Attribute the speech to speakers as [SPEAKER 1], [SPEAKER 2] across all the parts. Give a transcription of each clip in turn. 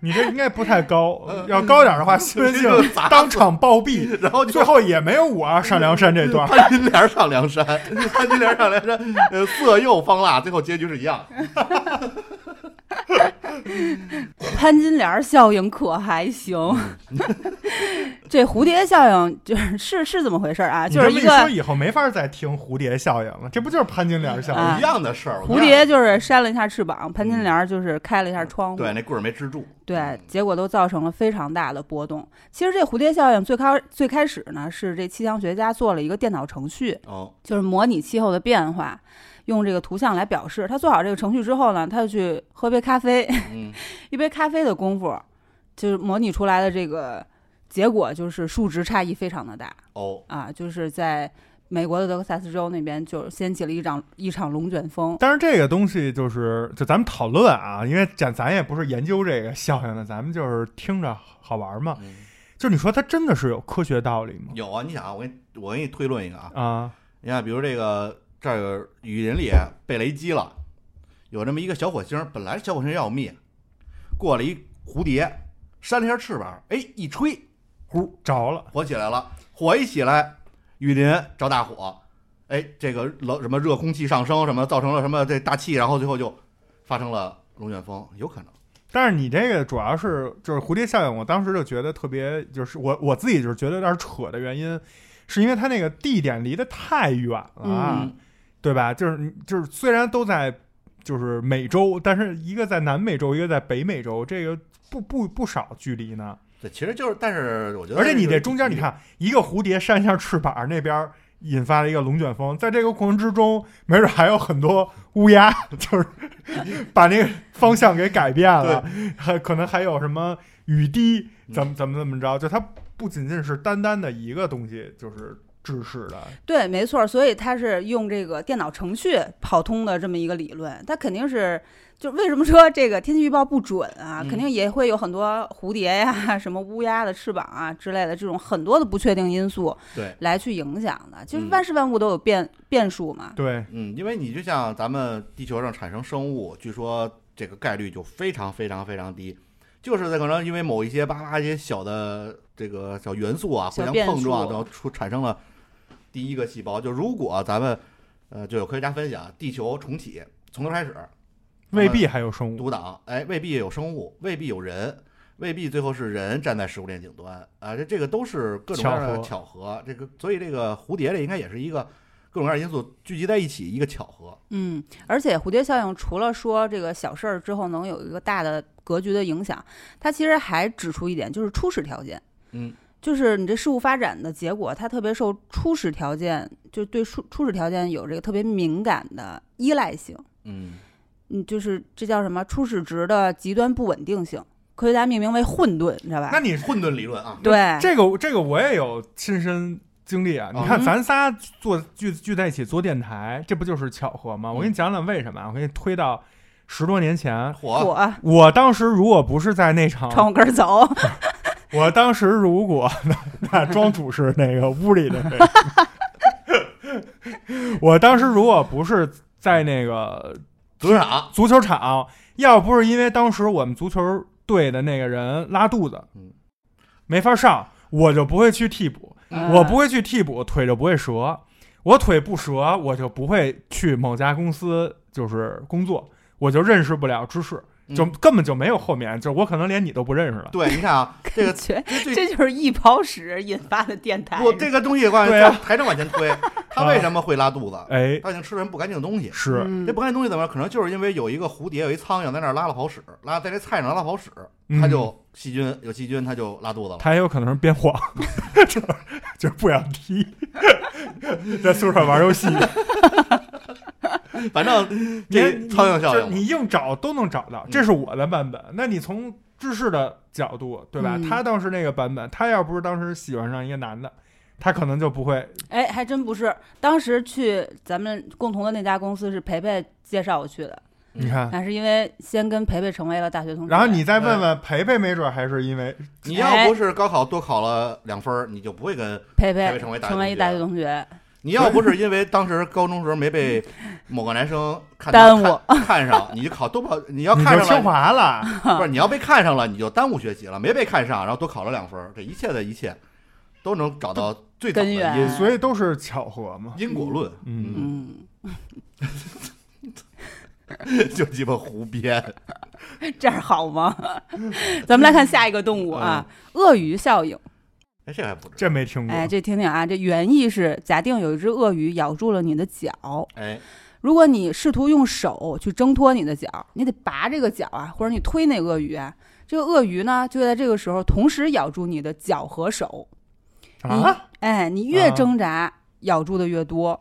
[SPEAKER 1] 你这应该不太高，要高点儿的话，新闻性当场暴毙，
[SPEAKER 2] 然后就
[SPEAKER 1] 最后也没有我啊上梁山这段。
[SPEAKER 2] 潘金莲上梁山，潘金莲上梁山，呃，色诱方腊，最后结局是一样。
[SPEAKER 3] 潘金莲效应可还行。
[SPEAKER 1] 嗯
[SPEAKER 3] 这蝴蝶效应就是是是怎么回事儿啊？
[SPEAKER 1] 你
[SPEAKER 3] 就
[SPEAKER 1] 这
[SPEAKER 3] 是
[SPEAKER 1] 么
[SPEAKER 3] 一
[SPEAKER 1] 一说，
[SPEAKER 3] 个
[SPEAKER 1] 以后没法再听蝴蝶效应了，这不就是潘金莲效
[SPEAKER 3] 啊
[SPEAKER 1] 应？
[SPEAKER 2] 一样的事儿，我
[SPEAKER 3] 蝴
[SPEAKER 2] 跟你
[SPEAKER 3] 蝶就是扇了一下翅膀，潘金莲就是开了一下
[SPEAKER 2] 讲
[SPEAKER 3] 窗户，
[SPEAKER 2] 对那棍儿没支住，
[SPEAKER 3] 对，结果都造成了非常大的波动。其实这蝴蝶效应最开最开始呢，是这气象学家做了一个电脑程序，
[SPEAKER 2] 哦，
[SPEAKER 3] 就是模拟气候的变化，用这个图像来表示。他做好这个程序之后呢，他就去喝杯咖啡，
[SPEAKER 2] 嗯，
[SPEAKER 3] 一杯咖啡的功夫，就是模拟出来的这个结果，就是数值差异非常的大
[SPEAKER 2] 哦，
[SPEAKER 3] 啊，就是在美国的德克萨斯州那边就掀起了一场一场龙卷风。
[SPEAKER 1] 但是这个东西就是，就咱们讨论啊，因为咱咱也不是研究这个效应的，咱们就是听着好玩嘛。
[SPEAKER 2] 嗯
[SPEAKER 1] 就是你说它真的是有科学道理吗？
[SPEAKER 2] 有啊，你想啊，我给你我给你推论一个啊，
[SPEAKER 1] 啊，
[SPEAKER 2] 你看，比如这个这儿有雨林里被雷击了，有这么一个小火星，本来小火星要灭，过来一蝴蝶，扇了一下翅膀，哎，一吹，
[SPEAKER 1] 呼着了，
[SPEAKER 2] 火起来了，火一起来，雨林着大火，哎，这个冷什么热空气上升什么，造成了什么这大气，然后最后就发生了龙卷风，有可能。
[SPEAKER 1] 但是你这个主要是就是蝴蝶效应，我当时就觉得特别，就是我我自己就是觉得有点扯的原因，是因为它那个地点离得太远了，
[SPEAKER 3] 嗯
[SPEAKER 1] 对吧？就是你就是虽然都在就是美洲，但是一个在南美洲，一个在北美洲，这个不不不少距离呢。
[SPEAKER 2] 对，其实就是，但是我觉得，
[SPEAKER 1] 而且你这中间，你，看一个蝴蝶扇一下翅膀，那边引发了一个龙卷风，在这个过程之中，没准还有很多乌鸦， 就是把那个方向给改变了，还可能还有什么雨滴，怎么怎么怎么着，就它不仅仅是单单的一个东西，就是。制式的，
[SPEAKER 3] 对，没错，所以它是用这个电脑程序跑通的这么一个理论，它肯定是。就为什么说这个天气预报不准啊？
[SPEAKER 2] 嗯
[SPEAKER 3] 肯定也会有很多蝴蝶呀、 什么乌鸦的翅膀啊之类的这种很多的不确定因素
[SPEAKER 2] 对，
[SPEAKER 3] 来去影响的。就是
[SPEAKER 2] 嗯
[SPEAKER 3] 万事万物都有变变数嘛。
[SPEAKER 1] 对，
[SPEAKER 2] 嗯，因为你就像咱们地球上产生生物，据说这个概率就非常非常非常低，就是在可能因为某一些叭叭一些小的这个小元素啊互
[SPEAKER 3] 小
[SPEAKER 2] 相
[SPEAKER 3] 变
[SPEAKER 2] 碰撞，
[SPEAKER 3] 数
[SPEAKER 2] 然后出产生了第一个细胞。就如果咱们呃，就有科学家分享，地球重启从头开始，
[SPEAKER 1] 未必还有生物。
[SPEAKER 2] 独挡，哎，未必有生物，未必有人，未必最后是人站在食物链顶端啊，这这个都是各种各样的巧
[SPEAKER 1] 巧
[SPEAKER 2] 合。这个，所以这个蝴蝶这应该也是一个各种各样的因素聚集在一起一个巧合。
[SPEAKER 3] 嗯，而且蝴蝶效应除了说这个小事儿之后能有一个大的格局的影响，它其实还指出一点，就是初始条件。
[SPEAKER 2] 嗯，
[SPEAKER 3] 就是你这事物发展的结果，它特别受初始条件，就对初初始条件有这个特别敏感的依赖性。
[SPEAKER 2] 嗯，
[SPEAKER 3] 嗯，就是这叫什么初始值的极端不稳定性，科学家命名为混沌，你知道吧
[SPEAKER 1] 那？你
[SPEAKER 2] 混沌理论啊，
[SPEAKER 3] 对，
[SPEAKER 1] 这个这个我也有亲身经历啊！
[SPEAKER 2] 哦
[SPEAKER 1] 你看咱仨坐聚聚在一起做电台，这不就是巧合吗？我给你讲讲为什么啊！我给你推到十多年前，
[SPEAKER 2] 火
[SPEAKER 3] 我
[SPEAKER 1] 我当时如果不是在那场，
[SPEAKER 3] 窗户根儿走，
[SPEAKER 1] 我当时如果那庄主是那个屋里的那个， 我当时如果不是在那个
[SPEAKER 2] 足球场，
[SPEAKER 1] 足球场，要不是因为当时我们足球队的那个人拉肚子
[SPEAKER 2] 嗯，
[SPEAKER 1] 没法上，我就不会去替补。
[SPEAKER 3] 嗯
[SPEAKER 1] 我不会去替补，腿就不会折。我腿不折，我就不会去某家公司就是工作，我就认识不了知识，就
[SPEAKER 2] 嗯
[SPEAKER 1] 根本就没有后面，就我可能连你都不认识了。
[SPEAKER 2] 对，你看 啊，这 个
[SPEAKER 3] 觉
[SPEAKER 2] 这最
[SPEAKER 3] 这就是一泡屎引发的电台。
[SPEAKER 2] 不这个东西往
[SPEAKER 1] 对啊
[SPEAKER 2] 台上往前推，他为什么会拉肚子？
[SPEAKER 1] 哎，
[SPEAKER 2] 他已经吃了什么不干净的东西。
[SPEAKER 1] 是，
[SPEAKER 3] 嗯
[SPEAKER 2] 这不干净东西怎么着？可能就是因为有一个蝴蝶，有一苍蝇在那儿拉了跑屎，拉在这菜上拉了跑屎，它
[SPEAKER 1] 嗯
[SPEAKER 2] 就细菌有细菌，它就拉肚子了。
[SPEAKER 1] 他也有可能是编谎， 就是就是不想踢， 在宿舍玩游 戏，
[SPEAKER 2] 反正这
[SPEAKER 1] 你
[SPEAKER 2] 苍蝇效
[SPEAKER 1] 就是
[SPEAKER 2] 应嘛，
[SPEAKER 1] 你硬找都能找到，
[SPEAKER 2] 嗯
[SPEAKER 1] 这是我的版本。那你从志士的角度，对吧？
[SPEAKER 3] 嗯
[SPEAKER 1] 他当时那个版本，他要不是当时喜欢上一个男的，他可能就不会
[SPEAKER 3] 哎，还真不是，当时去咱们共同的那家公司是培培介绍我去
[SPEAKER 2] 啊
[SPEAKER 3] 的，
[SPEAKER 1] 你看。
[SPEAKER 3] 那是因为先跟培培成为了大学同学，
[SPEAKER 1] 然后你再
[SPEAKER 3] 嗯
[SPEAKER 1] 问问培培，没准还是因为
[SPEAKER 2] 你要不是高考多考了两分儿，你就不会跟
[SPEAKER 3] 培
[SPEAKER 2] 培培
[SPEAKER 3] 培
[SPEAKER 2] 成为大学
[SPEAKER 3] 成为一
[SPEAKER 2] 同学
[SPEAKER 3] 大学同学，
[SPEAKER 2] 你要不是因为当时高中时候没被某个男生看
[SPEAKER 3] 耽误
[SPEAKER 2] 看看上，你就考多考，你要
[SPEAKER 1] 你
[SPEAKER 2] 看
[SPEAKER 1] 就清
[SPEAKER 2] 上了，
[SPEAKER 1] 华了，
[SPEAKER 2] 不是你要被看上了，你就耽误学习了，没被看上，然后多考了两分儿，这一切的一切都能找到最早的
[SPEAKER 3] 根源
[SPEAKER 2] 因
[SPEAKER 1] 所以都是巧合嘛。
[SPEAKER 2] 因果 论，
[SPEAKER 1] 嗯
[SPEAKER 3] 嗯，
[SPEAKER 2] 就鸡巴胡编，
[SPEAKER 3] 嗯这样好吗？ 咱们来看下一个动物啊，
[SPEAKER 2] 嗯
[SPEAKER 3] 鳄鱼效应。
[SPEAKER 2] 哎，这还不知
[SPEAKER 1] 这没听过。
[SPEAKER 3] 哎，这听听啊，这原意是假定有一只鳄鱼咬住了你的脚，
[SPEAKER 2] 哎，
[SPEAKER 3] 如果你试图用手去挣脱你的脚，你得拔这个脚啊，或者你推那鳄鱼啊，这个鳄鱼呢就会在这个时候同时咬住你的脚和手。
[SPEAKER 1] 啊，
[SPEAKER 3] 哎，你越
[SPEAKER 1] 啊
[SPEAKER 3] 挣扎，咬住的越多。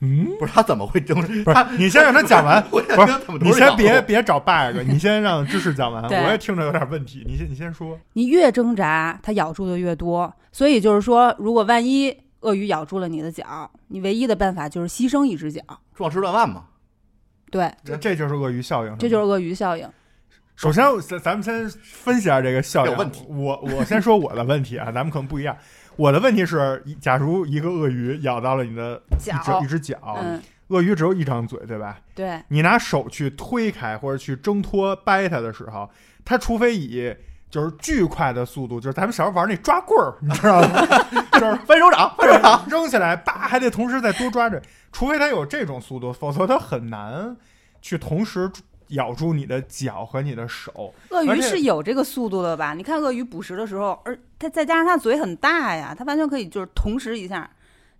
[SPEAKER 1] 嗯，
[SPEAKER 2] 不是他怎么会争？
[SPEAKER 1] 不是
[SPEAKER 2] 他，，
[SPEAKER 1] 你先让他讲 完
[SPEAKER 2] 我想
[SPEAKER 1] 不是你
[SPEAKER 2] 听他们都是
[SPEAKER 1] 先别
[SPEAKER 2] 咬
[SPEAKER 1] 别找 bug，你先让知识讲完，
[SPEAKER 3] 对
[SPEAKER 1] 我也听着有点问题。你先你先说，
[SPEAKER 3] 你越挣扎，它咬住的越多。所以就是说，如果万一鳄鱼咬住了你的脚，你唯一的办法就是牺牲一只脚。
[SPEAKER 2] 壮士断腕嘛，
[SPEAKER 3] 对，
[SPEAKER 1] 这这就是鳄鱼效应，
[SPEAKER 3] 这
[SPEAKER 1] 是
[SPEAKER 3] 就
[SPEAKER 1] 吗
[SPEAKER 3] 是鳄鱼效应。
[SPEAKER 1] 首先咱咱们先分析一下这个效应
[SPEAKER 2] 有问题。
[SPEAKER 1] 我我先说我的问题啊，咱们可能不一样。我的问题是，假如一个鳄鱼咬到了你的一只
[SPEAKER 3] 脚
[SPEAKER 1] 一，只脚，
[SPEAKER 3] 嗯，
[SPEAKER 1] 鳄鱼只有一张嘴，对吧？
[SPEAKER 3] 对，
[SPEAKER 1] 你拿手去推开或者去挣脱掰它的时候，它除非以就是巨快的速度，就是咱们小时候玩那抓棍儿，你知道吗？就是
[SPEAKER 2] 翻手掌，翻手掌，
[SPEAKER 1] 对扔起来，叭，还得同时再多抓着，除非它有这种速度，否则它很难去同时咬住你的脚和你的手。
[SPEAKER 3] 鳄
[SPEAKER 1] 而
[SPEAKER 3] 鱼
[SPEAKER 1] 且
[SPEAKER 3] 是有这个速度的吧？你看鳄鱼捕食的时候，而它再加上它嘴很大呀，它完全可以就是同时一下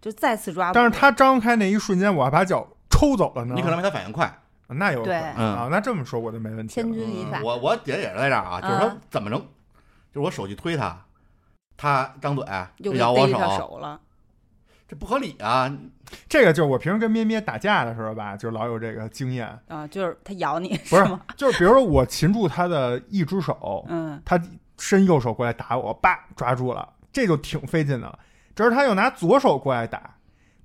[SPEAKER 3] 就再次抓捕。
[SPEAKER 1] 但是它张开那一瞬间，我还把脚抽走了呢。啊
[SPEAKER 2] 你可能没他反应快。
[SPEAKER 1] 那有可能
[SPEAKER 3] 对
[SPEAKER 2] 嗯
[SPEAKER 1] 啊，那这么说我就没问题
[SPEAKER 3] 千
[SPEAKER 1] 了。嗯
[SPEAKER 3] 钧一发，
[SPEAKER 2] 我我点也是在这儿啊，就是说
[SPEAKER 3] 嗯
[SPEAKER 2] 怎么能，就是我手去推他，他张嘴
[SPEAKER 3] 又
[SPEAKER 2] 就
[SPEAKER 3] 给
[SPEAKER 2] 咬我
[SPEAKER 3] 逮上手了。
[SPEAKER 2] 这不合理啊！
[SPEAKER 1] 这个就是我平时跟咩咩打架的时候吧，就老有这个经验，
[SPEAKER 3] 啊，就是它咬你
[SPEAKER 1] 不是
[SPEAKER 3] 吗？
[SPEAKER 1] 就是比如说我擒住他的一只手，
[SPEAKER 3] 嗯，
[SPEAKER 1] 他伸右手过来打我，叭抓住了，这就挺费劲的了。这时候他又拿左手过来打，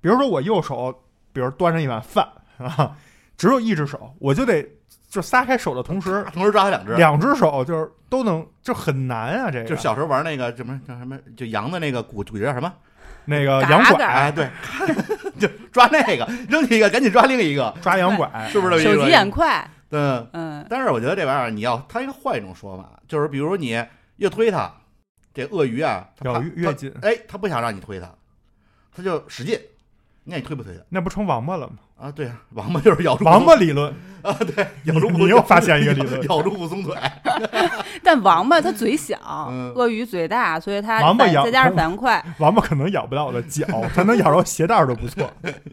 [SPEAKER 1] 比如说我右手，比如端上一碗饭啊，只有一只手，我就得就撒开手的同时，
[SPEAKER 2] 同时抓他两只，
[SPEAKER 1] 两只啊手就是都能，就很难啊。这个
[SPEAKER 2] 就是小时候玩那个什么叫什么，就羊的那个骨骨节叫什么？
[SPEAKER 1] 那个
[SPEAKER 3] 嘎
[SPEAKER 1] 羊
[SPEAKER 3] 嘎
[SPEAKER 1] 拐
[SPEAKER 2] 哎，对，就抓那个，扔一个赶紧抓另一个，
[SPEAKER 1] 抓羊拐，
[SPEAKER 2] 是不是这么一
[SPEAKER 3] 手
[SPEAKER 2] 个
[SPEAKER 3] 疾眼快，
[SPEAKER 2] 嗯，
[SPEAKER 3] 嗯，
[SPEAKER 2] 但是我觉得这玩意儿你要，他应该换一种说法，就是比如你越推他，这鳄鱼啊，它
[SPEAKER 1] 咬
[SPEAKER 2] 怕
[SPEAKER 1] 越越紧，
[SPEAKER 2] 它哎，他不想让你推他，他就使劲，那你推不推他
[SPEAKER 1] 那不成王八了吗？
[SPEAKER 2] 啊？对啊，王八就是咬住
[SPEAKER 1] 王八理论，
[SPEAKER 2] 啊，对，咬住不
[SPEAKER 1] 你你又发现一个理论
[SPEAKER 2] 咬住不松腿，
[SPEAKER 3] 但王八它嘴小，
[SPEAKER 2] 嗯
[SPEAKER 3] 鳄鱼嘴大，所以它
[SPEAKER 1] 王八
[SPEAKER 3] 反
[SPEAKER 1] 咬
[SPEAKER 3] 再加上反应快，
[SPEAKER 1] 王八可能咬不到我的脚，它能咬着我鞋带儿都不错。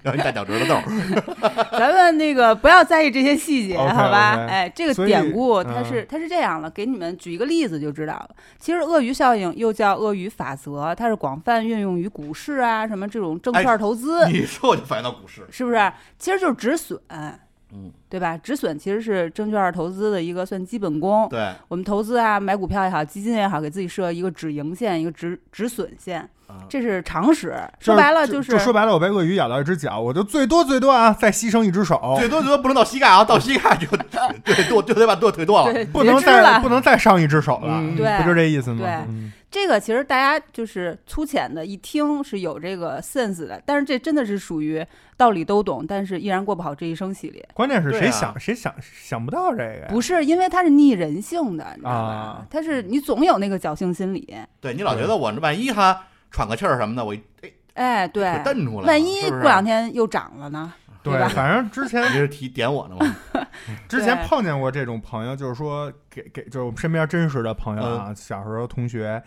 [SPEAKER 2] 咬你大脚趾头豆。
[SPEAKER 3] 咱们那个不要在意这些 细节，
[SPEAKER 1] OK，
[SPEAKER 3] 好吧
[SPEAKER 1] OK
[SPEAKER 3] 哎，这个
[SPEAKER 1] 所以
[SPEAKER 3] 典故它
[SPEAKER 1] 嗯
[SPEAKER 3] 是、它是这样的，给你们举一个例子就知道了。其实鳄鱼效应又叫鳄鱼法则，它是广泛运用于股市啊，什么这种证券投资，
[SPEAKER 1] 哎
[SPEAKER 2] 你说我就反映到股市，
[SPEAKER 3] 是不是？其实就是止损，
[SPEAKER 2] 嗯，
[SPEAKER 3] 对吧？止损其实是证券投资的一个算基本功。
[SPEAKER 2] 对，
[SPEAKER 3] 我们投资啊，买股票也好，基金也好，给自己设一个止盈线，一个止止损线
[SPEAKER 2] 啊，
[SPEAKER 3] 这是常识。
[SPEAKER 1] 就
[SPEAKER 3] 说白了，
[SPEAKER 1] 就是就说白了，我被鳄鱼咬到一只脚，我就最多最多啊，再牺牲一只手，
[SPEAKER 2] 最多最多不能到膝盖啊，到膝盖就 对剁就得把剁腿剁了。
[SPEAKER 3] 对，
[SPEAKER 1] 不
[SPEAKER 3] 截
[SPEAKER 1] 能
[SPEAKER 3] 肢
[SPEAKER 1] 再
[SPEAKER 3] 了
[SPEAKER 1] 不能再上一只手了，
[SPEAKER 2] 嗯
[SPEAKER 3] 对
[SPEAKER 1] 不就这意思吗？
[SPEAKER 3] 对
[SPEAKER 1] 嗯
[SPEAKER 3] 这个其实大家就是粗浅的一听是有这个 sense 的，但是这真的是属于道理都懂，但是依然过不好这一生系列。
[SPEAKER 1] 关键是
[SPEAKER 2] 对
[SPEAKER 1] 谁
[SPEAKER 2] 啊
[SPEAKER 1] 想、谁想想不到这个呀？
[SPEAKER 3] 不是因为它是逆人性的，你知道吧？
[SPEAKER 1] 啊
[SPEAKER 3] 它是你总有那个侥幸心理，
[SPEAKER 2] 对你老觉得我万一哈喘个气儿什么的，我一哎
[SPEAKER 3] 哎，对，
[SPEAKER 2] 腿蹬出来了，
[SPEAKER 3] 万一
[SPEAKER 2] 是不是啊
[SPEAKER 3] 过两天又涨了呢？
[SPEAKER 1] 对
[SPEAKER 3] 对吧
[SPEAKER 1] 反正之前
[SPEAKER 2] 你是提点我呢吗？
[SPEAKER 1] 之前碰见过这种朋友，就是说给给就是我们身边真实的朋友啊，
[SPEAKER 3] 嗯
[SPEAKER 1] 小时候同学，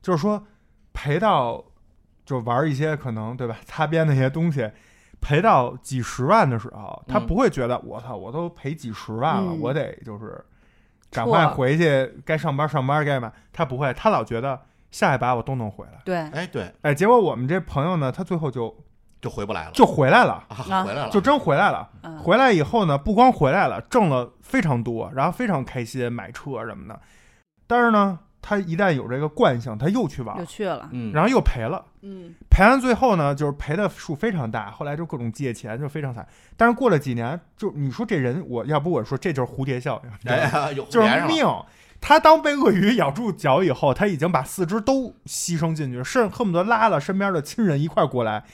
[SPEAKER 1] 就是说赔到就玩一些可能对吧，擦边那些东西。赔到几十万的时候，他
[SPEAKER 2] 嗯
[SPEAKER 1] 不会觉得我操，我都赔几十万了，
[SPEAKER 3] 嗯
[SPEAKER 1] 我得就是赶
[SPEAKER 3] 错
[SPEAKER 1] 快回去，该上班上班，该嘛，他不会，他老觉得下一把我都能回来。
[SPEAKER 3] 对，
[SPEAKER 2] 哎，对，
[SPEAKER 1] 哎，结果我们这朋友呢，他最后就
[SPEAKER 2] 就回不来了，
[SPEAKER 1] 就回来了，
[SPEAKER 2] 啊
[SPEAKER 3] 啊
[SPEAKER 2] 回来了，
[SPEAKER 1] 就真回来了。
[SPEAKER 3] 嗯，
[SPEAKER 1] 回来以后呢，不光回来了，挣了非常多，然后非常开心，买车什么的。但是呢，他一旦有这个惯性，他又去玩
[SPEAKER 3] 就，去了，
[SPEAKER 2] 嗯，
[SPEAKER 1] 然后又赔了。
[SPEAKER 3] 嗯，
[SPEAKER 1] 赔完最后呢，就是赔的数非常大，后来就各种借钱，就非常惨。但是过了几年，就你说这人，我要不我说这就是蝴蝶效应，你知道吗
[SPEAKER 2] 哎，有
[SPEAKER 1] 就是
[SPEAKER 2] 连上了，
[SPEAKER 1] 命。他当被鳄鱼咬住脚以后，他已经把四肢都牺牲进去，甚恨不得拉了身边的亲人一块儿过来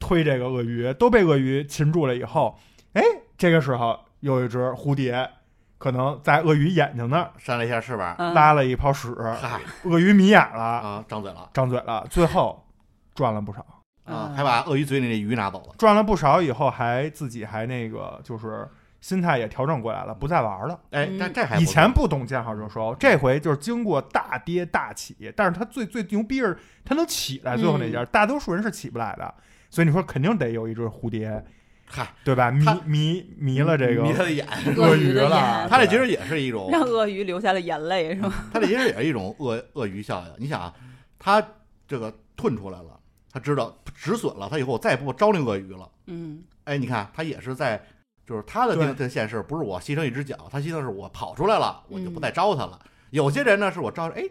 [SPEAKER 1] 推这个鳄鱼，都被鳄鱼擒住了以后，哎，这个时候有一只蝴蝶，可能在鳄鱼眼睛那儿
[SPEAKER 2] 扇了一下翅膀，
[SPEAKER 3] 嗯
[SPEAKER 1] 拉了一泡屎，
[SPEAKER 2] 嗨
[SPEAKER 1] 鳄鱼迷眼了，
[SPEAKER 2] 啊，张嘴了
[SPEAKER 1] 张嘴了，最后赚了不少。
[SPEAKER 2] 啊，
[SPEAKER 3] 嗯
[SPEAKER 2] 还把鳄鱼嘴里那鱼拿走了。
[SPEAKER 1] 赚了不少以后，还自己还那个就是心态也调整过来了，不再玩了。
[SPEAKER 2] 哎，
[SPEAKER 3] 嗯
[SPEAKER 2] 这这还不
[SPEAKER 1] 以
[SPEAKER 2] 错
[SPEAKER 1] 前不懂见好就收，这回就是经过大跌大起，但是他最最牛逼是他能起来，
[SPEAKER 3] 嗯
[SPEAKER 1] 最后那家、大多数人是起不来的。所以你说肯定得有一只蝴蝶，
[SPEAKER 2] 嗨，
[SPEAKER 1] 对吧？迷
[SPEAKER 2] 他
[SPEAKER 1] 迷迷了这个嗯
[SPEAKER 2] 迷他的眼，
[SPEAKER 1] 鳄
[SPEAKER 3] 鱼的
[SPEAKER 1] 了，
[SPEAKER 3] 眼，
[SPEAKER 2] 他这其实也是一种，
[SPEAKER 3] 让鳄鱼流下了眼泪，是吧？
[SPEAKER 2] 他这其实也是一种鳄鳄鱼效应。你想啊，他这个吞出来了，他知道止损了，他以后再不招那鳄鱼了。
[SPEAKER 3] 嗯，
[SPEAKER 2] 哎，你看他也是在，就是他的
[SPEAKER 1] 对
[SPEAKER 2] 定定现是不是我牺牲一只脚，他牺牲是我跑出来了，我就不
[SPEAKER 3] 嗯
[SPEAKER 2] 再招他了。有些人呢，是我招，哎，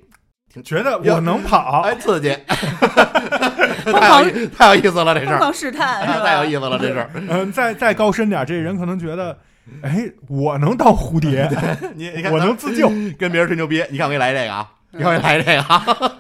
[SPEAKER 2] 挺
[SPEAKER 1] 觉得我能跑，
[SPEAKER 2] 哎刺 激，太有意太有意思了这事
[SPEAKER 3] 疯
[SPEAKER 2] 儿，
[SPEAKER 3] 狂 试探是吧？
[SPEAKER 2] 太有意思了这事儿。
[SPEAKER 1] 嗯，再再高深点，这人可能觉得，哎，我能当蝴 蝶，
[SPEAKER 2] 你你看，嗯
[SPEAKER 1] 我能自救，
[SPEAKER 2] 跟别人吹牛逼，你看我给你来这个啊，
[SPEAKER 3] 嗯
[SPEAKER 2] 你看我给你来这个啊，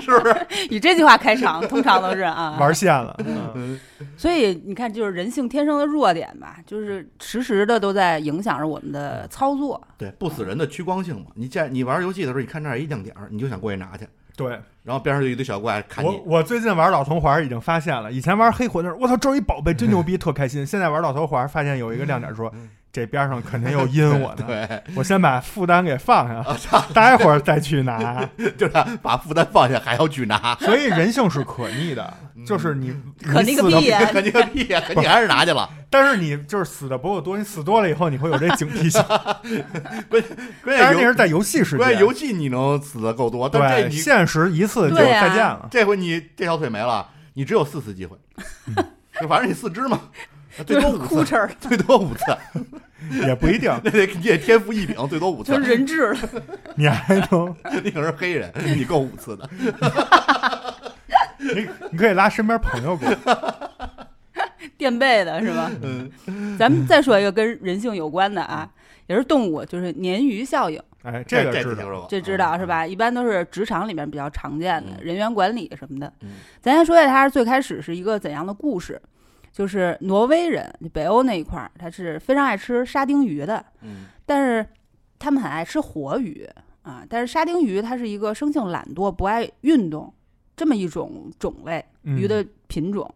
[SPEAKER 2] 是不是？
[SPEAKER 3] 以这句话开场，通常都是 啊。
[SPEAKER 1] 玩线了。嗯
[SPEAKER 3] 所以你看，就是人性天生的弱点吧，就是时时的都在影响着我们的操作。
[SPEAKER 2] 对，不死人的趋光性嘛。你见你玩游戏的时候，你看这儿一亮点儿，你就想过去拿去，
[SPEAKER 1] 对，
[SPEAKER 2] 然后边上就一堆小怪砍
[SPEAKER 1] 我
[SPEAKER 2] 你，
[SPEAKER 1] 我最近玩老头环已经发现了，以前玩黑魂的时候，我操，这儿一宝贝真牛 逼，特开心。现在玩老头环，发现有一个亮点说，这边上肯定有阴我呢，
[SPEAKER 2] 嗯 对，啊
[SPEAKER 1] 我先把负担给放下， 待会儿再去 拿。
[SPEAKER 2] 就是把负担放下，还要去拿，
[SPEAKER 1] 所以人性是可逆的，
[SPEAKER 2] 嗯
[SPEAKER 1] 就是你
[SPEAKER 3] 可
[SPEAKER 1] 你
[SPEAKER 3] 那个
[SPEAKER 1] 死得
[SPEAKER 3] 屁呀、
[SPEAKER 2] 肯定个屁呀，肯定还是拿去了。
[SPEAKER 1] 但是你就是死的不够多，你死多了以后，你会有这警惕性。
[SPEAKER 2] 关
[SPEAKER 1] 但是那
[SPEAKER 2] 键
[SPEAKER 1] 是
[SPEAKER 2] 游，
[SPEAKER 1] 在游戏世
[SPEAKER 2] 关键
[SPEAKER 1] 界
[SPEAKER 2] 游，戏你能死的够多，但这
[SPEAKER 1] 对，
[SPEAKER 2] 你
[SPEAKER 1] 现实一次就
[SPEAKER 3] 对啊
[SPEAKER 1] 再见了。
[SPEAKER 2] 这回你这条腿没了，你只有四次机会， 就反正你四肢嘛，最多
[SPEAKER 3] 哭
[SPEAKER 2] 五次，
[SPEAKER 3] 哧儿，
[SPEAKER 2] 最多五次，
[SPEAKER 1] 也不一定，
[SPEAKER 2] 那得你也天赋异禀，最多五次
[SPEAKER 3] 就。是人 质了。
[SPEAKER 1] 你还能，
[SPEAKER 2] 你可是黑人，你够五次的。
[SPEAKER 1] 你你可以拉身边朋友过来。
[SPEAKER 3] 垫背的是吧？
[SPEAKER 2] 嗯
[SPEAKER 3] 咱们再说一个跟人性有关的啊，也是动物，就是鲶鱼效应，
[SPEAKER 1] 哎，
[SPEAKER 2] 这
[SPEAKER 1] 个
[SPEAKER 2] 这
[SPEAKER 1] 知
[SPEAKER 2] 听
[SPEAKER 1] 道。
[SPEAKER 2] 说过，
[SPEAKER 3] 这知道是？吧？一般都是职场里面比较常见的
[SPEAKER 2] 哦嗯
[SPEAKER 3] 人员管理什么的
[SPEAKER 2] 嗯。
[SPEAKER 3] 咱先说一下它是最开始是一个怎样的故事，就是挪威人，北欧那一块儿，他是非常爱吃沙丁鱼的，
[SPEAKER 2] 嗯，
[SPEAKER 3] 但是他们很爱吃活鱼啊。但是沙丁鱼它是一个生性懒惰、不爱运动这么一种种类，
[SPEAKER 1] 嗯
[SPEAKER 3] 鱼的品种，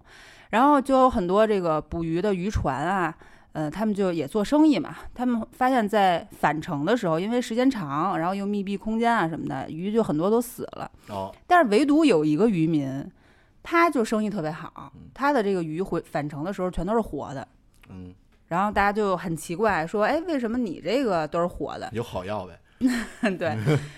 [SPEAKER 3] 然后就有很多这个捕鱼的渔船啊，呃，他们就也做生意嘛。他们发现，在返程的时候，因为时间长，然后又密闭空间啊什么的，鱼就很多都死了。
[SPEAKER 2] 哦，
[SPEAKER 3] 但是唯独有一个渔民，他就生意特别好
[SPEAKER 2] 嗯，
[SPEAKER 3] 他的这个鱼回返程的时候全都是活的。
[SPEAKER 2] 嗯，
[SPEAKER 3] 然后大家就很奇怪，说：“哎，为什么你这个都是活的
[SPEAKER 2] 有好药呗。？”
[SPEAKER 3] 对。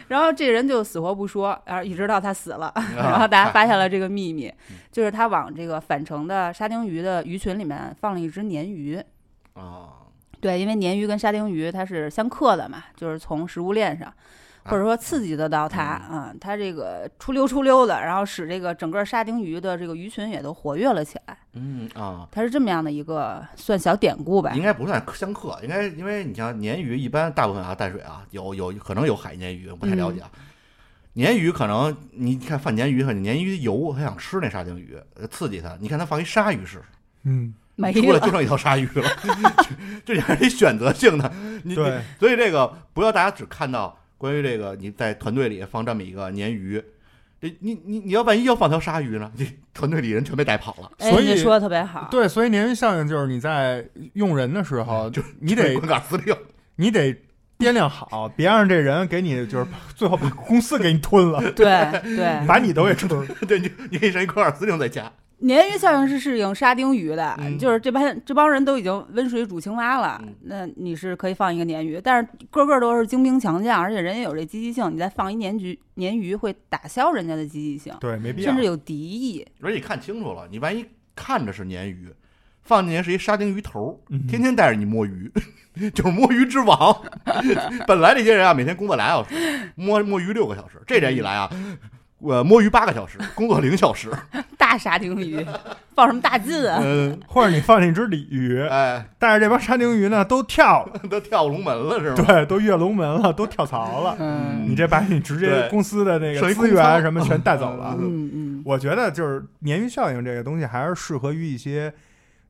[SPEAKER 3] 然后这人就死活不说，然后一直到他死了，然
[SPEAKER 2] 啊
[SPEAKER 3] 后大家发现了这个秘密，就是他往这个返程的沙丁鱼的鱼群里面放了一只鲶鱼。
[SPEAKER 2] 啊，
[SPEAKER 3] 对，因为鲶鱼跟沙丁鱼它是相克的嘛，就是从食物链上，或者说刺激得到它啊、嗯它这个出溜出溜的，然后使这个整个沙丁鱼的这个鱼群也都活跃了起来。
[SPEAKER 2] 嗯啊，
[SPEAKER 3] 它是这么样的一个算小典故吧
[SPEAKER 2] 应？该不算相克，应该因为你像鲶鱼，一般大部分啊淡水啊，有有可能有海鲶鱼，不太了解啊。鲶鱼可能你看放鲶鱼，鲶鱼油，它想吃那沙丁鱼，呃刺激它。你看它放一鲨鱼试试，
[SPEAKER 1] 嗯，
[SPEAKER 3] 没
[SPEAKER 2] 出来
[SPEAKER 3] 了
[SPEAKER 2] 就，剩一条鲨鱼了， 这这还是选择性的。你
[SPEAKER 1] 对，
[SPEAKER 2] 所以这个不要大家只看到关于这个你在团队里放这么一个鲶鱼，这你你你要万一要放条鲨鱼呢？这团队里人全被带跑了，
[SPEAKER 3] 哎，
[SPEAKER 1] 所以
[SPEAKER 3] 你说的特别好。
[SPEAKER 1] 对，所以鲶鱼效应就是你在用人的时候，
[SPEAKER 2] 就
[SPEAKER 1] 你得
[SPEAKER 2] 滚杆司令。
[SPEAKER 1] 你得掂量好，别让这人给你就是 最后把公司给你吞了，
[SPEAKER 3] 对对，
[SPEAKER 1] 把你都给吃。
[SPEAKER 2] 对，你你可以上一滚杆司令在家。
[SPEAKER 3] 鲶鱼效应是适应沙丁鱼的，
[SPEAKER 2] 嗯
[SPEAKER 3] 就是这帮这帮人都已经温水煮青蛙了，
[SPEAKER 2] 嗯
[SPEAKER 3] 那你是可以放一个鲶鱼，但是个个都是精兵强将，而且人也有这积极性，你再放一鲶鱼，鲶鱼会打消人家的积极性，
[SPEAKER 1] 对，没必要
[SPEAKER 3] 甚至。有敌意。
[SPEAKER 2] 而且你看清楚了，你万一看着是鲶鱼，放进去是一沙丁鱼头
[SPEAKER 1] 嗯
[SPEAKER 2] 儿，天天带着你摸鱼， 就是摸鱼之王。 本来这些人啊，每天工作俩小时，摸摸鱼六个小时，这人一来啊，我摸鱼八个小时，工作零小时。
[SPEAKER 3] 大沙丁鱼，放什么大劲啊？
[SPEAKER 2] 嗯，
[SPEAKER 1] 或者你放进一只鲤鱼，
[SPEAKER 2] 哎，
[SPEAKER 1] 但是这帮沙丁鱼呢都跳了，
[SPEAKER 2] 都跳龙门了是吗？
[SPEAKER 1] 对，都跃龙门了，都跳槽了。
[SPEAKER 3] 嗯
[SPEAKER 1] 你这把你直接
[SPEAKER 2] 对
[SPEAKER 1] 公司的那
[SPEAKER 2] 剩
[SPEAKER 1] 个
[SPEAKER 2] 一
[SPEAKER 1] 资
[SPEAKER 2] 空
[SPEAKER 1] 源
[SPEAKER 2] 仓
[SPEAKER 1] 什么全带走了。
[SPEAKER 3] 嗯嗯
[SPEAKER 1] 我觉得就是鲶鱼效应这个东西，还是适合于一些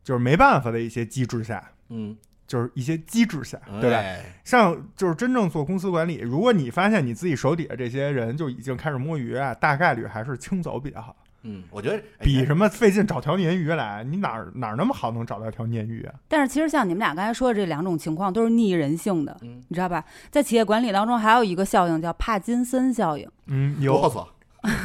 [SPEAKER 1] 就是没办法的一些机制下，
[SPEAKER 2] 嗯，
[SPEAKER 1] 就是一些机制下，对吧？
[SPEAKER 2] 哎？
[SPEAKER 1] 像就是真正做公司管理，如果你发现你自己手底下这些人就已经开始摸鱼啊，大概率还是清走比较好，
[SPEAKER 2] 嗯，我觉得哎
[SPEAKER 1] 比什么费劲找条鲶鱼来，你哪儿哪儿那么好能找到条鲶鱼啊？
[SPEAKER 3] 但是其实像你们俩刚才说的这两种情况都是逆人性的，
[SPEAKER 2] 嗯
[SPEAKER 3] 你知道吧？在企业管理当中还有一个效应叫帕金森效应。
[SPEAKER 1] 嗯，
[SPEAKER 2] 啰
[SPEAKER 1] 有
[SPEAKER 2] 嗦，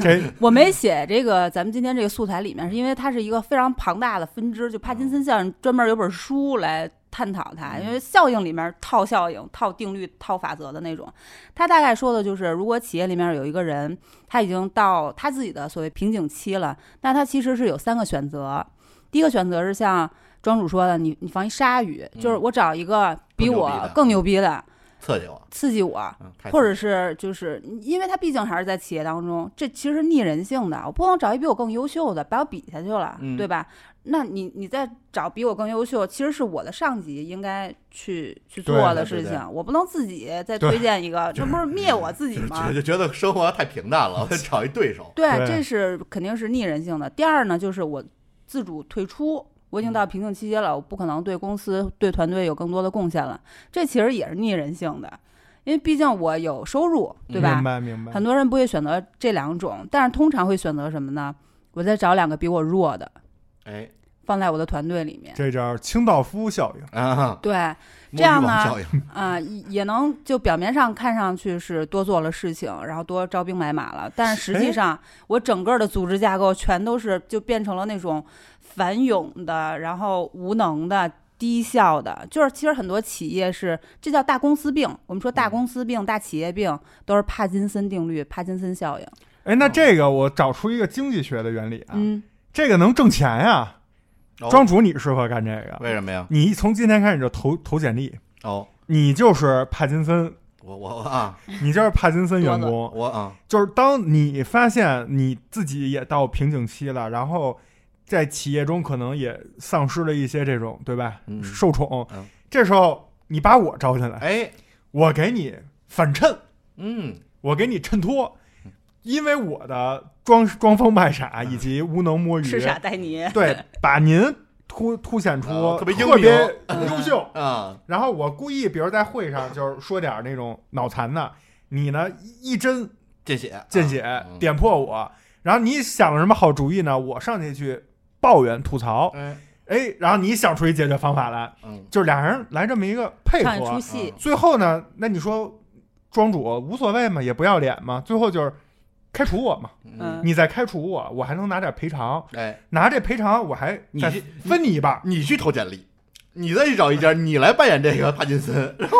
[SPEAKER 1] 这
[SPEAKER 3] 我没写这个，咱们今天这个素材里面，是因为它是一个非常庞大的分支，就帕金森效应专门有本书来探讨它，因为效应里面套效应、套定律、套法则的那种。它大概说的就是，如果企业里面有一个人，他已经到他自己的所谓瓶颈期了，那他其实是有三个选择。第一个选择是像庄主说的，你你放一鲨鱼，
[SPEAKER 2] 嗯
[SPEAKER 3] 就是我找一个比
[SPEAKER 2] 更牛
[SPEAKER 3] 我
[SPEAKER 2] 逼的
[SPEAKER 3] 更牛逼的，
[SPEAKER 2] 刺激我，
[SPEAKER 3] 刺激我，
[SPEAKER 2] 嗯，太
[SPEAKER 3] 或
[SPEAKER 2] 刺
[SPEAKER 3] 者是就是因为他毕竟还是在企业当中，这其实是逆人性的。我不能找一比我更优秀的，把我比下去了，
[SPEAKER 2] 嗯
[SPEAKER 3] 对吧？那你你再找比我更优秀，其实是我的上级应该去去做
[SPEAKER 1] 对
[SPEAKER 3] 的
[SPEAKER 2] 对
[SPEAKER 3] 事
[SPEAKER 2] 对
[SPEAKER 3] 情，我不能自己再推荐一个，这不是灭我自己
[SPEAKER 2] 激
[SPEAKER 3] 吗
[SPEAKER 2] 了，？就觉得生活太平淡了，我得找一对手。
[SPEAKER 3] 对，
[SPEAKER 1] 对
[SPEAKER 3] 这是肯定是逆人性的。第二呢，就是我自主退出，我已经到
[SPEAKER 2] 嗯
[SPEAKER 3] 瓶颈期间了，我不可能对公司、对团队有更多的贡献了，这其实也是逆人性的，因为毕竟我有收入，对吧？
[SPEAKER 1] 明白明白
[SPEAKER 3] 很，多人不会选择这两种，但是通常会选择什么呢？我再找两个比我弱的，
[SPEAKER 2] 哎
[SPEAKER 3] 放在我的团队里面。
[SPEAKER 1] 这叫清道夫效应。
[SPEAKER 2] 啊，
[SPEAKER 3] 对，啊、
[SPEAKER 2] 摸
[SPEAKER 3] 这样
[SPEAKER 2] 鱼王
[SPEAKER 3] 呢
[SPEAKER 2] 效应
[SPEAKER 3] 也也能就表面上看上去是多做了事情，然后多招兵买马了，但是实际上我整个的组织架构全都是就变成了那种反涌的，然后无能的。低效的，就是其实很多企业是这叫大公司病。我
[SPEAKER 1] 嗯
[SPEAKER 3] 们说大公司病、大企业病都是帕金森定律、帕金森效应。
[SPEAKER 1] 哎，那这个我找出一个经济学的原理啊，
[SPEAKER 3] 嗯，
[SPEAKER 1] 这个能挣钱呀、
[SPEAKER 2] 哦
[SPEAKER 1] 庄主，你适合干这个，
[SPEAKER 2] 为什么呀？
[SPEAKER 1] 你从今天开始就投投简历，
[SPEAKER 2] 哦，
[SPEAKER 1] 你就是帕金森，
[SPEAKER 2] 我我啊，
[SPEAKER 1] 你就是帕金森员
[SPEAKER 3] 多
[SPEAKER 1] 工。
[SPEAKER 2] 我啊，
[SPEAKER 1] 就是当你发现你自己也到瓶颈期了，然后在企业中可能也丧失了一些这种对吧、
[SPEAKER 2] 嗯
[SPEAKER 1] 受宠，
[SPEAKER 2] 嗯
[SPEAKER 1] 这时候你把我招进来，
[SPEAKER 2] 哎，
[SPEAKER 1] 我给你反衬，
[SPEAKER 2] 嗯，
[SPEAKER 1] 我给你衬托，因为我的装装疯卖傻
[SPEAKER 2] 嗯
[SPEAKER 1] 以及无能摸鱼，
[SPEAKER 3] 是傻带你。
[SPEAKER 1] 对， 把您突凸显出、
[SPEAKER 2] 啊特别英明
[SPEAKER 1] 特别优秀。
[SPEAKER 2] 啊，
[SPEAKER 1] 然后我故意，比如在会上就是说点儿那种脑残的，你呢一一针
[SPEAKER 2] 见血，
[SPEAKER 1] 见血
[SPEAKER 2] 啊嗯
[SPEAKER 1] 点破我，然后你想了什么好主意呢？我上去去抱怨吐槽，
[SPEAKER 2] 哎，
[SPEAKER 1] 哎，然后你想出一解决方法来，
[SPEAKER 2] 嗯，
[SPEAKER 1] 就是俩人来这么一个啊配
[SPEAKER 3] 唱一出
[SPEAKER 1] 合。
[SPEAKER 3] 戏，
[SPEAKER 1] 最后呢，那你说庄主无所谓嘛，也不要脸嘛，最后就是开除我嘛，
[SPEAKER 2] 嗯，
[SPEAKER 1] 你再开除我，我还能拿点赔偿，
[SPEAKER 2] 哎，
[SPEAKER 1] 拿这赔偿我还
[SPEAKER 2] 你
[SPEAKER 1] 再
[SPEAKER 2] 去
[SPEAKER 1] 分你一半儿。
[SPEAKER 2] 你去投简历。你再去找一家，你来扮演这个帕金森，然后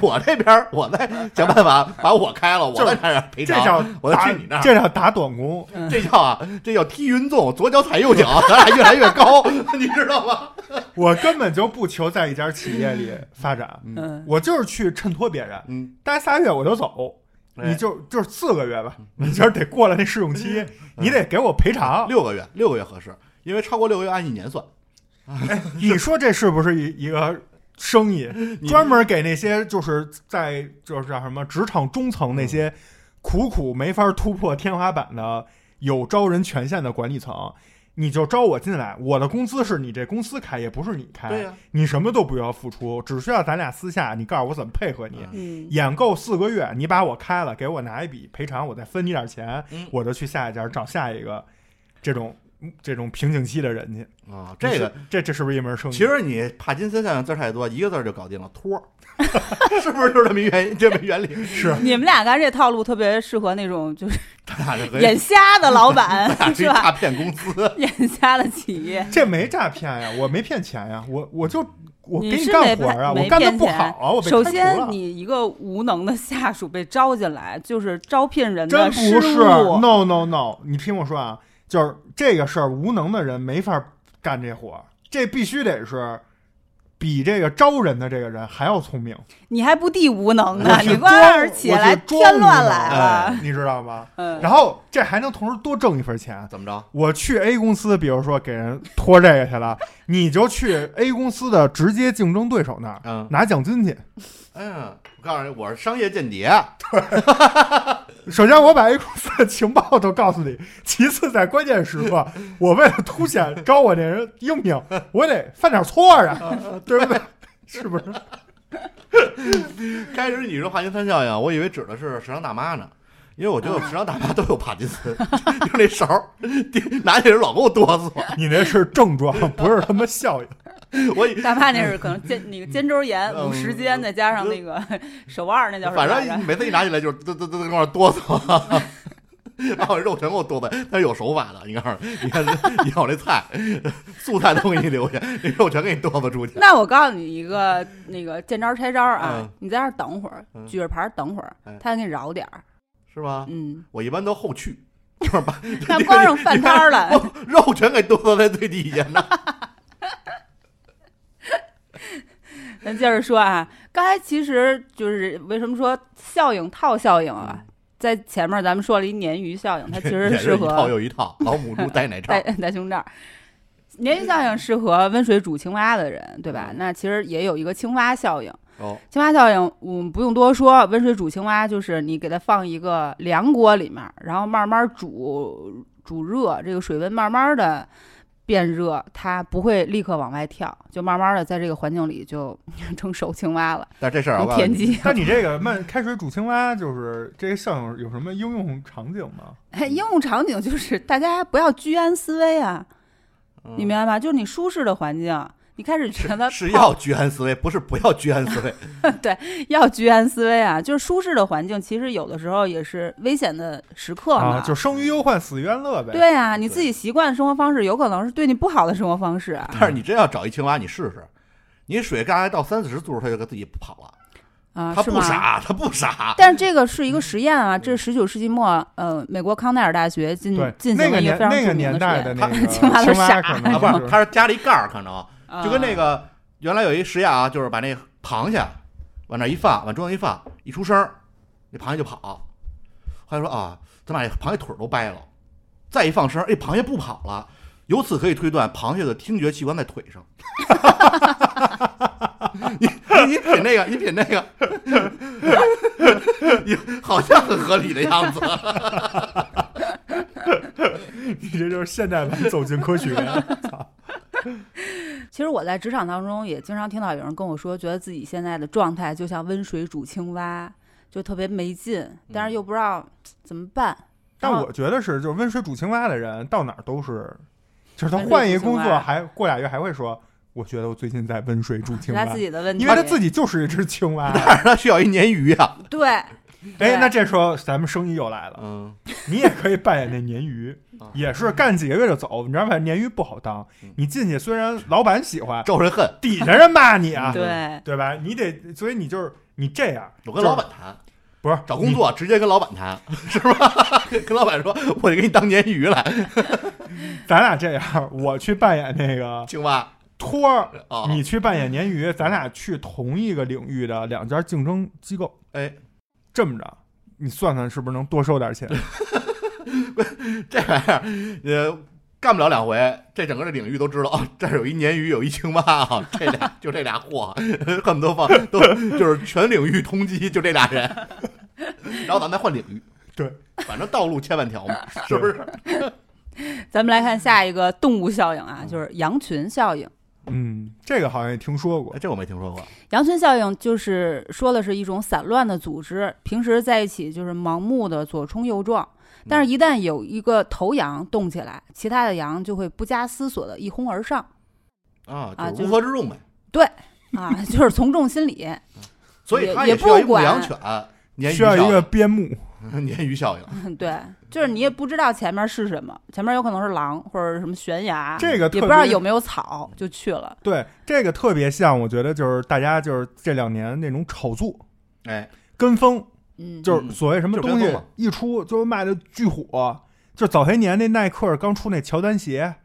[SPEAKER 2] 我这边儿我再想办法把我开了，我再看点赔
[SPEAKER 1] 这
[SPEAKER 2] 偿。
[SPEAKER 1] 叫
[SPEAKER 2] 我要
[SPEAKER 1] 打
[SPEAKER 2] 去你那儿
[SPEAKER 1] 这叫打短工。
[SPEAKER 2] 这叫啊，这叫踢云纵，左脚踩右脚，咱俩越来越高， 你知道吗？
[SPEAKER 1] 我根本就不求在一家企业里发展，
[SPEAKER 3] 嗯，
[SPEAKER 1] 我就是去衬托别人。
[SPEAKER 2] 嗯，
[SPEAKER 1] 待仨月我就走，
[SPEAKER 2] 哎
[SPEAKER 1] 你就就是四个月吧，你就是得过了那试用期，
[SPEAKER 2] 嗯
[SPEAKER 1] 你得给我赔偿。
[SPEAKER 2] 六个月，六个月合适，因为超过六个月按一年算。
[SPEAKER 1] 你说这是不是一一个生意？专门给那些就是在就是叫什么职场中层那些苦苦没法突破天花板的有招人权限的管理层。你就招我进来，我的工资是你这公司开，也不是你开，
[SPEAKER 2] 对呀
[SPEAKER 1] 你什么都不要付出，只需要咱俩私下，你告诉我怎么配合你，
[SPEAKER 2] 嗯
[SPEAKER 3] 嗯，
[SPEAKER 1] 演够四个月，你把我开了，给我拿一笔赔偿，我再分你点钱，
[SPEAKER 2] 嗯
[SPEAKER 1] 我就去下一家找下一个这种这种瓶颈期的人去。
[SPEAKER 2] 啊，这个
[SPEAKER 1] 你是这这是不是一门生意？
[SPEAKER 2] 其实你帕金森效应字儿太多，一个字儿就搞定了，托儿， 是不是就是这么一原这么一原理？
[SPEAKER 1] 是
[SPEAKER 3] 你们俩干这套路特别适合那种就是
[SPEAKER 2] 咱俩是可以
[SPEAKER 3] 眼瞎的 老板
[SPEAKER 2] 咱俩是一
[SPEAKER 3] 是吧？
[SPEAKER 2] 诈骗公司，
[SPEAKER 3] 眼瞎的企业，
[SPEAKER 1] 这没诈骗呀，我没骗钱呀，我我就我给
[SPEAKER 3] 你是
[SPEAKER 1] 干
[SPEAKER 3] 没
[SPEAKER 1] 活儿啊，
[SPEAKER 3] 骗没
[SPEAKER 1] 我干的
[SPEAKER 3] 骗
[SPEAKER 1] 不
[SPEAKER 3] 钱
[SPEAKER 1] 好啊，我被
[SPEAKER 3] 首
[SPEAKER 1] 开除
[SPEAKER 3] 先
[SPEAKER 1] 了
[SPEAKER 3] 你一个无能的下属被招进来，就是招聘人
[SPEAKER 1] 真
[SPEAKER 3] 的
[SPEAKER 1] 不
[SPEAKER 3] 失
[SPEAKER 1] 是
[SPEAKER 3] 误。
[SPEAKER 1] ，no no no，你听我说啊，就是这个事儿，无能的人没法干这活儿，这必须得是比这个招人的这个人还要聪明，
[SPEAKER 3] 你还不地无能呢
[SPEAKER 1] 我，是
[SPEAKER 3] 你光让人起
[SPEAKER 1] 装我
[SPEAKER 3] 来
[SPEAKER 1] 是装
[SPEAKER 3] 添
[SPEAKER 1] 无
[SPEAKER 3] 乱
[SPEAKER 1] 能啊
[SPEAKER 3] 来了。
[SPEAKER 1] 你知道吗？
[SPEAKER 3] 嗯，
[SPEAKER 1] 然后这还能同时多挣一份钱。
[SPEAKER 2] 怎么着？
[SPEAKER 1] 我去 A 公司，比如说给人托这个去 了，你就去 A 公司的直接竞争对手那儿
[SPEAKER 2] 嗯
[SPEAKER 1] 拿奖金去。
[SPEAKER 2] 嗯，我告诉你，我是商业间谍。
[SPEAKER 1] 首先，我把 A 公司的情报都告诉你；其次，在关键时 刻，我为了凸显招我这人英 明，我得犯点错啊，对不对？是不是？
[SPEAKER 2] 开始你说帕金森效应，我以为指的是时尚大妈呢，因为我觉得时尚大妈都有帕金森， 就那勺儿 拿起来老给我哆嗦，
[SPEAKER 1] 你那是症状，不是他妈效应。
[SPEAKER 2] 我以
[SPEAKER 3] 大妈那是可能肩那个肩周炎
[SPEAKER 2] 嗯
[SPEAKER 3] 五十肩，再加上 那个手腕儿，那啊叫什么
[SPEAKER 2] 反
[SPEAKER 3] 来着
[SPEAKER 2] 正？每次一拿起来就是噔噔噔跟那儿哆嗦， 把我肉全给我哆的，但是有手法的。你看，你看，你看我这菜，素菜都给你留下，那肉全给你哆嗦出去。
[SPEAKER 3] 那我告诉你一个那个见招拆招啊，
[SPEAKER 2] 嗯
[SPEAKER 3] 你在这儿等会儿，
[SPEAKER 2] 嗯
[SPEAKER 3] 举着牌儿等会儿，
[SPEAKER 2] 嗯
[SPEAKER 3] 他给你饶点儿。
[SPEAKER 2] 是吧？
[SPEAKER 3] 嗯，
[SPEAKER 2] 我一般都后去，就是把
[SPEAKER 3] 那光剩饭摊儿了，
[SPEAKER 2] 肉全给哆嗦在最底下呢。
[SPEAKER 3] 咱接着说啊，刚才其实就是为什么说效应套效应啊？在前面咱们说了一鲶鱼效应，它其实
[SPEAKER 2] 嗯 也
[SPEAKER 3] 适
[SPEAKER 2] 是一套
[SPEAKER 3] 合
[SPEAKER 2] 又一套，老母猪逮 奶罩
[SPEAKER 3] 戴。戴胸罩。鲶鱼效应适合温水煮青蛙的人，对
[SPEAKER 2] 嗯
[SPEAKER 3] 吧？那其实也有一个青蛙效应。
[SPEAKER 2] 哦，
[SPEAKER 3] 青蛙效应，我们不用多说。温水煮青蛙就是你给它放一个凉锅里面，然后慢慢煮煮热，这个水温慢慢的变热，它不会立刻往外跳，就慢慢的在这个环境里就 成熟青蛙了，
[SPEAKER 2] 但是这事儿啊
[SPEAKER 3] 成
[SPEAKER 2] 我告诉
[SPEAKER 3] 田
[SPEAKER 2] 你，
[SPEAKER 3] 鸡。
[SPEAKER 1] 那你这个慢开水煮青蛙，就是这个效应有什么应用场景吗？
[SPEAKER 3] 哎应用场景就是大家不要居安思危啊，你明白吗？就是你舒适的环境，你开始觉 得
[SPEAKER 2] 嗯是
[SPEAKER 3] 泡
[SPEAKER 2] 要居安思危，不是不要居安思 危。
[SPEAKER 3] 要居安思危啊，就是舒适的环境，其实有的时候也是危险的时刻嘛。
[SPEAKER 1] 啊，就生于忧患，死于安乐呗。，
[SPEAKER 3] 对啊，你
[SPEAKER 2] 对
[SPEAKER 3] 自己习惯的生活方式，有可能是对你不好的生活方式啊。
[SPEAKER 2] 但是你真要找一青蛙，你试试，你水刚才到三四十度，它就自己跑了。
[SPEAKER 3] 啊，
[SPEAKER 2] 它
[SPEAKER 3] 是
[SPEAKER 2] 不
[SPEAKER 3] 吗？
[SPEAKER 2] 傻，它不傻。
[SPEAKER 3] 但是这个是一
[SPEAKER 1] 嗯
[SPEAKER 3] 个实验啊，这是十九世纪末，呃，美国康奈尔大学进
[SPEAKER 1] 对，
[SPEAKER 3] 嗯进
[SPEAKER 1] 那
[SPEAKER 3] 行
[SPEAKER 1] 个
[SPEAKER 3] 了一
[SPEAKER 1] 年
[SPEAKER 3] 非常
[SPEAKER 1] 那
[SPEAKER 3] 著
[SPEAKER 1] 个
[SPEAKER 3] 名
[SPEAKER 1] 年
[SPEAKER 3] 的
[SPEAKER 1] 代
[SPEAKER 3] 实验，
[SPEAKER 1] 那个
[SPEAKER 3] 青
[SPEAKER 1] 青
[SPEAKER 3] 蛙都傻
[SPEAKER 1] 可
[SPEAKER 2] 啊，
[SPEAKER 1] 能就
[SPEAKER 2] 不，
[SPEAKER 1] 是
[SPEAKER 2] 它是加了一盖儿，可能
[SPEAKER 3] 啊
[SPEAKER 2] 就跟那个原来有一实验啊，就是把那螃蟹往那儿一放，往桌上一放，一出声儿，那螃蟹就跑。后来说啊，咱把这螃蟹腿儿都掰了，再一放声儿，哎，螃蟹不跑了。由此可以推断，螃蟹的听觉器官在腿上。 你你你品那个，你品那个， 你好像很合理的样 子。
[SPEAKER 1] 你这就是现代版走进科 学。
[SPEAKER 3] 其实我在职场当中也经常听到有人跟我说，觉得自己现在的状态就像温水煮青蛙，就特别没劲，但是又不知道怎么办。
[SPEAKER 1] 嗯但
[SPEAKER 3] 然后
[SPEAKER 1] 我觉得是，就是温水煮青蛙的人到哪儿都是，就是他
[SPEAKER 3] 温水
[SPEAKER 1] 换一个
[SPEAKER 3] 煮
[SPEAKER 1] 工
[SPEAKER 3] 青蛙
[SPEAKER 1] 作还过俩月还会说，我觉得我最近在温水煮
[SPEAKER 3] 是
[SPEAKER 1] 青蛙
[SPEAKER 3] 他，自己的问题，
[SPEAKER 1] 因为他自己就是一只青蛙。
[SPEAKER 2] 但是它需要一鲶鱼啊。
[SPEAKER 3] 对，对
[SPEAKER 1] 哎，那这时候咱们生意又来了，
[SPEAKER 2] 嗯，
[SPEAKER 1] 你也可以扮演那鲶鱼
[SPEAKER 2] 啊，
[SPEAKER 1] 也是干几个月就走。你知道吧？鲶鱼不好当
[SPEAKER 2] 嗯，
[SPEAKER 1] 你进去虽然老板喜欢，
[SPEAKER 2] 招人恨。
[SPEAKER 1] 底下人骂你啊，
[SPEAKER 3] 嗯对，
[SPEAKER 1] 对吧？你得，所以你就是你这样，
[SPEAKER 2] 我跟老板谈。
[SPEAKER 1] 不是
[SPEAKER 2] 找工，作直接跟老板谈， 是吧？ 跟老板说，我得给你当鲶鱼来，
[SPEAKER 1] 你 咱俩这样，我去扮演那个
[SPEAKER 2] 青蛙
[SPEAKER 1] 托儿，
[SPEAKER 2] 啊！
[SPEAKER 1] 你去扮演鲶鱼，咱俩去同一个领域的两家竞争机构，
[SPEAKER 2] 哎，
[SPEAKER 1] 这么着，你算算是不是能多收点钱？
[SPEAKER 2] 这玩意儿，呃，干不了两回，这整个这领域都知道，哦、这儿有一鲶鱼，有一青蛙啊，这俩就这俩货， 恨不得放都就是全领域通缉，就这俩人，然后咱们再换领域，
[SPEAKER 1] 对，
[SPEAKER 2] 反正道路千万条嘛，是不是？
[SPEAKER 3] 咱们来看下一个动物效应啊，就是羊群效应。
[SPEAKER 1] 嗯，这个好像也听说过
[SPEAKER 2] 哎，，这我没听说过，
[SPEAKER 3] 羊群效应就是说的是一种散乱的组织，平时在一起就是盲目的左冲右撞，
[SPEAKER 1] 嗯
[SPEAKER 3] 但是一旦有一个头羊动起来，其他的羊就会不加思索的一哄而 上
[SPEAKER 2] 啊，
[SPEAKER 3] 啊
[SPEAKER 2] 就是
[SPEAKER 3] 就
[SPEAKER 2] 乌合之众呗。
[SPEAKER 3] 啊，就是从众心理。
[SPEAKER 2] 所以
[SPEAKER 3] 也
[SPEAKER 2] 他
[SPEAKER 3] 也
[SPEAKER 2] 需要一
[SPEAKER 3] 不
[SPEAKER 2] 牧
[SPEAKER 3] 管
[SPEAKER 2] 羊犬，鲶鱼
[SPEAKER 1] 需要
[SPEAKER 2] 效
[SPEAKER 1] 一个
[SPEAKER 2] 应，
[SPEAKER 1] 边牧。
[SPEAKER 2] 鲶鱼效应。
[SPEAKER 3] 嗯对，就是你也不知道前面是什么，前面有可能是狼或者是什么悬崖，
[SPEAKER 1] 这个特
[SPEAKER 3] 啊也不知道
[SPEAKER 1] 别
[SPEAKER 3] 有没有草就去了。
[SPEAKER 1] 对，这个特别像，我觉得就是大家就是这两年那种炒作、
[SPEAKER 2] 哎，
[SPEAKER 1] 跟风，
[SPEAKER 3] 嗯，
[SPEAKER 1] 就是所谓什么
[SPEAKER 2] 就是
[SPEAKER 1] 东
[SPEAKER 2] 跟
[SPEAKER 1] 西
[SPEAKER 2] 风嘛
[SPEAKER 1] 一出就卖的巨火，就早些年那耐克刚出那乔丹鞋，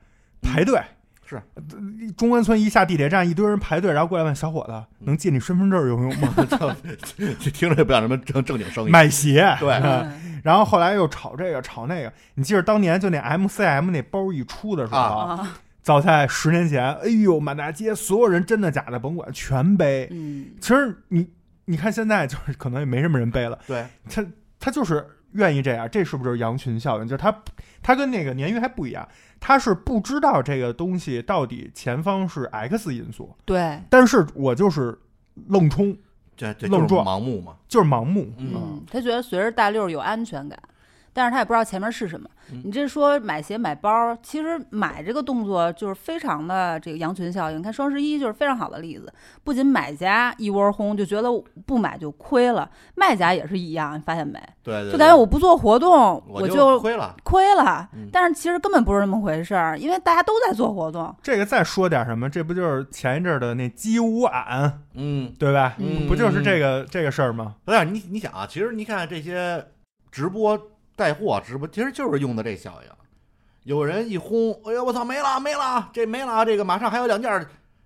[SPEAKER 1] 排队
[SPEAKER 2] 嗯是
[SPEAKER 1] 中关村一下地铁站，一堆人排队，然后过来问小伙子：“
[SPEAKER 2] 嗯
[SPEAKER 1] 能借你身份证有用吗
[SPEAKER 2] 就听着也不像什么正正经？” 生意。
[SPEAKER 1] 买鞋。
[SPEAKER 2] 对，
[SPEAKER 3] 嗯
[SPEAKER 1] 然后后来又炒这个炒那个，你记着当年就那 MCM 那包一出的时候，
[SPEAKER 3] 啊，
[SPEAKER 1] 早在十年前，哎呦，满大街所有人真的假的甭管全背。
[SPEAKER 3] 嗯，
[SPEAKER 1] 其实你你看现在就是 可能也没什么人背了，
[SPEAKER 2] 对，
[SPEAKER 1] 他他就是愿意这样，这是不是就是羊群效应？就是他他跟那个鲶鱼还不一样，他是不知道这个东西到底前方是 X 因素，
[SPEAKER 3] 对，
[SPEAKER 1] 但是我就是愣冲，
[SPEAKER 2] 这这就
[SPEAKER 1] 愣
[SPEAKER 2] 是
[SPEAKER 1] 撞
[SPEAKER 2] 盲目嘛。
[SPEAKER 1] 就是盲目。啊
[SPEAKER 2] 嗯，
[SPEAKER 3] 嗯，他觉得随着大溜儿有安全感，但是他也不知道前面是什么。
[SPEAKER 2] 嗯
[SPEAKER 3] 你这说买鞋买包，其实买这个动作就是非常的这个羊群效应。你看双十一就是非常好的例子，不仅买家一窝轰，就觉得不买就亏了，卖家也是一样，你发现没？
[SPEAKER 2] 对对，
[SPEAKER 3] 就感觉
[SPEAKER 2] 对
[SPEAKER 3] 我不做活动，
[SPEAKER 2] 我
[SPEAKER 3] 就
[SPEAKER 2] 亏了。
[SPEAKER 3] 亏了
[SPEAKER 2] 嗯。
[SPEAKER 3] 但是其实根本不是那么回事儿，因为大家都在做活动。
[SPEAKER 1] 这个再说点什么，这不就是前一阵儿的那鸡无俺，
[SPEAKER 2] 嗯，
[SPEAKER 1] 对吧？
[SPEAKER 3] 嗯
[SPEAKER 1] 不就是这个这个事儿吗？
[SPEAKER 2] 不是你你想啊，其实你看这些直播带货直播，其实就是用的这效应。有人一轰，哎呦我操没了没了，这没了，这个马上还有两件儿，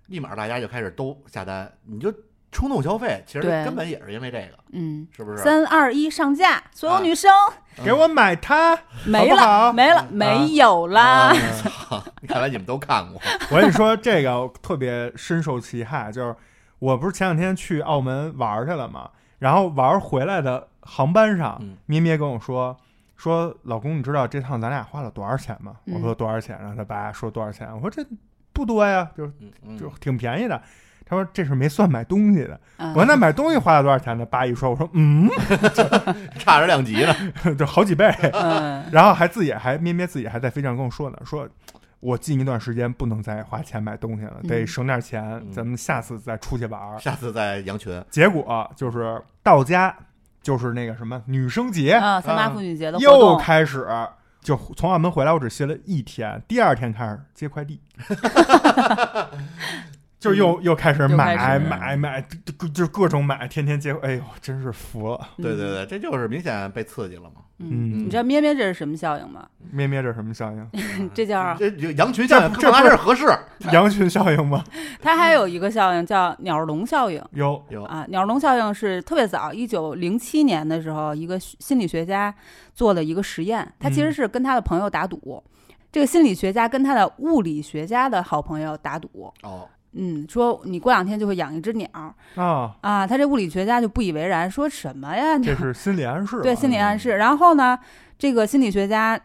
[SPEAKER 2] 立马大家就开始都下单，你就冲动消费，其实
[SPEAKER 3] 对
[SPEAKER 2] 根本也是因为这个，
[SPEAKER 3] 嗯，
[SPEAKER 2] 是不是？
[SPEAKER 3] 三二一，上架！所有
[SPEAKER 2] 啊
[SPEAKER 3] 女生
[SPEAKER 2] 嗯
[SPEAKER 1] 给我买它！
[SPEAKER 3] 没
[SPEAKER 1] 好不好
[SPEAKER 3] 了，没了，没有啦
[SPEAKER 2] 啊！！操，看来你们都看过，
[SPEAKER 1] 我跟你说，这个我特别深受其害，就是我不是前两天去澳门玩儿去了嘛，然后玩儿回来的航班上
[SPEAKER 2] 嗯，
[SPEAKER 1] 咩咩跟我说。说老公，你知道这趟咱俩花了多少钱吗？
[SPEAKER 3] 嗯
[SPEAKER 1] 我说多少钱，然后他爸说多少钱，我说这不多呀，就是
[SPEAKER 2] 嗯嗯
[SPEAKER 1] 就挺便宜的。他说这是没算买东西的。
[SPEAKER 3] 嗯
[SPEAKER 1] 我说那买东西花了多少钱呢？爸一说，我说嗯，
[SPEAKER 2] 差着两集呢。
[SPEAKER 1] 就好几倍。
[SPEAKER 3] 嗯
[SPEAKER 1] 然后还自己还咩咩自己还在飞机上跟我说呢，说我近一段时间不能再花钱买东西了，
[SPEAKER 3] 嗯
[SPEAKER 1] 得省点钱，
[SPEAKER 2] 嗯
[SPEAKER 1] 咱们下次再出去玩儿。
[SPEAKER 2] 下次在羊群，
[SPEAKER 1] 结果就是到家就是那个什么女生节，
[SPEAKER 3] 啊，三八妇女节的活
[SPEAKER 1] 哎又
[SPEAKER 3] 动，
[SPEAKER 1] 开始。就从澳门回来，我只歇了一天，第二天开始接快递， 就又又开始
[SPEAKER 3] 嗯又
[SPEAKER 1] 买
[SPEAKER 3] 开
[SPEAKER 2] 始
[SPEAKER 1] 买买，就就就各种买，天天接。哎呦，真是服了！
[SPEAKER 2] 对对对，这就是明显被刺激了嘛。
[SPEAKER 3] 嗯，
[SPEAKER 1] 嗯
[SPEAKER 3] 你知道咩咩这是什么效应吗？
[SPEAKER 1] 咩咩这什么效应？
[SPEAKER 3] 这叫
[SPEAKER 2] 这这羊群效应
[SPEAKER 1] 这
[SPEAKER 2] 干嘛这是合适？
[SPEAKER 1] 羊群效应吗？
[SPEAKER 3] 它还有一个效应叫鸟笼效应
[SPEAKER 1] 有，
[SPEAKER 2] 有
[SPEAKER 3] 啊。鸟笼效应是特别早，一九零七年的时候，一个心理学家做了一个实验，他
[SPEAKER 2] 嗯
[SPEAKER 3] 其实是跟他的朋友打赌。这个心理学家跟他的物理学家的好朋友打赌，
[SPEAKER 2] 哦，
[SPEAKER 3] 嗯，说你过两天就会养一只鸟
[SPEAKER 1] 啊，
[SPEAKER 3] 啊。他这物理学家就不以为然，说什么呀？
[SPEAKER 1] 这是心理暗示吧。
[SPEAKER 3] 对心理暗示。然后呢，这个心理学家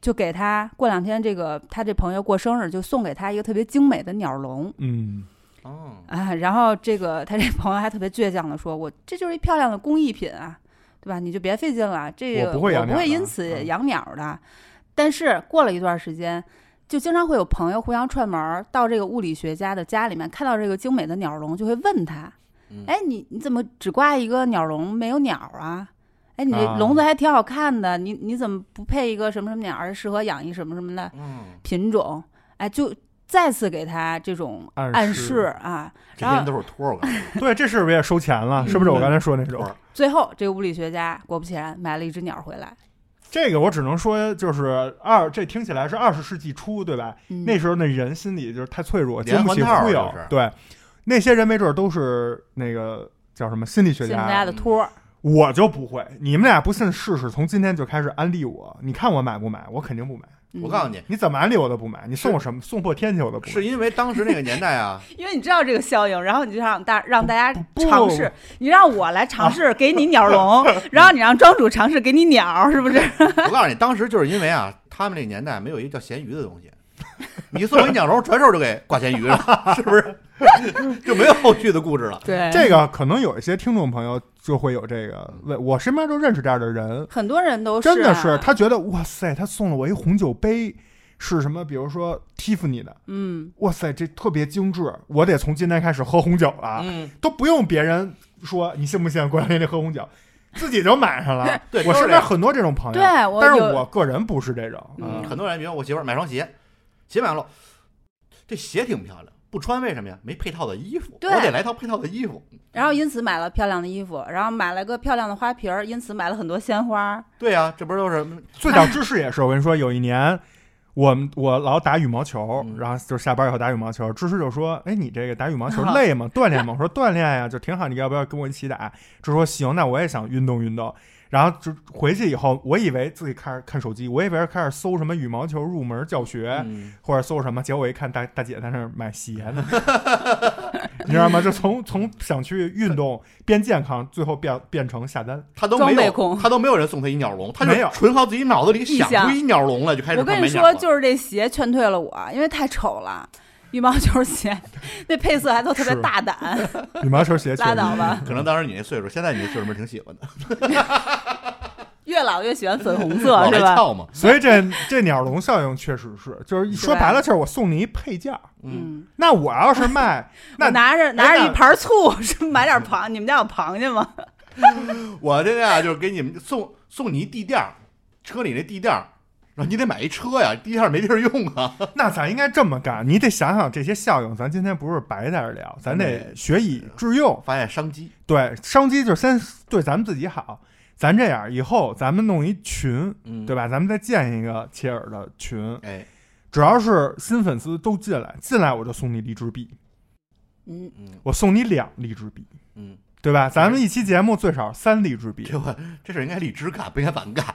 [SPEAKER 3] 就给他过两天，这个他这朋友过生日，就送给他一个特别精美的鸟笼
[SPEAKER 1] 嗯，
[SPEAKER 2] 哦，
[SPEAKER 3] 啊。然后这个他这朋友还特别倔强的说：“我这就是一漂亮的工艺品啊，对吧？你就别费劲了，这
[SPEAKER 1] 我
[SPEAKER 3] 个
[SPEAKER 1] 不会养鸟的
[SPEAKER 3] 因此
[SPEAKER 1] 嗯
[SPEAKER 3] 养鸟的。但是过了一段时间。就经常会有朋友互相串门儿，到这个物理学家的家里面，看到这个精美的鸟笼，就会问他，
[SPEAKER 2] 嗯
[SPEAKER 3] 哎，你你怎么只挂一个鸟笼没有鸟啊？哎，你这
[SPEAKER 1] 啊
[SPEAKER 3] 笼子还挺好看的，你你怎么不配一个什么什么鸟儿，适合养一什么什么的
[SPEAKER 2] 嗯，
[SPEAKER 3] 品种？哎，就再次给他这种
[SPEAKER 1] 暗
[SPEAKER 3] 暗
[SPEAKER 1] 示
[SPEAKER 3] 示啊。
[SPEAKER 2] 这
[SPEAKER 3] 然
[SPEAKER 2] 些人
[SPEAKER 3] 后
[SPEAKER 2] 都是托儿，我告诉你
[SPEAKER 1] 嗯对，这是不是也收钱
[SPEAKER 3] 嗯
[SPEAKER 1] 了？是不是我刚才说那种？
[SPEAKER 2] 嗯
[SPEAKER 3] 最后，这个物理学家果不其然买了一只鸟回来。
[SPEAKER 1] 这个我只能说，就是二，这听起来是二十世纪初，对吧？
[SPEAKER 3] 嗯，
[SPEAKER 1] 那时候那人心理就是太脆弱，
[SPEAKER 2] 连
[SPEAKER 1] 经不起忽悠
[SPEAKER 2] 环套儿就是。
[SPEAKER 1] 对，那些人没准都是那个叫什么心理学
[SPEAKER 3] 新家
[SPEAKER 1] 家，
[SPEAKER 3] 的托儿，
[SPEAKER 1] 我就不会。你们俩不信试试，从今天就开始安利我，你看我买不买？我肯定不买。
[SPEAKER 3] 嗯
[SPEAKER 2] 我告诉你，
[SPEAKER 1] 你怎么安利我都不买，你送我什么送破天去我都不买。
[SPEAKER 2] 是因为当时那个年代 啊，
[SPEAKER 3] 因为你知道这个效应，然后你就让大让大家
[SPEAKER 1] 不哦
[SPEAKER 3] 尝试，你让我来尝试给你鸟笼， 然后你让庄主尝试给你鸟儿，是不是？
[SPEAKER 2] 我告诉你，当时就是因为啊，他们那年代没有一个叫咸鱼的东西，你送一鸟笼，传手就给挂咸鱼了，是不是？ 就没有后续的故事了。
[SPEAKER 3] 对，
[SPEAKER 1] 这个可能有一些听众朋友就会有这个问，我身边都认识这样的人，
[SPEAKER 3] 很多人都是、啊、
[SPEAKER 1] 真的是他觉得哇塞，他送了我一红酒杯，是什么？比如说 Tiffany 的，
[SPEAKER 3] 嗯，
[SPEAKER 1] 哇塞，这特别精致，我得从今天开始喝红酒了，
[SPEAKER 2] 嗯，。
[SPEAKER 1] 都不用别人说你信不信，过两天得喝红酒，自己就买上了
[SPEAKER 2] 对
[SPEAKER 1] 我
[SPEAKER 2] 都是
[SPEAKER 1] 身
[SPEAKER 2] 这
[SPEAKER 1] 边
[SPEAKER 2] 样
[SPEAKER 1] 很多这种朋友，
[SPEAKER 3] 对我
[SPEAKER 1] 但是
[SPEAKER 3] 有
[SPEAKER 1] 我个人不是这种，
[SPEAKER 3] 嗯
[SPEAKER 1] 啊
[SPEAKER 2] 很多人比如我媳妇儿买双鞋，鞋买了，这鞋挺漂亮，不穿为什么呀？没配套的衣服，
[SPEAKER 3] 对
[SPEAKER 2] 我得来套配套的衣服。
[SPEAKER 3] 然后因此买了漂亮的衣服，然后买了个漂亮的花瓶儿，因此买了很多鲜花。嗯
[SPEAKER 2] 对啊，这不是都是
[SPEAKER 1] 最早知识也是，我跟你说，有一年我们我老打羽毛球，
[SPEAKER 2] 嗯
[SPEAKER 1] 然后就是下班以后打羽毛球。芝芝就说：“哎，你这个打羽毛球累吗？锻炼吗？”我说：“锻炼呀，就挺好。你要不要跟我一起打？”芝芝说：“行，那我也想运动运动。”然后就回去以后，我以为自己开始看手机，我以为开始搜什么羽毛球入门教学，
[SPEAKER 2] 嗯
[SPEAKER 1] 或者搜什么，结果我一看大大姐在那儿买鞋呢， 你知道吗？就从从想去运 动变健康，最后变变成下单。
[SPEAKER 2] 他都
[SPEAKER 3] 装
[SPEAKER 2] 没
[SPEAKER 3] 备
[SPEAKER 2] 有，
[SPEAKER 3] 控
[SPEAKER 2] 他都没有人送他一鸟笼，他
[SPEAKER 1] 没
[SPEAKER 2] 就
[SPEAKER 1] 有
[SPEAKER 2] 纯靠自己脑子里想出一鸟笼来，就开始
[SPEAKER 3] 我跟
[SPEAKER 2] 看
[SPEAKER 3] 你
[SPEAKER 2] 美鸟了
[SPEAKER 3] 说，就是这鞋劝退了我，因为太丑了。 羽毛球鞋，那配色还都特别
[SPEAKER 1] 是
[SPEAKER 3] 大胆，
[SPEAKER 1] 羽毛球 鞋确
[SPEAKER 3] 拉
[SPEAKER 1] 实
[SPEAKER 3] 倒吧。
[SPEAKER 2] 可能当时你那岁数，现在你那岁数们挺喜 欢的，
[SPEAKER 3] 越老越喜欢粉红色，
[SPEAKER 2] 往
[SPEAKER 3] 啊是
[SPEAKER 2] 外
[SPEAKER 3] 吧？
[SPEAKER 2] 套嘛。
[SPEAKER 1] 所以这这鸟笼效应确实是， 就是说白了，就是我送你一配件儿。
[SPEAKER 2] 嗯，
[SPEAKER 3] 嗯，
[SPEAKER 1] 那我要是卖，那
[SPEAKER 3] 我拿着拿着
[SPEAKER 1] 那
[SPEAKER 3] 一盘醋，是买点螃，你们家有螃蟹吗？
[SPEAKER 2] 嗯我这呀就是给你们送送你一地垫儿，车里那地垫儿，然后你得买一车呀，地垫儿没地儿用 啊。
[SPEAKER 1] 那咱应该这么干。你得想想这些效应，咱今天不是白在这聊，咱得
[SPEAKER 2] 对
[SPEAKER 1] 学以致用。
[SPEAKER 2] 发现商机，
[SPEAKER 1] 对，商机就先对咱们自己好。咱这样，以后咱们弄一群，
[SPEAKER 2] 嗯
[SPEAKER 1] 对吧？咱们再建一个切尔的群，
[SPEAKER 2] 哎，
[SPEAKER 1] 只要是新粉丝都进来，进来我就送你荔枝币，
[SPEAKER 3] 嗯，
[SPEAKER 2] 嗯
[SPEAKER 1] 我送你两荔枝币，
[SPEAKER 2] 嗯，
[SPEAKER 1] 对吧？咱们一期节目最少三荔枝币，
[SPEAKER 2] 这我这事儿应该荔枝干，不应该咱干，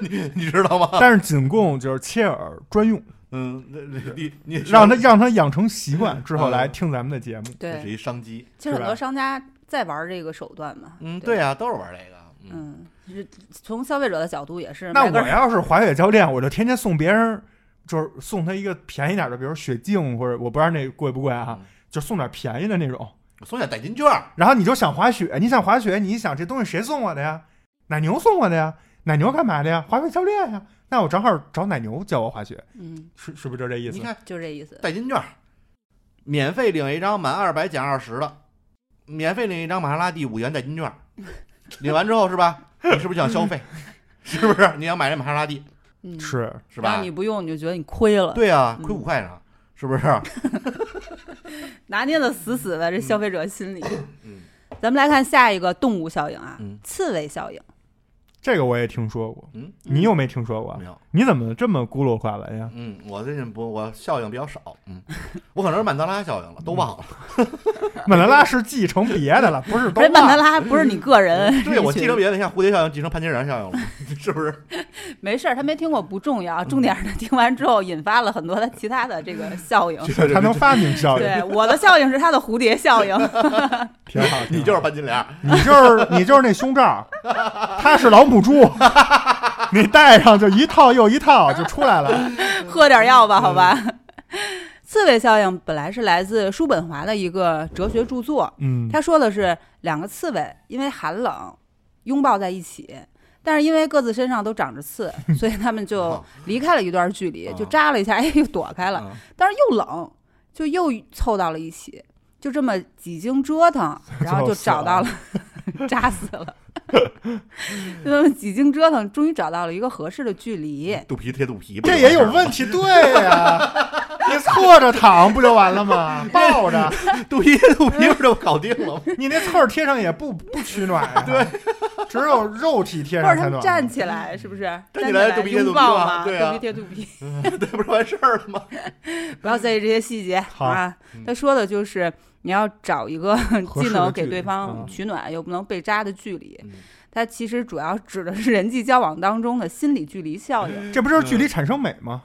[SPEAKER 2] 你 你知道吗？
[SPEAKER 1] 但是仅供就是切尔专用，
[SPEAKER 2] 嗯，那那你你
[SPEAKER 1] 让他让他养成习惯之后
[SPEAKER 2] 嗯
[SPEAKER 1] 来听咱们的节目。
[SPEAKER 2] 这是
[SPEAKER 3] 对，
[SPEAKER 2] 一商机。
[SPEAKER 3] 其实很多商家在玩这个手段嘛。
[SPEAKER 2] 嗯，
[SPEAKER 3] 对
[SPEAKER 2] 对
[SPEAKER 3] 吧，
[SPEAKER 2] 呀、都是玩这个。嗯，
[SPEAKER 3] 嗯，就是从消费者的角度也是。
[SPEAKER 1] 那
[SPEAKER 3] 买根
[SPEAKER 1] 我要是滑雪教练，我就天天送别人，就是送他一个便宜点的，比如雪镜或者我不知道那贵不贵啊
[SPEAKER 2] 嗯，
[SPEAKER 1] 就送点便宜的那种。
[SPEAKER 2] 我送点代金券儿，
[SPEAKER 1] 然后你就想滑雪，你想滑雪，你一想这东西谁送我的呀？奶牛送我的呀？奶牛干嘛的呀？滑雪教练呀？那我正好找奶牛教我滑雪，
[SPEAKER 3] 嗯，
[SPEAKER 1] 是是不是就这意
[SPEAKER 2] 你
[SPEAKER 1] 思？
[SPEAKER 2] 看
[SPEAKER 3] 就这意思。
[SPEAKER 2] 代金券儿，免费领一张满二百减二十的，免费领一张玛莎拉蒂五元代金券儿，领完之后是吧？你是不是想消费？是不是你想买这玛莎拉蒂
[SPEAKER 3] 嗯，
[SPEAKER 1] 是
[SPEAKER 2] 是
[SPEAKER 3] 然
[SPEAKER 2] 吧
[SPEAKER 3] 后？你不用，你就觉得你亏了，
[SPEAKER 2] 对啊，
[SPEAKER 3] 嗯
[SPEAKER 2] 亏五块呢，是不是？
[SPEAKER 3] 拿捏的死死的，这消费者心理。
[SPEAKER 2] 嗯
[SPEAKER 3] 咱们来看下一个动物效应啊，
[SPEAKER 2] 嗯
[SPEAKER 3] 刺猬效应。
[SPEAKER 1] 这个我也听说过，
[SPEAKER 2] 嗯，
[SPEAKER 1] 你有没听说过
[SPEAKER 2] 没？有，
[SPEAKER 1] 你怎么这么孤陋寡 闻呀？
[SPEAKER 2] 嗯，我最近不，我效应比较少，嗯，我可能是曼德拉效应了，都忘了。
[SPEAKER 1] 曼德拉是继承别的了，不是都
[SPEAKER 3] 而且曼德
[SPEAKER 1] 忘了。
[SPEAKER 3] 拉不是你个人，
[SPEAKER 2] 嗯 对，我
[SPEAKER 3] 是
[SPEAKER 2] 继
[SPEAKER 3] 一群
[SPEAKER 2] 承别的，像蝴蝶效应继承潘金莲效应了， 是不是？
[SPEAKER 3] 没事儿，他没听过不重要，重点是他听完之后引发了很多他其他的这
[SPEAKER 2] 嗯
[SPEAKER 3] 个效 应。
[SPEAKER 1] 他能发明效应，
[SPEAKER 3] 对，我的效应是他的蝴蝶 效应。
[SPEAKER 1] 挺好。
[SPEAKER 2] 你就是潘金莲，
[SPEAKER 1] 你就是你就是那胸罩，他是老母猪， 你戴上就一套又一套就出来了。
[SPEAKER 3] 喝点药
[SPEAKER 1] 嗯
[SPEAKER 3] 吧，好吧。刺猬效应本来是来自叔本华的一个哲学著作，
[SPEAKER 1] 嗯，
[SPEAKER 3] 他说的是两个刺猬因为寒冷拥抱在一起，但是因为各自身上都长着 刺，所以他们就
[SPEAKER 1] 哦
[SPEAKER 3] 离开了一段距离，
[SPEAKER 2] 啊
[SPEAKER 3] 就扎了一下，哎，又躲开了，
[SPEAKER 2] 嗯
[SPEAKER 3] 但是又冷，就又凑到了一起，就这么几经 折腾，然后就找到了， 扎死了，就这么几经折腾，终于找到了一个合适的距离。
[SPEAKER 1] 嗯
[SPEAKER 2] 肚皮贴肚皮，
[SPEAKER 1] 这也有问题，对呀、你侧着躺不就完了吗？抱着，
[SPEAKER 2] 肚皮贴肚皮不就搞定了吗？
[SPEAKER 1] 你那刺儿贴上也不不取暖呀、对，只有肉体贴
[SPEAKER 3] 或
[SPEAKER 1] 上
[SPEAKER 3] 者他
[SPEAKER 1] 才
[SPEAKER 3] 们
[SPEAKER 1] 暖。嗯
[SPEAKER 3] 站起来，是不是？站
[SPEAKER 2] 站起来肚皮贴
[SPEAKER 3] 拥
[SPEAKER 2] 肚皮
[SPEAKER 3] 抱
[SPEAKER 2] 嘛
[SPEAKER 3] 嘛，
[SPEAKER 2] 对啊
[SPEAKER 3] 肚皮贴肚皮。
[SPEAKER 2] 对，不是完事儿了吗？
[SPEAKER 3] 不要在意这些细节
[SPEAKER 1] 好嗯
[SPEAKER 3] 啊。他说的就是你要找一个
[SPEAKER 1] 合
[SPEAKER 3] 既
[SPEAKER 1] 适的
[SPEAKER 3] 能
[SPEAKER 1] 距
[SPEAKER 3] 给
[SPEAKER 1] 离
[SPEAKER 3] 对方
[SPEAKER 1] 嗯
[SPEAKER 3] 取暖又不能被扎的距离
[SPEAKER 2] 嗯。
[SPEAKER 3] 它其实主要指的是人际交往当中的心理距离效应。
[SPEAKER 1] 这不就是距离产生美吗？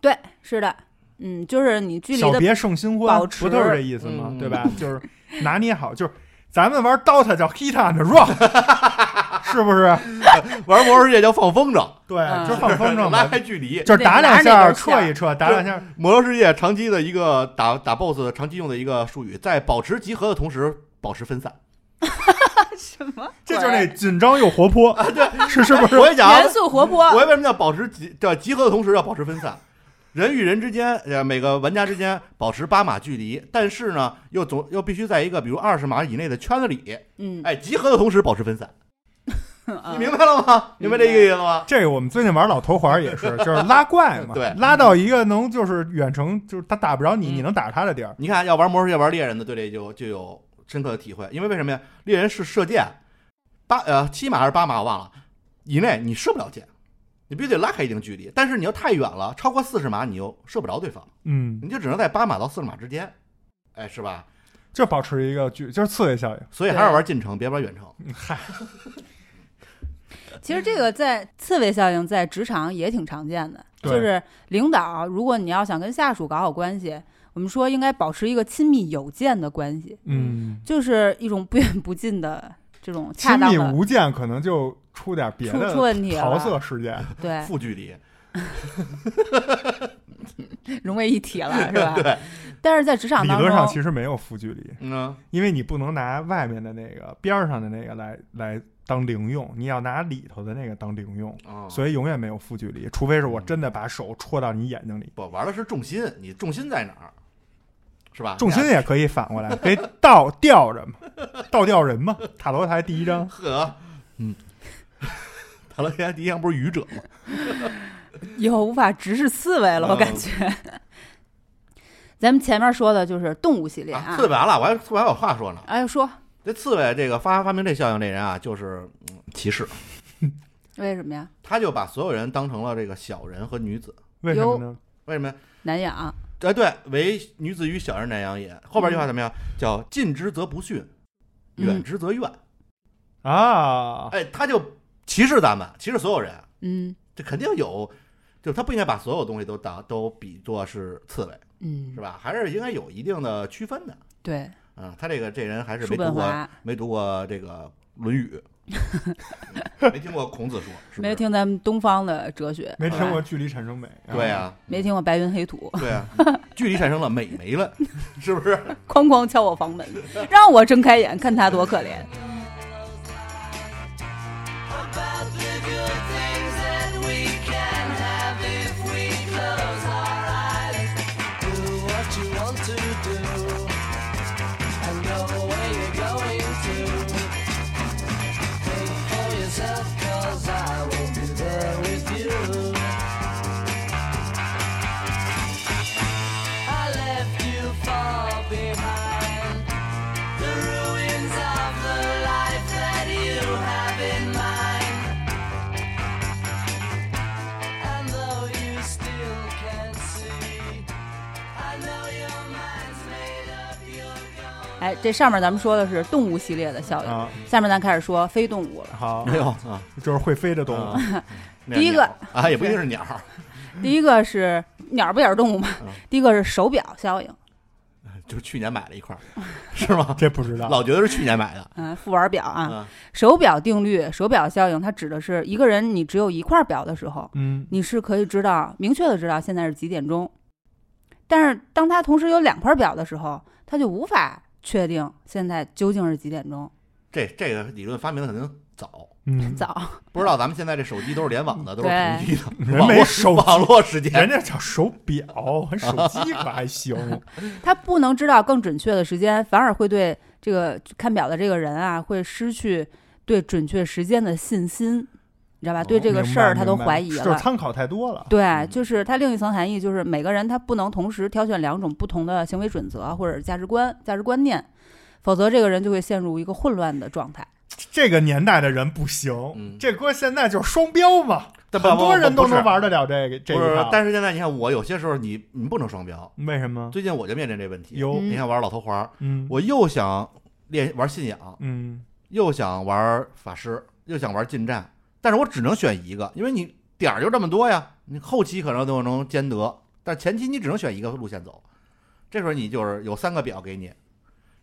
[SPEAKER 3] 对，是的，嗯，就是你距离
[SPEAKER 1] 小
[SPEAKER 3] 的
[SPEAKER 1] 别胜新婚
[SPEAKER 3] 保，持
[SPEAKER 1] 不都是这意思吗？
[SPEAKER 2] 嗯
[SPEAKER 1] 对吧？就是拿捏好，就是咱们玩 DOTA 叫 hit on the run，是不是？
[SPEAKER 2] 玩魔兽世界叫放风筝，
[SPEAKER 1] 对，
[SPEAKER 3] 嗯
[SPEAKER 1] 就是放风筝
[SPEAKER 2] 拉
[SPEAKER 1] 嘛，
[SPEAKER 2] 开距离。
[SPEAKER 1] 就是打两
[SPEAKER 3] 哪
[SPEAKER 1] 下
[SPEAKER 3] 儿哪儿都
[SPEAKER 1] 撤一撤，打两下
[SPEAKER 2] 魔兽世界长期的一个打打 BOSS 长期用的一个术语，在保持集合的同时保持分散。
[SPEAKER 3] 什么鬼？
[SPEAKER 1] 这就是那紧张又活泼，
[SPEAKER 3] 啊
[SPEAKER 1] 是是不是？
[SPEAKER 2] 我也讲啊，
[SPEAKER 3] 严肃活
[SPEAKER 2] 我
[SPEAKER 3] 泼。
[SPEAKER 2] 为什么叫保持集叫集合的同时要保持分散？人与人之间，呃，每个玩家之间保持八码距离，但是呢，又总又必须在一个比如二十码以内的圈子里，
[SPEAKER 3] 嗯，
[SPEAKER 2] 哎，集合的同时保持分 散，
[SPEAKER 3] 你
[SPEAKER 2] 你明白了吗？明白这个意思吗？
[SPEAKER 1] 这个我们最近玩老头环也是，就是拉怪嘛，
[SPEAKER 2] 对
[SPEAKER 1] 拉到一个能就是远程，就是他打不着你，
[SPEAKER 2] 嗯
[SPEAKER 1] 你能打他的地儿，
[SPEAKER 2] 你看，要玩魔兽世界玩猎人的，对这就就有深刻的体会，因为为什么呀？猎人是射箭，八呃七码还是八码我忘了，以内你射不了箭，你必须得拉开一定距离。但是你要太远了，超过四十码你又射不着对方，
[SPEAKER 1] 嗯，
[SPEAKER 2] 你就只能在八码到四十码之间，哎，是吧？
[SPEAKER 1] 就保持一个距，就是刺猬效应。嗯
[SPEAKER 2] 所以还是玩近程，别玩远程。
[SPEAKER 3] 其实这个在刺猬效应在职场也挺常见的，
[SPEAKER 1] 对
[SPEAKER 3] 就是领导，如果你要想跟下属搞好关系，我们说应该保持一个亲密有间的关系，
[SPEAKER 1] 嗯，
[SPEAKER 3] 就是一种不远不近的这种恰
[SPEAKER 1] 亲
[SPEAKER 3] 当
[SPEAKER 1] 密
[SPEAKER 3] 的
[SPEAKER 1] 无间可能就出点别
[SPEAKER 3] 出出
[SPEAKER 1] 的
[SPEAKER 3] 问题
[SPEAKER 1] 桃
[SPEAKER 3] 了，
[SPEAKER 1] 色事件。
[SPEAKER 3] 对，
[SPEAKER 2] 负距离，
[SPEAKER 3] 融为一体了，是吧？对。但是在职场
[SPEAKER 1] 理
[SPEAKER 3] 当哦
[SPEAKER 1] 论上其
[SPEAKER 3] 中，
[SPEAKER 1] 实没有负距离，
[SPEAKER 2] 嗯，
[SPEAKER 1] 因为你不能拿外面的那个边儿上的那个来来当零用，你要拿里头的那个当零用，
[SPEAKER 2] 哦
[SPEAKER 3] 啊
[SPEAKER 1] 所以永远没有负距
[SPEAKER 3] 嗯
[SPEAKER 1] 离，除非是我真的把手戳到你眼睛里。
[SPEAKER 2] 不玩的是重心，你重心在哪儿，是
[SPEAKER 3] 嗯
[SPEAKER 2] 吧？
[SPEAKER 1] 重心也可以反过 来，可以倒吊着嘛，倒吊人嘛。 塔罗牌第一张，
[SPEAKER 2] 呵，嗯， 塔罗天第一样不是愚者吗？
[SPEAKER 3] 以后无法直视刺猬
[SPEAKER 1] 嗯
[SPEAKER 3] 了，我感觉。咱们前面说的就是动物系列
[SPEAKER 2] 啊
[SPEAKER 3] 啊
[SPEAKER 2] 刺，猬完了，我还我还有话说呢。
[SPEAKER 3] 哎，说
[SPEAKER 2] 这刺猬这个发发明这效应这人啊，就是嗯歧视，
[SPEAKER 3] 为什么呀？
[SPEAKER 2] 他就把所有人当成了这个小人和女子。
[SPEAKER 1] 为什么呢？
[SPEAKER 2] 为什么呀？
[SPEAKER 3] 难养，
[SPEAKER 2] 哎，对，唯女子与小人难养也。后边这句话怎么样？
[SPEAKER 3] 嗯
[SPEAKER 2] 叫近之则不逊，远之则怨。
[SPEAKER 1] 啊，
[SPEAKER 2] 哎，他就歧视咱们，歧视所有人。
[SPEAKER 3] 嗯
[SPEAKER 2] 这肯定有，就是他不应该把所有东西都当都比作是刺猬，
[SPEAKER 3] 嗯
[SPEAKER 2] 是，吧？还是应该有一定的区分的。
[SPEAKER 3] 对，
[SPEAKER 2] 啊，他这个这人还是
[SPEAKER 3] 叔
[SPEAKER 2] 没读
[SPEAKER 3] 本
[SPEAKER 2] 过
[SPEAKER 3] 华
[SPEAKER 2] 没读过这个《论语》 嗯，没听过孔子说，是不是
[SPEAKER 3] 没有。听咱们东方的哲学，
[SPEAKER 1] 没
[SPEAKER 3] 是
[SPEAKER 1] 听
[SPEAKER 3] 吧
[SPEAKER 1] 过，距离产生美。啊
[SPEAKER 2] 对啊呀、
[SPEAKER 3] 没听过白云 黑土，
[SPEAKER 2] 对呀、距离产生了美没了，是不是？
[SPEAKER 3] 哐哐敲我房门，让我睁开眼看他多可怜。
[SPEAKER 4] About the good things that we can have if we close our eyes. Do what you want to do, and go where you're going to. Think for yourself, 'cause I will be there with you. I left you far behind. The ruins of the life that you have in mind. And though you still can't see, I know your mind's made up. You're gone.
[SPEAKER 3] 哎，这上面咱们说的是动物系列的效应，
[SPEAKER 1] 啊，
[SPEAKER 3] 下面咱开始说非动物了。
[SPEAKER 1] 好，
[SPEAKER 2] 没有啊。
[SPEAKER 1] 就是会飞的动物。
[SPEAKER 2] 啊 那
[SPEAKER 3] 第一个
[SPEAKER 2] 鸟啊，也不一定是鸟儿，
[SPEAKER 3] 第一个是鸟儿不也是动物吗
[SPEAKER 2] 嗯？
[SPEAKER 3] 第一个是手表效应，
[SPEAKER 2] 就是去年买了一块儿，是 吗？
[SPEAKER 1] 这不知道，
[SPEAKER 2] 老觉得是去年买的
[SPEAKER 3] 嗯，副腕表啊，
[SPEAKER 2] 啊，
[SPEAKER 3] 手表定律、手表效应，它指的是一个人你只有一块表的时候，
[SPEAKER 1] 嗯，
[SPEAKER 3] 你是可以知道明确的知道现在是几点钟，但是当他同时有两块表的时候，他就无法确定现在究竟是几点钟。
[SPEAKER 2] 这这个理论发明的肯定早，
[SPEAKER 1] 嗯，
[SPEAKER 3] 早，
[SPEAKER 2] 不知道咱们现在这手机都是联网的，都是
[SPEAKER 3] 对
[SPEAKER 2] 同居的，
[SPEAKER 1] 人
[SPEAKER 2] 网
[SPEAKER 1] 没
[SPEAKER 2] 络
[SPEAKER 1] 手
[SPEAKER 2] 网络时间
[SPEAKER 1] 人家叫手表，还手机可还 行。
[SPEAKER 3] 他不能知道更准确的时间，反而会对这个看表的这个人啊，会失去对准确时间的信心，你知道吧？对这个事儿他都怀疑
[SPEAKER 1] 哦明白
[SPEAKER 3] 了。
[SPEAKER 1] 就是嗯参考太多了。
[SPEAKER 3] 对，就是它另一层含义就是每个人他不能同时挑选两种不同的行为准则或者价值观、价值观念，否则这个人就会陷入一个混乱的状态。
[SPEAKER 1] 这个年代的人不行，
[SPEAKER 2] 嗯
[SPEAKER 1] 这歌现在就是双标嘛，
[SPEAKER 2] 但不
[SPEAKER 1] 很多人都
[SPEAKER 2] 不是
[SPEAKER 1] 能玩得了这个这
[SPEAKER 2] 不
[SPEAKER 1] 一
[SPEAKER 2] 是
[SPEAKER 1] 套，。
[SPEAKER 2] 但是现在你看，我有些时候你你不能双标。
[SPEAKER 1] 为什么？
[SPEAKER 2] 最近我就面临这问题，
[SPEAKER 1] 有，
[SPEAKER 3] 嗯
[SPEAKER 2] 你看玩老头环，
[SPEAKER 1] 嗯，
[SPEAKER 2] 我又想练玩信仰，
[SPEAKER 1] 嗯，
[SPEAKER 2] 又想玩法师，又想玩近战，但是我只能选一个，因为你点儿就这么多呀。你后期可能都能兼得，但前期你只能选一个路线走。这时候你就是有三个表给你，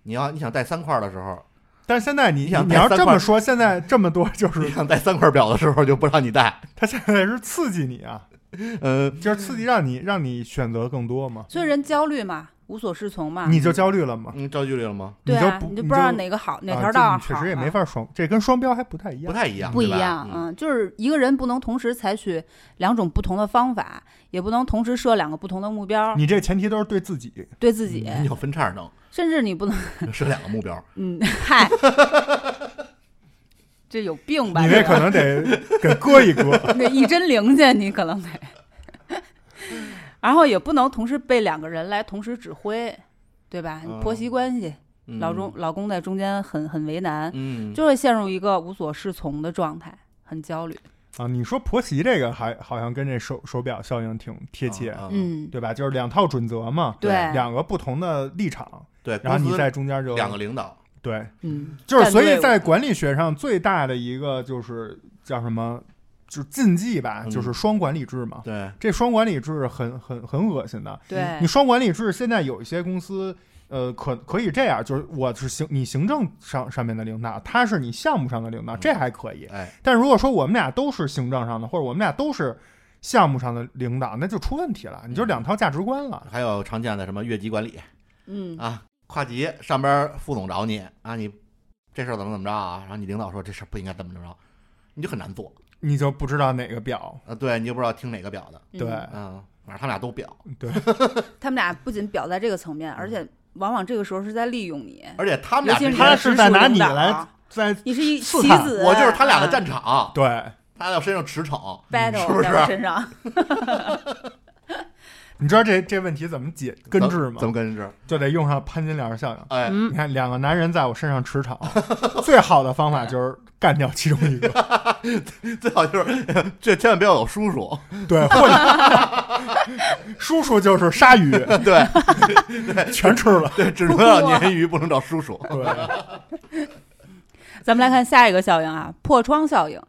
[SPEAKER 2] 你要你想带三块儿的时候，
[SPEAKER 1] 但是现在你
[SPEAKER 2] 你想
[SPEAKER 1] 你要
[SPEAKER 2] 带三
[SPEAKER 1] 这
[SPEAKER 2] 块
[SPEAKER 1] 么说，现 在这么多就
[SPEAKER 2] 你
[SPEAKER 1] 是
[SPEAKER 2] 想带三块表的时候就不让你带。
[SPEAKER 1] 他现在是刺激你 啊，
[SPEAKER 2] 呃，
[SPEAKER 1] 就是刺激让你让你选择更多嘛，
[SPEAKER 3] 所以人焦虑嘛，无所适从嘛，
[SPEAKER 1] 嗯你就焦虑了嘛。
[SPEAKER 2] 嗯，着距离了吗？
[SPEAKER 3] 啊对啊，
[SPEAKER 1] 你就不
[SPEAKER 3] 你就
[SPEAKER 1] 你
[SPEAKER 3] 不知道
[SPEAKER 1] 就
[SPEAKER 3] 哪个好，哪
[SPEAKER 1] 啊
[SPEAKER 3] 条
[SPEAKER 1] 这
[SPEAKER 3] 道好、啊
[SPEAKER 1] 你确实也没。法双，这跟双标还不太一
[SPEAKER 2] 不
[SPEAKER 1] 样。
[SPEAKER 2] 太一样，
[SPEAKER 3] 不一
[SPEAKER 2] 对吧
[SPEAKER 3] 样，
[SPEAKER 2] 嗯，
[SPEAKER 3] 就是一个人不能同时采取两种不同的方法，也不能同时设两个不同的目标，
[SPEAKER 1] 你这前提都是对自己，
[SPEAKER 3] 对自己，
[SPEAKER 2] 嗯你有分叉能
[SPEAKER 3] 甚至你不能，
[SPEAKER 2] 是两个目 标，
[SPEAKER 3] 嗯，嗨，这有病吧？
[SPEAKER 1] 你
[SPEAKER 3] 这
[SPEAKER 1] 这
[SPEAKER 3] 个
[SPEAKER 1] 可能得 给搁一搁。
[SPEAKER 3] 那一针灵去，你可能得。然后也不能同时被两个人来同时指挥，对吧？
[SPEAKER 2] 嗯
[SPEAKER 3] 婆媳关系，
[SPEAKER 2] 嗯
[SPEAKER 3] 老中老公在中间很很为难，
[SPEAKER 2] 嗯，
[SPEAKER 3] 就会陷入一个无所适从的状态，很焦虑。
[SPEAKER 1] 啊，你说婆媳这个还好像跟这手手表效应挺贴切，
[SPEAKER 2] 啊啊
[SPEAKER 3] 嗯，
[SPEAKER 1] 对吧？就是两套准则嘛，
[SPEAKER 3] 对，
[SPEAKER 1] 两个不同的立场，
[SPEAKER 2] 对，
[SPEAKER 1] 然后
[SPEAKER 2] 公
[SPEAKER 1] 你
[SPEAKER 2] 司
[SPEAKER 1] 在中间就
[SPEAKER 2] 两个领导，
[SPEAKER 1] 对，
[SPEAKER 3] 嗯，
[SPEAKER 1] 就是所
[SPEAKER 3] 战
[SPEAKER 1] 以
[SPEAKER 3] 略
[SPEAKER 1] 在管理学上最大的一个就是叫什么，就是禁忌吧，
[SPEAKER 2] 嗯
[SPEAKER 1] 就是双管理制嘛。
[SPEAKER 2] 对，
[SPEAKER 1] 这双管理制很很很恶心的，
[SPEAKER 3] 对
[SPEAKER 1] 你，双管理制现在有一些公司。呃，可可以这样，就是我是行你行政上上面的领导，他是你项目上的领导，
[SPEAKER 2] 嗯
[SPEAKER 1] 这还可以。
[SPEAKER 2] 哎，
[SPEAKER 1] 但如果说我们俩都是行政上的，或者我们俩都是项目上的领导，那就出问题了，你就两套价值观了。
[SPEAKER 2] 还有常见的什么越级管理
[SPEAKER 3] 嗯，
[SPEAKER 2] 啊，跨级上边副总找你啊，你这事儿怎么怎么着啊，然后你领导说这事儿不应该怎么怎么着，你就很难做
[SPEAKER 1] 你就不知道哪个表。
[SPEAKER 2] 啊，对你就不知道听哪个表的，
[SPEAKER 1] 对，
[SPEAKER 3] 嗯
[SPEAKER 2] 嗯，反正他俩都表，
[SPEAKER 3] 他们俩不仅表在这个层面，而且往往这个时候是在利用你，
[SPEAKER 2] 而且他们
[SPEAKER 3] 尤
[SPEAKER 2] 俩
[SPEAKER 3] 其
[SPEAKER 2] 之
[SPEAKER 3] 是
[SPEAKER 2] 间
[SPEAKER 1] 他是在拿你
[SPEAKER 3] 直属领导
[SPEAKER 1] 来在
[SPEAKER 3] 你是一
[SPEAKER 1] 刺
[SPEAKER 3] 棋
[SPEAKER 1] 探
[SPEAKER 3] 子，
[SPEAKER 2] 我就是他俩的嗯战
[SPEAKER 3] 啊
[SPEAKER 2] 场，
[SPEAKER 1] 对，
[SPEAKER 2] 他俩身上驰骋，
[SPEAKER 3] battle
[SPEAKER 2] 是不是
[SPEAKER 3] 在我身上，
[SPEAKER 1] 你知道这这问题怎么解根治吗
[SPEAKER 2] 怎？么根治？
[SPEAKER 1] 就得用上潘金莲效应。
[SPEAKER 2] 哎，
[SPEAKER 3] 嗯
[SPEAKER 1] 你看，两个男人在我身上驰骋， 最好的方法就是干掉其中一
[SPEAKER 2] 哎
[SPEAKER 1] 个，
[SPEAKER 2] 最好就是这千万不要有叔叔，
[SPEAKER 1] 对，或者 叔叔就是鲨鱼，
[SPEAKER 2] 对
[SPEAKER 1] 全吃了。
[SPEAKER 2] 对，只能要鲶鱼，不能找叔叔
[SPEAKER 1] 对，
[SPEAKER 3] 咱们来看下一个效应啊，破窗效应，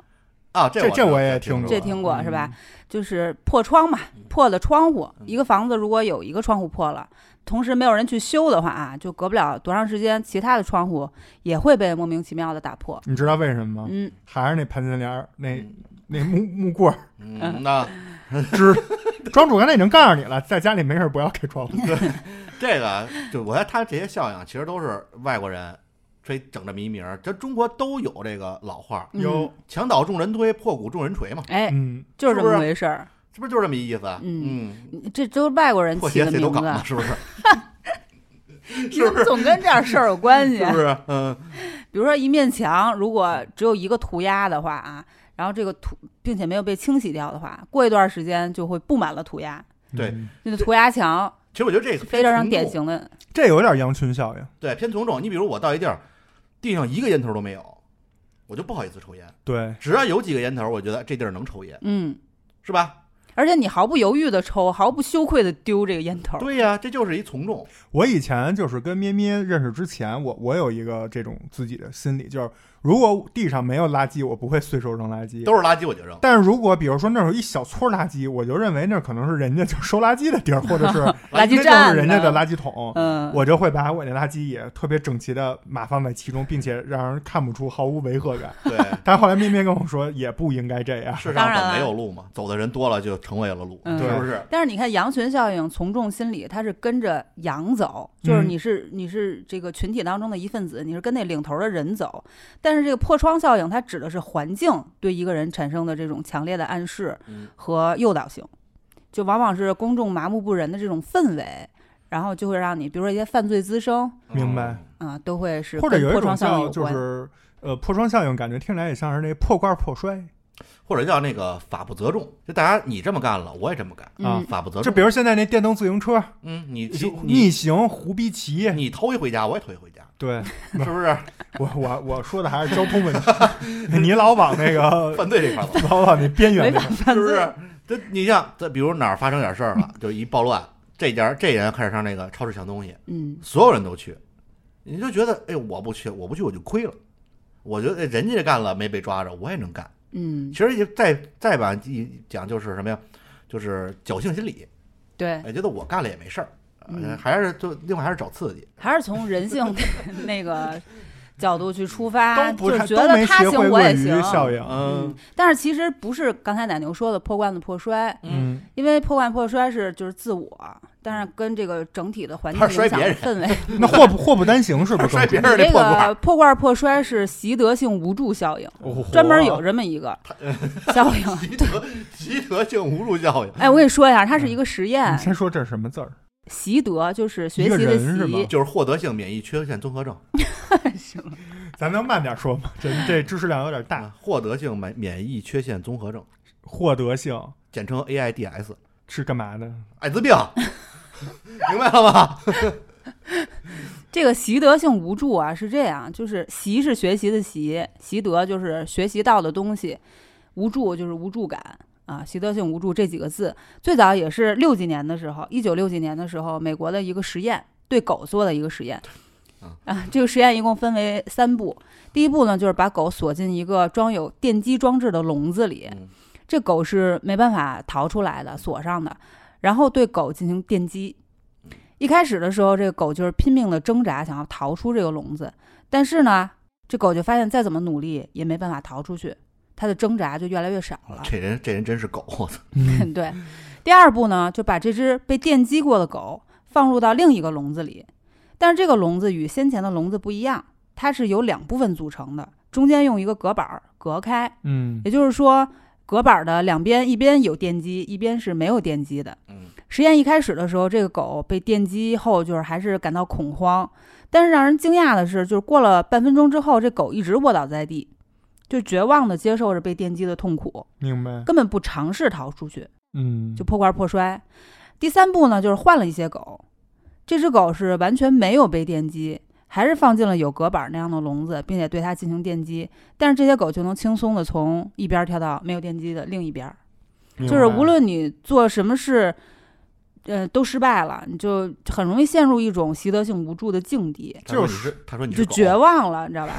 [SPEAKER 2] 啊。 这
[SPEAKER 1] 这这
[SPEAKER 2] 我
[SPEAKER 1] 我也
[SPEAKER 2] 听
[SPEAKER 1] 听嗯
[SPEAKER 3] 这
[SPEAKER 2] 过
[SPEAKER 3] 听过是吧？就是破窗嘛，破了窗户，
[SPEAKER 2] 嗯
[SPEAKER 3] 一个房子如果有一个窗户破了，同时没有人去修的话啊，就隔不了多长时间，其他的窗户也会被莫名其妙的打破。
[SPEAKER 1] 你知道为什么吗？
[SPEAKER 3] 嗯，
[SPEAKER 1] 还是那潘金莲儿那
[SPEAKER 2] 嗯
[SPEAKER 1] 那木木棍儿
[SPEAKER 2] 嗯，那
[SPEAKER 1] 支。庄主刚才已经告诉你了，在家里没事儿不要开窗 户。
[SPEAKER 2] 这个就我觉得他这些效应其实都是外国人吹整这么一名儿，这中国都有这个老话儿
[SPEAKER 3] 嗯
[SPEAKER 1] 哟，
[SPEAKER 2] “墙倒众人推，破鼓众人捶”嘛，
[SPEAKER 3] 哎，
[SPEAKER 1] 嗯，
[SPEAKER 3] 就是这
[SPEAKER 2] 是
[SPEAKER 3] 么
[SPEAKER 2] 不是
[SPEAKER 3] 回事儿。
[SPEAKER 2] 是不是就是这么一意思？
[SPEAKER 3] 嗯
[SPEAKER 2] 嗯，
[SPEAKER 3] 这都是外国人
[SPEAKER 2] 破
[SPEAKER 3] 起
[SPEAKER 2] 鞋
[SPEAKER 3] 的
[SPEAKER 2] 谁
[SPEAKER 3] 名
[SPEAKER 2] 都
[SPEAKER 3] 字
[SPEAKER 2] 搞，嘛， 是不是？
[SPEAKER 3] 你怎么总跟这点事儿有关系啊
[SPEAKER 2] 是不是？嗯，
[SPEAKER 3] 比如说一面墙，如果只有一个涂鸦的话啊，然后这个涂并且没有被清洗掉的话，过一段时间就会布满了涂鸦。
[SPEAKER 2] 对
[SPEAKER 1] 嗯，
[SPEAKER 3] 那个涂 鸦墙
[SPEAKER 2] 其实我觉得这个
[SPEAKER 3] 非常
[SPEAKER 2] 偏从
[SPEAKER 3] 典
[SPEAKER 2] 众，
[SPEAKER 3] 型的，
[SPEAKER 1] 这有点羊群效应。
[SPEAKER 2] 对偏从众。你比如我到一地儿，地上一个烟头都没有，我就不好意思抽烟。
[SPEAKER 1] 对，
[SPEAKER 2] 只要有几个烟头，我觉得这地儿能抽烟，
[SPEAKER 3] 嗯，
[SPEAKER 2] 是吧？
[SPEAKER 3] 而且你毫不犹豫的抽，毫不羞愧的丢这个烟头，
[SPEAKER 2] 对呀、这就是一从众。
[SPEAKER 1] 我以前就是跟咩咩认识之前，我我有一个这种自己的心理，就是如果地上没有垃圾，我不会随手扔垃圾。
[SPEAKER 2] 都是垃圾我就扔。
[SPEAKER 1] 但是如果比如说那儿有一小撮垃圾，我就认为那可能是人家就收垃圾的地儿，或者 是
[SPEAKER 3] 垃圾
[SPEAKER 1] 那就
[SPEAKER 3] 站
[SPEAKER 1] 是人家的
[SPEAKER 3] 呢
[SPEAKER 1] 垃圾桶，
[SPEAKER 3] 嗯，
[SPEAKER 1] 我就会把我那垃圾也特别整齐的码放在其中，并且让人看不出毫无违和感。
[SPEAKER 2] 对，
[SPEAKER 1] 但后来咩咩跟我说，也不应该这样。
[SPEAKER 2] 世
[SPEAKER 3] 当
[SPEAKER 2] 上
[SPEAKER 3] 然
[SPEAKER 2] 本
[SPEAKER 3] 了
[SPEAKER 2] 没有路嘛，走的人多了就成为了路，
[SPEAKER 3] 嗯
[SPEAKER 2] 是不是？
[SPEAKER 3] 但是你看羊群效应、从众心理，它是跟着羊走，就是
[SPEAKER 1] 嗯
[SPEAKER 3] 你是、你是这个群体当中的一份子，你是跟那领头的人走。但是这个破窗效应，它指的是环境对一个人产生的这种强烈的暗示
[SPEAKER 2] 嗯
[SPEAKER 3] 和诱导性，就往往是公众麻木不仁的这种氛围，然后就会让你，比如说一些犯罪滋生
[SPEAKER 1] 明白
[SPEAKER 2] 嗯
[SPEAKER 3] 啊、都会是
[SPEAKER 1] 或者
[SPEAKER 3] 跟
[SPEAKER 1] 有一
[SPEAKER 3] 破
[SPEAKER 1] 种
[SPEAKER 3] 窗效应
[SPEAKER 1] 叫
[SPEAKER 3] 有
[SPEAKER 1] 就
[SPEAKER 3] 关。
[SPEAKER 1] 是呃破窗效应，感觉听起来也像是那破罐破摔
[SPEAKER 2] 或者叫那个法不责众，就大家你这么干了，我也这么干，
[SPEAKER 3] 嗯，
[SPEAKER 2] 法不责
[SPEAKER 1] 就
[SPEAKER 2] 众。
[SPEAKER 1] 比如现在那电动自行车
[SPEAKER 2] 嗯，你
[SPEAKER 1] 就
[SPEAKER 2] 你
[SPEAKER 1] 逆行胡逼骑，
[SPEAKER 2] 你头一回家，我也头一回家，
[SPEAKER 1] 对
[SPEAKER 2] 是不是？
[SPEAKER 1] 我我我说的还是交通问题， 你老往那个
[SPEAKER 2] 犯罪这 块儿了，
[SPEAKER 1] 老往那边
[SPEAKER 3] 没
[SPEAKER 1] 缘那
[SPEAKER 3] 办
[SPEAKER 1] 个，
[SPEAKER 3] 法
[SPEAKER 2] 是不是？这你像这，比如哪儿发生点事儿了，就一暴乱，这家这人开始上那个超市抢东西，
[SPEAKER 3] 嗯，
[SPEAKER 2] 所有人都去，你就觉得哎，我不去，我不去我就亏了。我觉得哎人家这干了没被抓着，我也能干。
[SPEAKER 3] 嗯
[SPEAKER 2] 其，实也再再把一讲就是什么呀，就是侥幸心理，
[SPEAKER 3] 对，
[SPEAKER 2] 哎，觉得我干了也没事儿，呃
[SPEAKER 3] 嗯
[SPEAKER 2] 还是就另外还是找刺激，
[SPEAKER 3] 还是从人性 那个角度去出发，
[SPEAKER 1] 都不
[SPEAKER 3] 就
[SPEAKER 1] 太
[SPEAKER 3] 觉
[SPEAKER 1] 都
[SPEAKER 3] 得
[SPEAKER 1] 没
[SPEAKER 3] 他
[SPEAKER 1] 学
[SPEAKER 3] 行
[SPEAKER 1] 会
[SPEAKER 3] 我也
[SPEAKER 1] 鳄鱼
[SPEAKER 3] 行。
[SPEAKER 1] 效应。
[SPEAKER 3] 嗯，但是其实不是刚才奶牛说的破罐子破摔，
[SPEAKER 2] 嗯，
[SPEAKER 1] 嗯，
[SPEAKER 3] 因为破罐破摔是就是自我，但是跟这个整体的环境
[SPEAKER 2] 他
[SPEAKER 3] 影
[SPEAKER 2] 是摔
[SPEAKER 3] 响
[SPEAKER 2] 别人
[SPEAKER 3] 氛围。
[SPEAKER 1] 那祸不祸不单行是不是
[SPEAKER 2] 摔
[SPEAKER 1] 更
[SPEAKER 2] 别
[SPEAKER 1] 准？
[SPEAKER 2] 人
[SPEAKER 3] 这
[SPEAKER 2] 那破罐
[SPEAKER 3] 个
[SPEAKER 2] 儿，
[SPEAKER 3] 破罐破摔是习得性无助效 应，
[SPEAKER 1] 哦
[SPEAKER 3] 专门有这么一个效 应。
[SPEAKER 2] 习得习得性无助教育，
[SPEAKER 3] 哎，我跟你说一下，它是
[SPEAKER 1] 嗯
[SPEAKER 3] 一个实验
[SPEAKER 1] 你，先说这是什么字儿？
[SPEAKER 3] 习得就是学
[SPEAKER 1] 一个
[SPEAKER 3] 习的
[SPEAKER 1] 人是吗
[SPEAKER 3] 习，
[SPEAKER 2] 就是获得性免疫缺陷综合症，
[SPEAKER 1] 咱能慢点说吗？这这知识量有点大。
[SPEAKER 2] 啊获得性免免疫缺陷综合症，
[SPEAKER 1] 获得性
[SPEAKER 2] 简称 AIDS，
[SPEAKER 1] 是干嘛的？
[SPEAKER 2] 艾滋 病，明白了吗？
[SPEAKER 3] 这个习得性无助啊，是这样，就是习是学习的习，习得就是学习到的东西，无助就是无助感啊，习得性无助这几个字，最早也是六几年的时候，一九六几年的时候，美国的一个实验对狗做的一个实验
[SPEAKER 2] 嗯。
[SPEAKER 3] 啊，这个实验一共分为三步。第一步呢，就是把狗锁进一个装有电击装置的笼子里，
[SPEAKER 2] 嗯
[SPEAKER 3] 这狗是没办法逃出来的，锁上的。然后对狗进行电击。
[SPEAKER 2] 嗯
[SPEAKER 3] 一开始的时候，这个狗就是拼命的挣扎，想要逃出这个笼子，但是呢，这狗就发现再怎么努力也没办法逃出去，它的挣扎就越来越少了。
[SPEAKER 2] 哦这人这人真是狗，我操！
[SPEAKER 1] 嗯
[SPEAKER 3] 对，第二步呢，就把这只被电击过的狗放入到另一个笼子里，但是这个笼子与先前的笼子不一样，它是由两部分组成的，中间用一个隔板儿隔开，
[SPEAKER 1] 嗯
[SPEAKER 3] 也就是说，隔板的两边一边有电击，一边是没有电击的。
[SPEAKER 2] 嗯
[SPEAKER 3] 实验一开始的时候，这个狗被电击后，就是还是感到恐慌。但是让人惊讶的是，就是过了半分钟之后，这狗一直卧倒在地，就绝望地接受着被电击的痛苦，
[SPEAKER 1] 明白，
[SPEAKER 3] 根本不尝试逃出去，
[SPEAKER 1] 嗯，
[SPEAKER 3] 就破罐破摔。第三步呢，就是换了一些狗，这只狗是完全没有被电击，还是放进了有隔板那样的笼子，并且对它进行电击，但是这些狗就能轻松的从一边跳到没有电击的另一边儿，
[SPEAKER 1] 明
[SPEAKER 3] 就是
[SPEAKER 1] 白
[SPEAKER 3] 无论你做什么事，呃，都失败了，你就很容易陷入一种习得性无助的境地，
[SPEAKER 2] 他说
[SPEAKER 1] 就
[SPEAKER 2] 你是他说你
[SPEAKER 3] 就是
[SPEAKER 2] 狗，
[SPEAKER 3] 绝望了，你知道吧？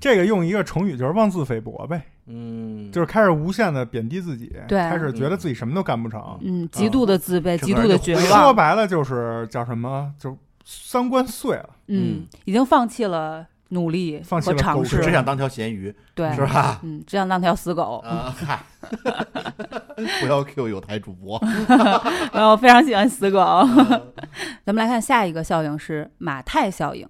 [SPEAKER 1] 这个用一个成语就是妄自菲薄呗，
[SPEAKER 2] 嗯，
[SPEAKER 1] 就是开始无限的贬低自己，
[SPEAKER 3] 对
[SPEAKER 1] 开始觉得自己什么都干不成。
[SPEAKER 3] 嗯，极度的自卑，
[SPEAKER 2] 整
[SPEAKER 3] 极
[SPEAKER 2] 个
[SPEAKER 3] 度
[SPEAKER 2] 人
[SPEAKER 3] 的
[SPEAKER 2] 就
[SPEAKER 3] 绝
[SPEAKER 2] 灰
[SPEAKER 1] 说
[SPEAKER 3] 望，
[SPEAKER 1] 白了就是叫什么，就是三观碎了，
[SPEAKER 3] 嗯，已经放弃了努力
[SPEAKER 1] 放弃
[SPEAKER 3] 和
[SPEAKER 1] 了
[SPEAKER 3] 尝
[SPEAKER 1] 狗
[SPEAKER 3] 试，
[SPEAKER 2] 只想当条咸鱼，
[SPEAKER 3] 对，
[SPEAKER 2] 是吧？
[SPEAKER 3] 嗯，只想当条死狗，
[SPEAKER 2] 啊， 嗨，不要 Q 有台主播，
[SPEAKER 3] 然后我哦非常喜欢死狗。 咱们来看下一个效应是马太效应，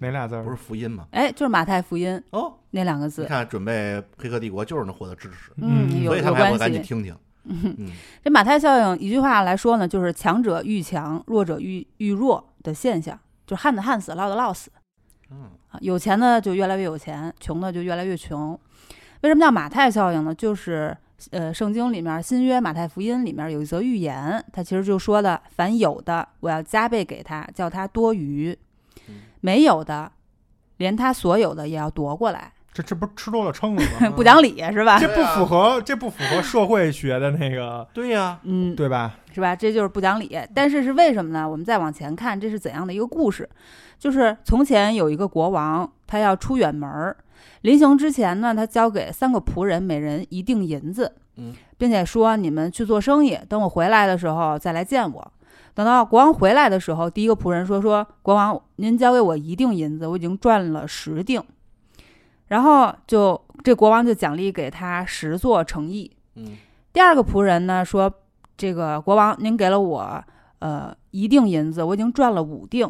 [SPEAKER 1] 哪俩字
[SPEAKER 2] 不
[SPEAKER 1] 儿？
[SPEAKER 2] 是福音吗？
[SPEAKER 3] 哎，就是马太福音
[SPEAKER 2] 哦，
[SPEAKER 3] 那两个
[SPEAKER 2] 你
[SPEAKER 3] 字，
[SPEAKER 2] 看准备《黑客帝国》就是能获得支持，
[SPEAKER 3] 嗯，有
[SPEAKER 2] 所以他们
[SPEAKER 3] 有
[SPEAKER 2] 还
[SPEAKER 3] 关
[SPEAKER 2] 会赶紧
[SPEAKER 3] 系。
[SPEAKER 2] 听听。嗯，
[SPEAKER 3] 这马太效应一句话来说呢，就是强者愈强，弱者愈愈弱的现象，就是旱的旱死，涝的涝死
[SPEAKER 2] 嗯
[SPEAKER 3] 啊。有钱的就越来越有钱，穷的就越来越穷。为什么叫马太效应呢？就是呃，圣经里面新约马太福音里面有一则预言，它其实就说的：凡有的，我要加倍给他，叫他多余；
[SPEAKER 2] 嗯
[SPEAKER 3] 没有的，连他所有的也要夺过来。
[SPEAKER 1] 这这不是吃多了撑了 吗？
[SPEAKER 3] 不讲理是吧？
[SPEAKER 1] 这不符
[SPEAKER 3] 啊
[SPEAKER 1] 合，这不符合社会学的那个，
[SPEAKER 2] 对呀，
[SPEAKER 3] 嗯，
[SPEAKER 1] 对吧？
[SPEAKER 3] 是吧？这就是不讲理。但是是为什么呢？我们再往前看，这是怎样的一个故事？就是从前有一个国王，他要出远门儿，临行之前呢，他交给三个仆人每人一锭银子，
[SPEAKER 2] 嗯，
[SPEAKER 3] 并且说你们去做生意，等我回来的时候再来见我。等到国王回来的时候，第一个仆人说：“说国王，您交给我一锭银子，我已经赚了十锭。”然后就这国王就奖励给他十座城邑，
[SPEAKER 2] 嗯，
[SPEAKER 3] 第二个仆人呢说：“这个国王，您给了我呃一锭银子，我已经赚了五锭。”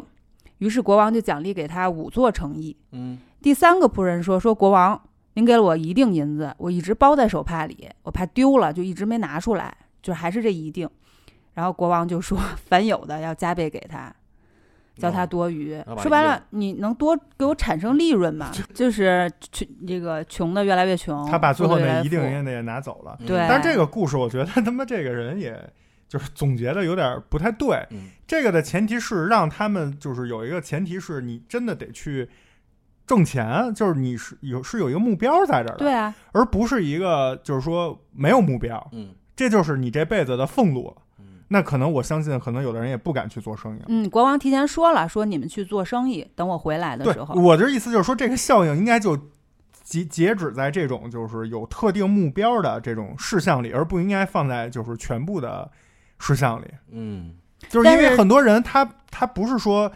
[SPEAKER 3] 于是国王就奖励给他五座城邑。
[SPEAKER 2] 嗯，
[SPEAKER 3] 第三个仆人说：“说国王，您给了我一锭银子，我一直包在手帕里，我怕丢了，就一直没拿出来，就还是这一锭。”然后国王就说：“ 凡有的要加倍给他，叫他
[SPEAKER 2] 哦
[SPEAKER 3] 多余。
[SPEAKER 2] 然后把
[SPEAKER 3] 说白
[SPEAKER 2] 一
[SPEAKER 3] 了，你能多给我产生利 润吗？就是穷这个穷的越来越穷，
[SPEAKER 1] 他把最
[SPEAKER 3] 富
[SPEAKER 1] 后
[SPEAKER 3] 的哦越来
[SPEAKER 1] 那
[SPEAKER 3] 越
[SPEAKER 1] 一定
[SPEAKER 3] 富
[SPEAKER 1] 人的也拿走了。
[SPEAKER 2] 嗯
[SPEAKER 3] 对
[SPEAKER 1] 但是这个故事，我觉得 他妈这个人也就是总结的有点不太对。
[SPEAKER 2] 嗯
[SPEAKER 1] 这个的前提是让他们就是有一个前提是你真的得去挣钱，就是你是有是有一个目标在这儿的，
[SPEAKER 3] 对啊，
[SPEAKER 1] 而不是一个就是说没有目标，
[SPEAKER 2] 嗯
[SPEAKER 1] 这就是你这辈子的俸禄了。
[SPEAKER 2] 嗯
[SPEAKER 1] 那可能我相信，可能有的人也不敢去做生意了。
[SPEAKER 3] 嗯，国王提前说了，说你们去做生意，等我回来的
[SPEAKER 1] 对
[SPEAKER 3] 时，候，
[SPEAKER 1] 我的意思就是说，这个效应应该就截截止在这种就是有特定目标的这种事项里，而不应该放在就是全部的事项里。
[SPEAKER 2] 嗯，
[SPEAKER 1] 就是因
[SPEAKER 3] 但
[SPEAKER 1] 为
[SPEAKER 3] 是
[SPEAKER 1] 很多人他他不是说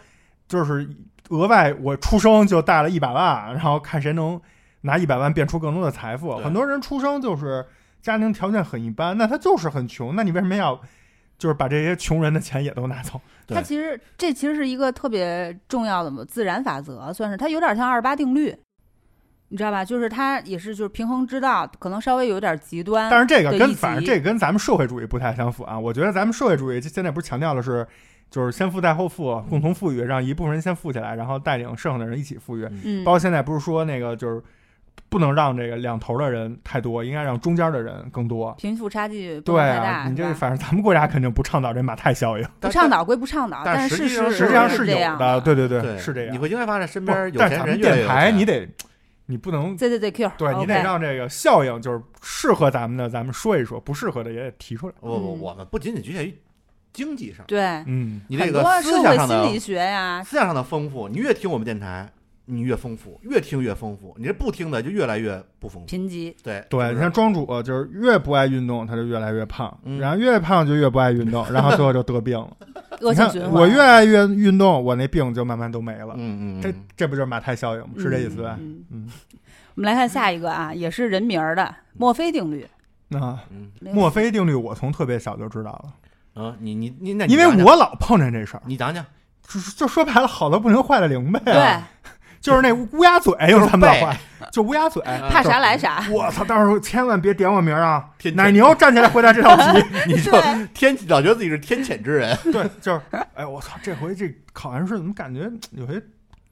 [SPEAKER 1] 就是额外我出生就带了一百万，然后看谁能拿一百万变出更多的财富。
[SPEAKER 2] 对
[SPEAKER 1] 很多人出生就是家庭条件很一般，那他就是很穷，那你为什么要就是把这些穷人的钱也都拿走？
[SPEAKER 2] 对
[SPEAKER 3] 它其实这其实是一个特别重要的自然法则，算是它有点像二八定律，你知道吧？就是它也是就是平衡之道，可能稍微有点极端，
[SPEAKER 1] 但是这个
[SPEAKER 3] 对一
[SPEAKER 1] 跟
[SPEAKER 3] 级
[SPEAKER 1] 反正这个跟咱们社会主义不太相符啊。我觉得咱们社会主义现在不是强调的是。就是先富带后富，共同富裕，让一部分人先富起来，然后带领剩下的人一起富裕。
[SPEAKER 3] 嗯
[SPEAKER 1] 包括现在不是说那个就是不能让这个两头的人太多，应该让中间的人更多。
[SPEAKER 3] 贫富差距不
[SPEAKER 1] 对
[SPEAKER 3] 能太
[SPEAKER 1] 啊，
[SPEAKER 3] 大，
[SPEAKER 1] 你
[SPEAKER 3] 是
[SPEAKER 1] 这
[SPEAKER 3] 吧
[SPEAKER 1] 反正咱们国家肯定不倡导这马太效应，
[SPEAKER 3] 不
[SPEAKER 2] 但
[SPEAKER 3] 倡导归不倡导，
[SPEAKER 2] 但
[SPEAKER 3] 但
[SPEAKER 2] 实
[SPEAKER 3] 事
[SPEAKER 2] 际上
[SPEAKER 3] 实
[SPEAKER 2] 实
[SPEAKER 1] 实
[SPEAKER 2] 际
[SPEAKER 1] 际
[SPEAKER 2] 上
[SPEAKER 1] 上
[SPEAKER 3] 是
[SPEAKER 1] 有
[SPEAKER 3] 样
[SPEAKER 1] 的。对对
[SPEAKER 2] 对，
[SPEAKER 1] 是这样
[SPEAKER 2] 你。会经常发现身
[SPEAKER 1] 不
[SPEAKER 2] 边有
[SPEAKER 1] 但是
[SPEAKER 2] 钱
[SPEAKER 1] 咱们
[SPEAKER 2] 人越来越
[SPEAKER 1] 电
[SPEAKER 2] 有
[SPEAKER 1] 台
[SPEAKER 2] 钱
[SPEAKER 1] 你得你不能
[SPEAKER 3] ZZZQ，
[SPEAKER 1] 对你得
[SPEAKER 3] OK
[SPEAKER 1] 让这个效应就是适合咱们的，咱们说一说；不适合的也得提出来。
[SPEAKER 2] 不不，
[SPEAKER 3] 嗯
[SPEAKER 2] 我们不仅仅局限于经济上，
[SPEAKER 3] 对，
[SPEAKER 1] 嗯，
[SPEAKER 2] 你这
[SPEAKER 3] 很
[SPEAKER 2] 个
[SPEAKER 3] 多
[SPEAKER 2] 思
[SPEAKER 3] 社
[SPEAKER 2] 想
[SPEAKER 3] 会
[SPEAKER 2] 上的
[SPEAKER 3] 心理学呀，
[SPEAKER 2] 思想上的丰富，你越听我们电台，你越丰富，越听越丰富，你这不听的就越来越不丰富。
[SPEAKER 3] 贫瘠，
[SPEAKER 2] 对
[SPEAKER 1] 对，你看，庄主就是越不爱运动，他就越来越胖，
[SPEAKER 2] 嗯
[SPEAKER 1] 然后越胖就越不爱运动，然后最后就得病了。
[SPEAKER 3] 恶
[SPEAKER 1] 你
[SPEAKER 3] 性
[SPEAKER 1] 看
[SPEAKER 3] 循环。啊
[SPEAKER 1] 我越爱越运动，我那病就慢慢都没了。
[SPEAKER 2] 嗯嗯，
[SPEAKER 1] 这
[SPEAKER 2] 嗯
[SPEAKER 1] 这不就是马太效应吗？是这意思吧？
[SPEAKER 3] 嗯，
[SPEAKER 1] 嗯
[SPEAKER 3] 我们来看下一个啊，也是人名儿的墨菲定律。
[SPEAKER 1] 啊，
[SPEAKER 2] 嗯
[SPEAKER 1] 墨菲定律我从特别小就知道了，
[SPEAKER 2] 啊，你你你那你
[SPEAKER 1] 因为
[SPEAKER 2] 讲讲
[SPEAKER 1] 我老碰见这事儿，
[SPEAKER 2] 你讲讲，
[SPEAKER 1] 就就说白了，好的不灵，坏的灵呗。
[SPEAKER 2] 嗯
[SPEAKER 3] 对，
[SPEAKER 1] 就是那乌鸦嘴，用咱们老话，就乌鸦嘴。
[SPEAKER 2] 啊
[SPEAKER 3] 怕啥来啥。
[SPEAKER 1] 我操！到时候千万别点我名儿啊！
[SPEAKER 2] 天
[SPEAKER 1] 奶牛站起来回答这道题。
[SPEAKER 2] 你就
[SPEAKER 3] 对
[SPEAKER 2] 天老觉得自己是天谴之人，
[SPEAKER 1] 对，就是，哎，我操！这回这考完试怎么感觉有些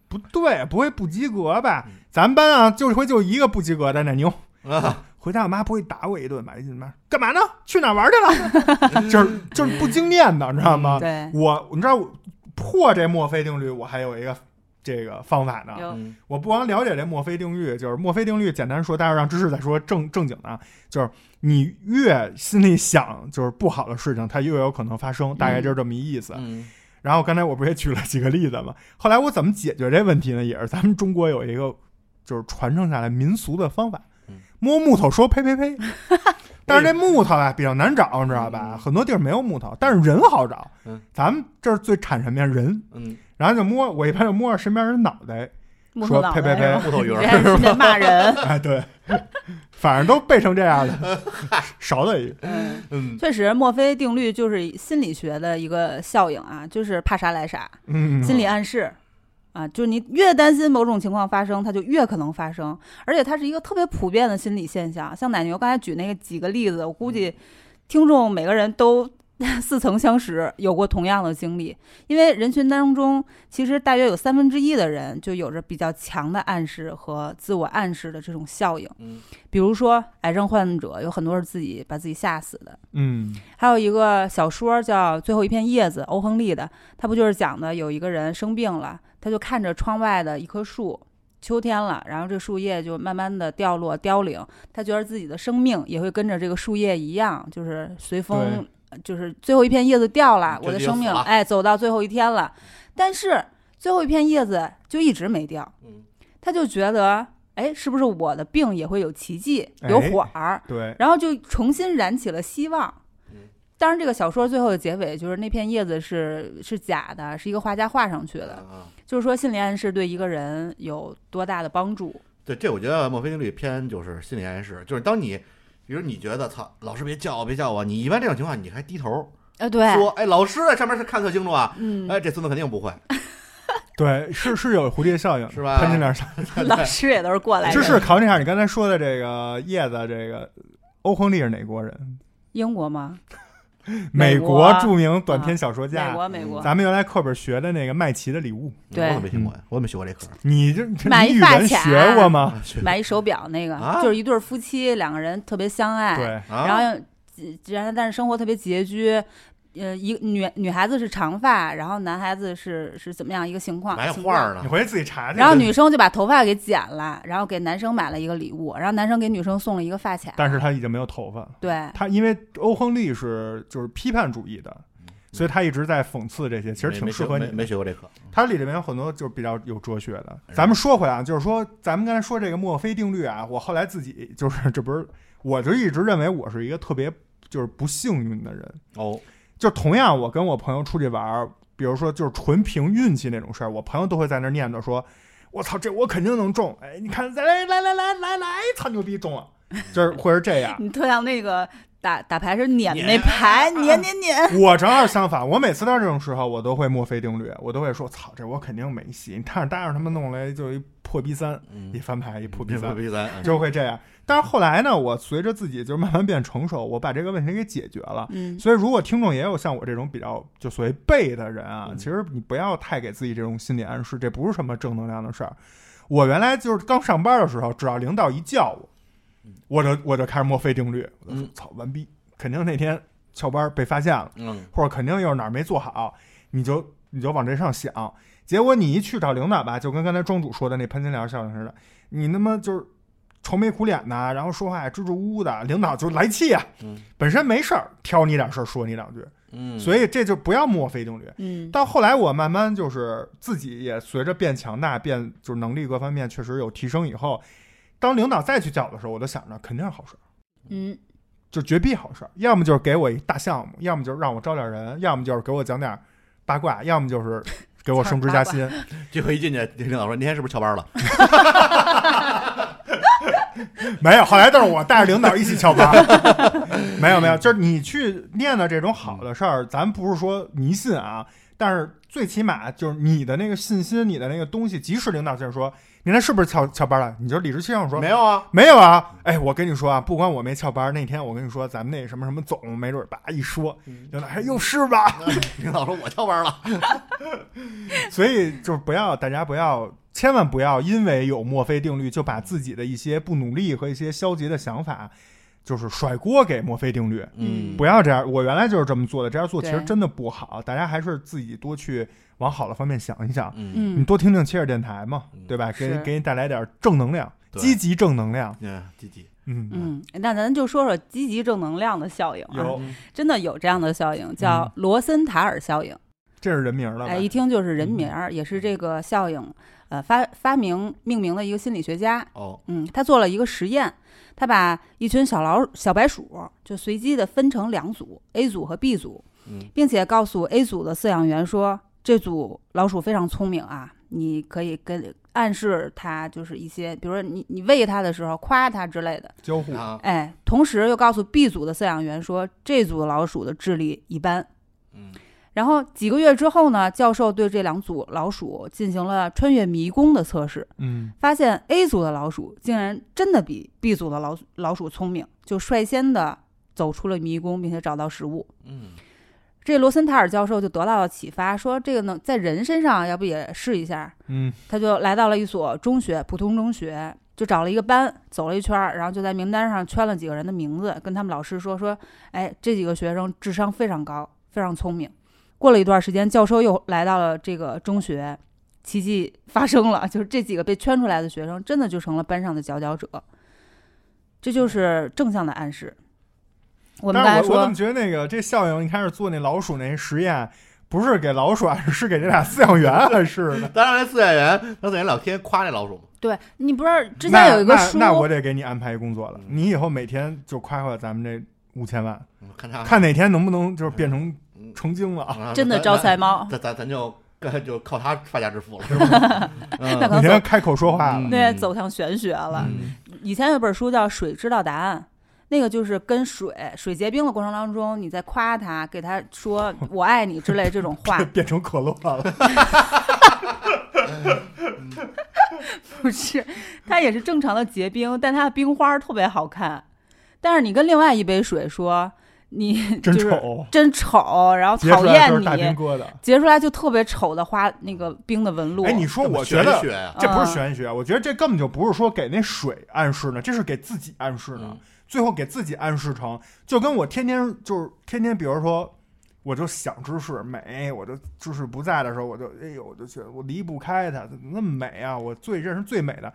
[SPEAKER 1] 不对？不会不及格吧
[SPEAKER 2] 嗯？
[SPEAKER 1] 咱们班啊，就这回就一个不及格的奶牛。
[SPEAKER 2] 啊，
[SPEAKER 1] 回家我妈不会打我一顿吧？一进门干嘛呢？去哪儿玩去了？ 就是就是不经念的，你知道吗？
[SPEAKER 3] 对，
[SPEAKER 1] 我你知道我破这墨菲定律，我还有一个这个方法呢。
[SPEAKER 3] 有
[SPEAKER 2] 嗯
[SPEAKER 1] 我不光了解这墨菲定律，就是墨菲定律，简单说，待会儿让知识再说正正经的啊，就是你越心里想就是不好的事情，它越有可能发生，大概就是这么一意思。
[SPEAKER 2] 嗯
[SPEAKER 1] 然后刚才我不是也举了几个例子吗？ 后来我怎么解决这问题呢？也是咱们中国有一个就是传承下来民俗的方法
[SPEAKER 2] 嗯，
[SPEAKER 1] 摸木头说呸呸 呸。但是这木头啊比较难找，你知道吧？
[SPEAKER 2] 嗯
[SPEAKER 1] 很多地儿没有木头，但是人好找。
[SPEAKER 2] 嗯
[SPEAKER 1] 咱们这儿最产什么呀？人。
[SPEAKER 2] 嗯，
[SPEAKER 1] 然后就摸，我一般就摸着身边人脑袋，
[SPEAKER 3] 木头
[SPEAKER 1] 说
[SPEAKER 3] 脑
[SPEAKER 1] 呸
[SPEAKER 3] 袋
[SPEAKER 1] 呸呸
[SPEAKER 3] 是吧
[SPEAKER 2] 木头鱼
[SPEAKER 3] 你
[SPEAKER 2] 儿
[SPEAKER 3] 这还是在骂人。
[SPEAKER 1] 哎，对， 反正都背成这样 了，少的一个。
[SPEAKER 3] 嗯，
[SPEAKER 2] 嗯
[SPEAKER 3] 确实，墨菲定律就是心理学的一个效应啊，就是怕啥来啥，
[SPEAKER 1] 嗯，
[SPEAKER 3] 心理暗示。啊，就是你越担心某种情况发生，它就越可能发生，而且它是一个特别普遍的心理现象。像奶牛刚才举那个几个例子，我估计听众每个人都 似曾相识，有过同样的经历。因为人群当中，其实大约有三分之一的人就有着比较强的暗示和自我暗示的这种效应。
[SPEAKER 2] 嗯
[SPEAKER 3] 比如说，癌症患者有很多是自己把自己吓死的，
[SPEAKER 1] 嗯
[SPEAKER 3] 还有一个小说叫《最后一片叶子》，欧亨利的，他不就是讲的有一个人生病了，他就看着窗外的一棵树，秋天了，然后这树叶就慢慢的掉落凋零，他觉得自己的生命也会跟着这个树叶一样，就是随风，就是最后一片叶子掉了，
[SPEAKER 2] 就
[SPEAKER 3] 我的
[SPEAKER 2] 已经
[SPEAKER 3] 生命
[SPEAKER 2] 死了
[SPEAKER 3] 哎走到最后一天了，但是最后一片叶子就一直没掉，
[SPEAKER 2] 嗯
[SPEAKER 3] 他就觉得哎，是不是我的病也会有奇迹，有
[SPEAKER 1] 哎
[SPEAKER 3] 火儿？
[SPEAKER 1] 对，
[SPEAKER 3] 然后就重新燃起了希望
[SPEAKER 2] 嗯。
[SPEAKER 3] 当然，这个小说最后的结尾就是那片叶子是是假的，是一个画家画上去的。
[SPEAKER 2] 啊，
[SPEAKER 3] 就是说，心理暗示对一个人有多大的帮助？
[SPEAKER 2] 对，这我觉得墨菲定律偏就是心理暗示，就是当你。比如你觉得操，老师别叫我，别叫我，你一般这种情况你还低头
[SPEAKER 3] 啊，对
[SPEAKER 2] 说，哎，老师在上面是看特清楚啊，
[SPEAKER 3] 嗯，
[SPEAKER 2] 哎，这孙子肯定不会，
[SPEAKER 1] 对，是是有蝴蝶效应，
[SPEAKER 2] 是吧
[SPEAKER 1] 喷进点啥？
[SPEAKER 3] 老师也都是过来
[SPEAKER 1] 芝
[SPEAKER 3] 人。
[SPEAKER 1] 士考你一下，你刚才说的这个叶子，这个欧亨利是哪国人？
[SPEAKER 3] 英国吗？
[SPEAKER 1] 美
[SPEAKER 3] 美国
[SPEAKER 1] 国著名短篇小说
[SPEAKER 3] 美
[SPEAKER 1] 家。
[SPEAKER 3] 国，美
[SPEAKER 2] 嗯
[SPEAKER 3] 国。
[SPEAKER 1] 咱们原来课本学的那个《麦奇的礼物
[SPEAKER 3] 对
[SPEAKER 2] 我可没听过呀，我也没学过这课》，
[SPEAKER 1] 你这你
[SPEAKER 3] 买一
[SPEAKER 1] 语
[SPEAKER 3] 发
[SPEAKER 1] 文
[SPEAKER 3] 卡
[SPEAKER 1] 学过吗？
[SPEAKER 2] 啊，学
[SPEAKER 3] 买一手表那个，
[SPEAKER 2] 啊
[SPEAKER 3] 就是一对夫妻，两个人特别相爱，
[SPEAKER 1] 对，
[SPEAKER 2] 啊，
[SPEAKER 3] 然后呃然后但是生活特别拮据。呃，一女女孩子是长发，然后男孩子是是怎么样一个情况？
[SPEAKER 2] 买
[SPEAKER 3] 情
[SPEAKER 2] 画
[SPEAKER 3] 况
[SPEAKER 2] 儿呢
[SPEAKER 1] 你，回去自己查去。
[SPEAKER 3] 然后女生就把头发给剪了，然后给男生买了一个礼物，然后男生给女生送了一个发卡。
[SPEAKER 1] 但是他已经没有头发了。
[SPEAKER 3] 对，
[SPEAKER 1] 他因为欧亨利是就是批判主义的，所以他一直在讽刺这些，其实
[SPEAKER 2] 没
[SPEAKER 1] 挺
[SPEAKER 2] 没
[SPEAKER 1] 适
[SPEAKER 2] 学
[SPEAKER 1] 合你
[SPEAKER 2] 没
[SPEAKER 1] 的。
[SPEAKER 2] 没学过这课，
[SPEAKER 1] 它里面有很多就是比较有哲学的。咱们说回来啊，就是说咱们刚才说这个墨菲定律啊，我后来自己就是这不是，我就一直认为我是一个特别就是不幸运的人。
[SPEAKER 2] 哦，
[SPEAKER 1] 就同样，我跟我朋友出去玩儿，比如说就是纯凭运气那种事儿，我朋友都会在那儿念叨说：“我操，这我肯定能中！”哎，你看，来来来来来来，操牛逼中了，就是会是这样。
[SPEAKER 3] 你特像那个打打牌时撵那牌，撵撵撵。
[SPEAKER 1] 我正好相反，我每次到这种时候，我都会墨菲定律，我都会说：“操，这我肯定没戏。”但是待会儿他们弄来就一破逼三，
[SPEAKER 2] 嗯
[SPEAKER 1] 一，翻牌一破逼
[SPEAKER 2] 不
[SPEAKER 1] 三，
[SPEAKER 2] 比咱，
[SPEAKER 1] 就会这样。但是后来呢，我随着自己就慢慢变成熟，我把这个问题给解决了。
[SPEAKER 3] 嗯，
[SPEAKER 1] 所以，如果听众也有像我这种比较就所谓背的人啊，
[SPEAKER 2] 嗯
[SPEAKER 1] 其实你不要太给自己这种心理暗示，这不是什么正能量的事儿。我原来就是刚上班的时候，只要领导一叫我，我就我就开始墨菲定律，我就说
[SPEAKER 2] 嗯
[SPEAKER 1] 操完逼，肯定那天翘班被发现了，
[SPEAKER 2] 嗯
[SPEAKER 1] 或者肯定又是哪儿没做好，你就你就往这上想。结果你一去找领导吧，就跟刚才庄主说的那潘金莲效应似的，你他妈就是愁眉苦脸的，然后说话也支支吾吾的，领导就来气啊。
[SPEAKER 2] 嗯
[SPEAKER 1] 本身没事儿，挑你点事儿说你两句，
[SPEAKER 2] 嗯，
[SPEAKER 1] 所以这就不要墨菲定律。
[SPEAKER 3] 嗯
[SPEAKER 1] 到后来，我慢慢就是自己也随着变强大，变就是能力各方面确实有提升以后，当领导再去叫我的时候，我就想着肯定是好事儿，
[SPEAKER 3] 嗯
[SPEAKER 1] 就绝必好事儿。要么就是给我一大项目，要么就是让我招点人，要么就是给我讲点八卦，要么就是给我升职加薪。
[SPEAKER 2] 这回一进去，这领导说：“你今天是不是翘班了
[SPEAKER 1] 没有，后来都是我带着领导一起翘班儿。没有没有，就是你去念的这种好的事儿，咱不是说迷信啊，但是最起码就是你的那个信心，你的那个东西，即使领导就是说您这是不是翘翘班了，你就理直气壮？”说
[SPEAKER 2] 没有啊，
[SPEAKER 1] 没有啊。哎，我跟你说啊，不光我没翘班，那天我跟你说，咱们那什么什么总，没准儿叭一说，
[SPEAKER 2] 嗯
[SPEAKER 1] 领导还又是吧。
[SPEAKER 2] 领导说：“我翘班了。
[SPEAKER 1] 所以就是不要，大家不要，千万不要因为有墨菲定律就把自己的一些不努力和一些消极的想法，就是甩锅给墨菲定律。
[SPEAKER 3] 嗯
[SPEAKER 1] 不要这样，我原来就是这么做的，这样做其实
[SPEAKER 3] 对
[SPEAKER 1] 真的不好。大家还是自己多去往好的方面想一想，
[SPEAKER 2] 嗯
[SPEAKER 1] 你
[SPEAKER 3] 嗯，
[SPEAKER 1] 多听听切尔电台嘛，
[SPEAKER 2] 嗯
[SPEAKER 1] 对吧？给
[SPEAKER 3] 是
[SPEAKER 1] 给你带来点正能量，
[SPEAKER 2] 对
[SPEAKER 1] 积极正能量。
[SPEAKER 2] 嗯，积极。
[SPEAKER 1] 嗯
[SPEAKER 3] 嗯，那咱就说说积极正能量的效应啊，
[SPEAKER 1] 有，
[SPEAKER 3] 真的有这样的效应，叫罗森塔尔效应。
[SPEAKER 1] 这是人名了吧
[SPEAKER 3] 哎，？一听就是人名儿，也是这个效应，呃，发发明命名的一个心理学家。
[SPEAKER 2] 哦，
[SPEAKER 3] 嗯，他做了一个实验，他把一群小老小白鼠就随机的分成两组，A 组和 B 组，
[SPEAKER 2] 嗯
[SPEAKER 3] 并且告诉 A 组的饲养员说，这组老鼠非常聪明啊，你可以跟暗示它就是一些，比如说你你喂它的时候夸它之类的，
[SPEAKER 1] 交互，
[SPEAKER 2] 啊，
[SPEAKER 3] 哎，同时又告诉 B 组的饲养员说，这组老鼠的智力一般。
[SPEAKER 2] 嗯
[SPEAKER 3] 然后几个月之后呢，教授对这两组老鼠进行了穿越迷宫的测试，
[SPEAKER 1] 嗯
[SPEAKER 3] 发现 A 组的老鼠竟然真的比 B 组的老鼠老鼠聪明，就率先的走出了迷宫，并且找到食物。
[SPEAKER 2] 嗯
[SPEAKER 3] 这罗森塔尔教授就得到了启发，说这个呢，在人身上要不也试一下？
[SPEAKER 1] 嗯
[SPEAKER 3] 他就来到了一所中学，普通中学，就找了一个班，走了一圈儿，然后就在名单上圈了几个人的名字，跟他们老师说说，哎，这几个学生智商非常高，非常聪明。过了一段时间，教授又来到了这个中学，奇迹发生了，就是这几个被圈出来的学生真的就成了班上的佼佼者，这就是正向的暗示。我们刚
[SPEAKER 1] 但
[SPEAKER 3] 才
[SPEAKER 1] 是我我怎
[SPEAKER 3] 说
[SPEAKER 1] 么，觉得那个这效应一开始做那老鼠那实验，不是给老鼠啊，是给这俩饲养员还是呢？
[SPEAKER 2] 当然，那饲养员，那饲养员老天夸那老鼠嘛，
[SPEAKER 3] 对你不是之前有一个
[SPEAKER 1] 那
[SPEAKER 3] 书，
[SPEAKER 1] 那，那我得给你安排一工作了
[SPEAKER 2] 嗯。
[SPEAKER 1] 你以后每天就夸夸咱们这五千万，
[SPEAKER 2] 嗯看他
[SPEAKER 1] 看哪天能不能就是变成
[SPEAKER 2] 嗯
[SPEAKER 1] 成精了啊！
[SPEAKER 2] 啊
[SPEAKER 3] 哦真的招财猫
[SPEAKER 2] 咱咱咱就干就靠他发家致富了，是吧？
[SPEAKER 3] 那
[SPEAKER 2] 嗯
[SPEAKER 3] 可
[SPEAKER 1] 每
[SPEAKER 3] 能
[SPEAKER 1] 天开口说话了
[SPEAKER 2] 嗯，
[SPEAKER 3] 对，走向玄学了。
[SPEAKER 2] 嗯
[SPEAKER 3] 以前有本书叫《水知道答案》，那个就是跟水水结冰的过程当中，你在夸他，给他 说“我爱你”之类这种话，
[SPEAKER 1] 变成可乐 了。
[SPEAKER 3] 不是，它也是正常的结冰，但它的冰花特别好看。但是你跟另外一杯水说你
[SPEAKER 1] 真
[SPEAKER 3] 就是
[SPEAKER 1] 丑
[SPEAKER 3] 真丑，然后
[SPEAKER 1] 结出
[SPEAKER 3] 讨
[SPEAKER 1] 来都
[SPEAKER 3] 厌
[SPEAKER 1] 是大冰
[SPEAKER 3] 你，
[SPEAKER 1] 疙瘩。
[SPEAKER 3] 结出来就特别丑的花那个冰的纹路。嗯
[SPEAKER 1] 哎，你说，我觉
[SPEAKER 2] 玄
[SPEAKER 1] 得
[SPEAKER 2] 学呀，
[SPEAKER 1] 这不
[SPEAKER 3] 啊
[SPEAKER 1] 是玄学，啊我觉得这根本就不是说给那水暗示呢，这是给自己暗示呢
[SPEAKER 2] 嗯。
[SPEAKER 1] 最后给自己暗示成，就跟我天天就是天天，比如说。我就想知识美，我就知识不在的时候，我就哎呦，我就觉得我离不开它，怎么那么美啊！我最认识最美的。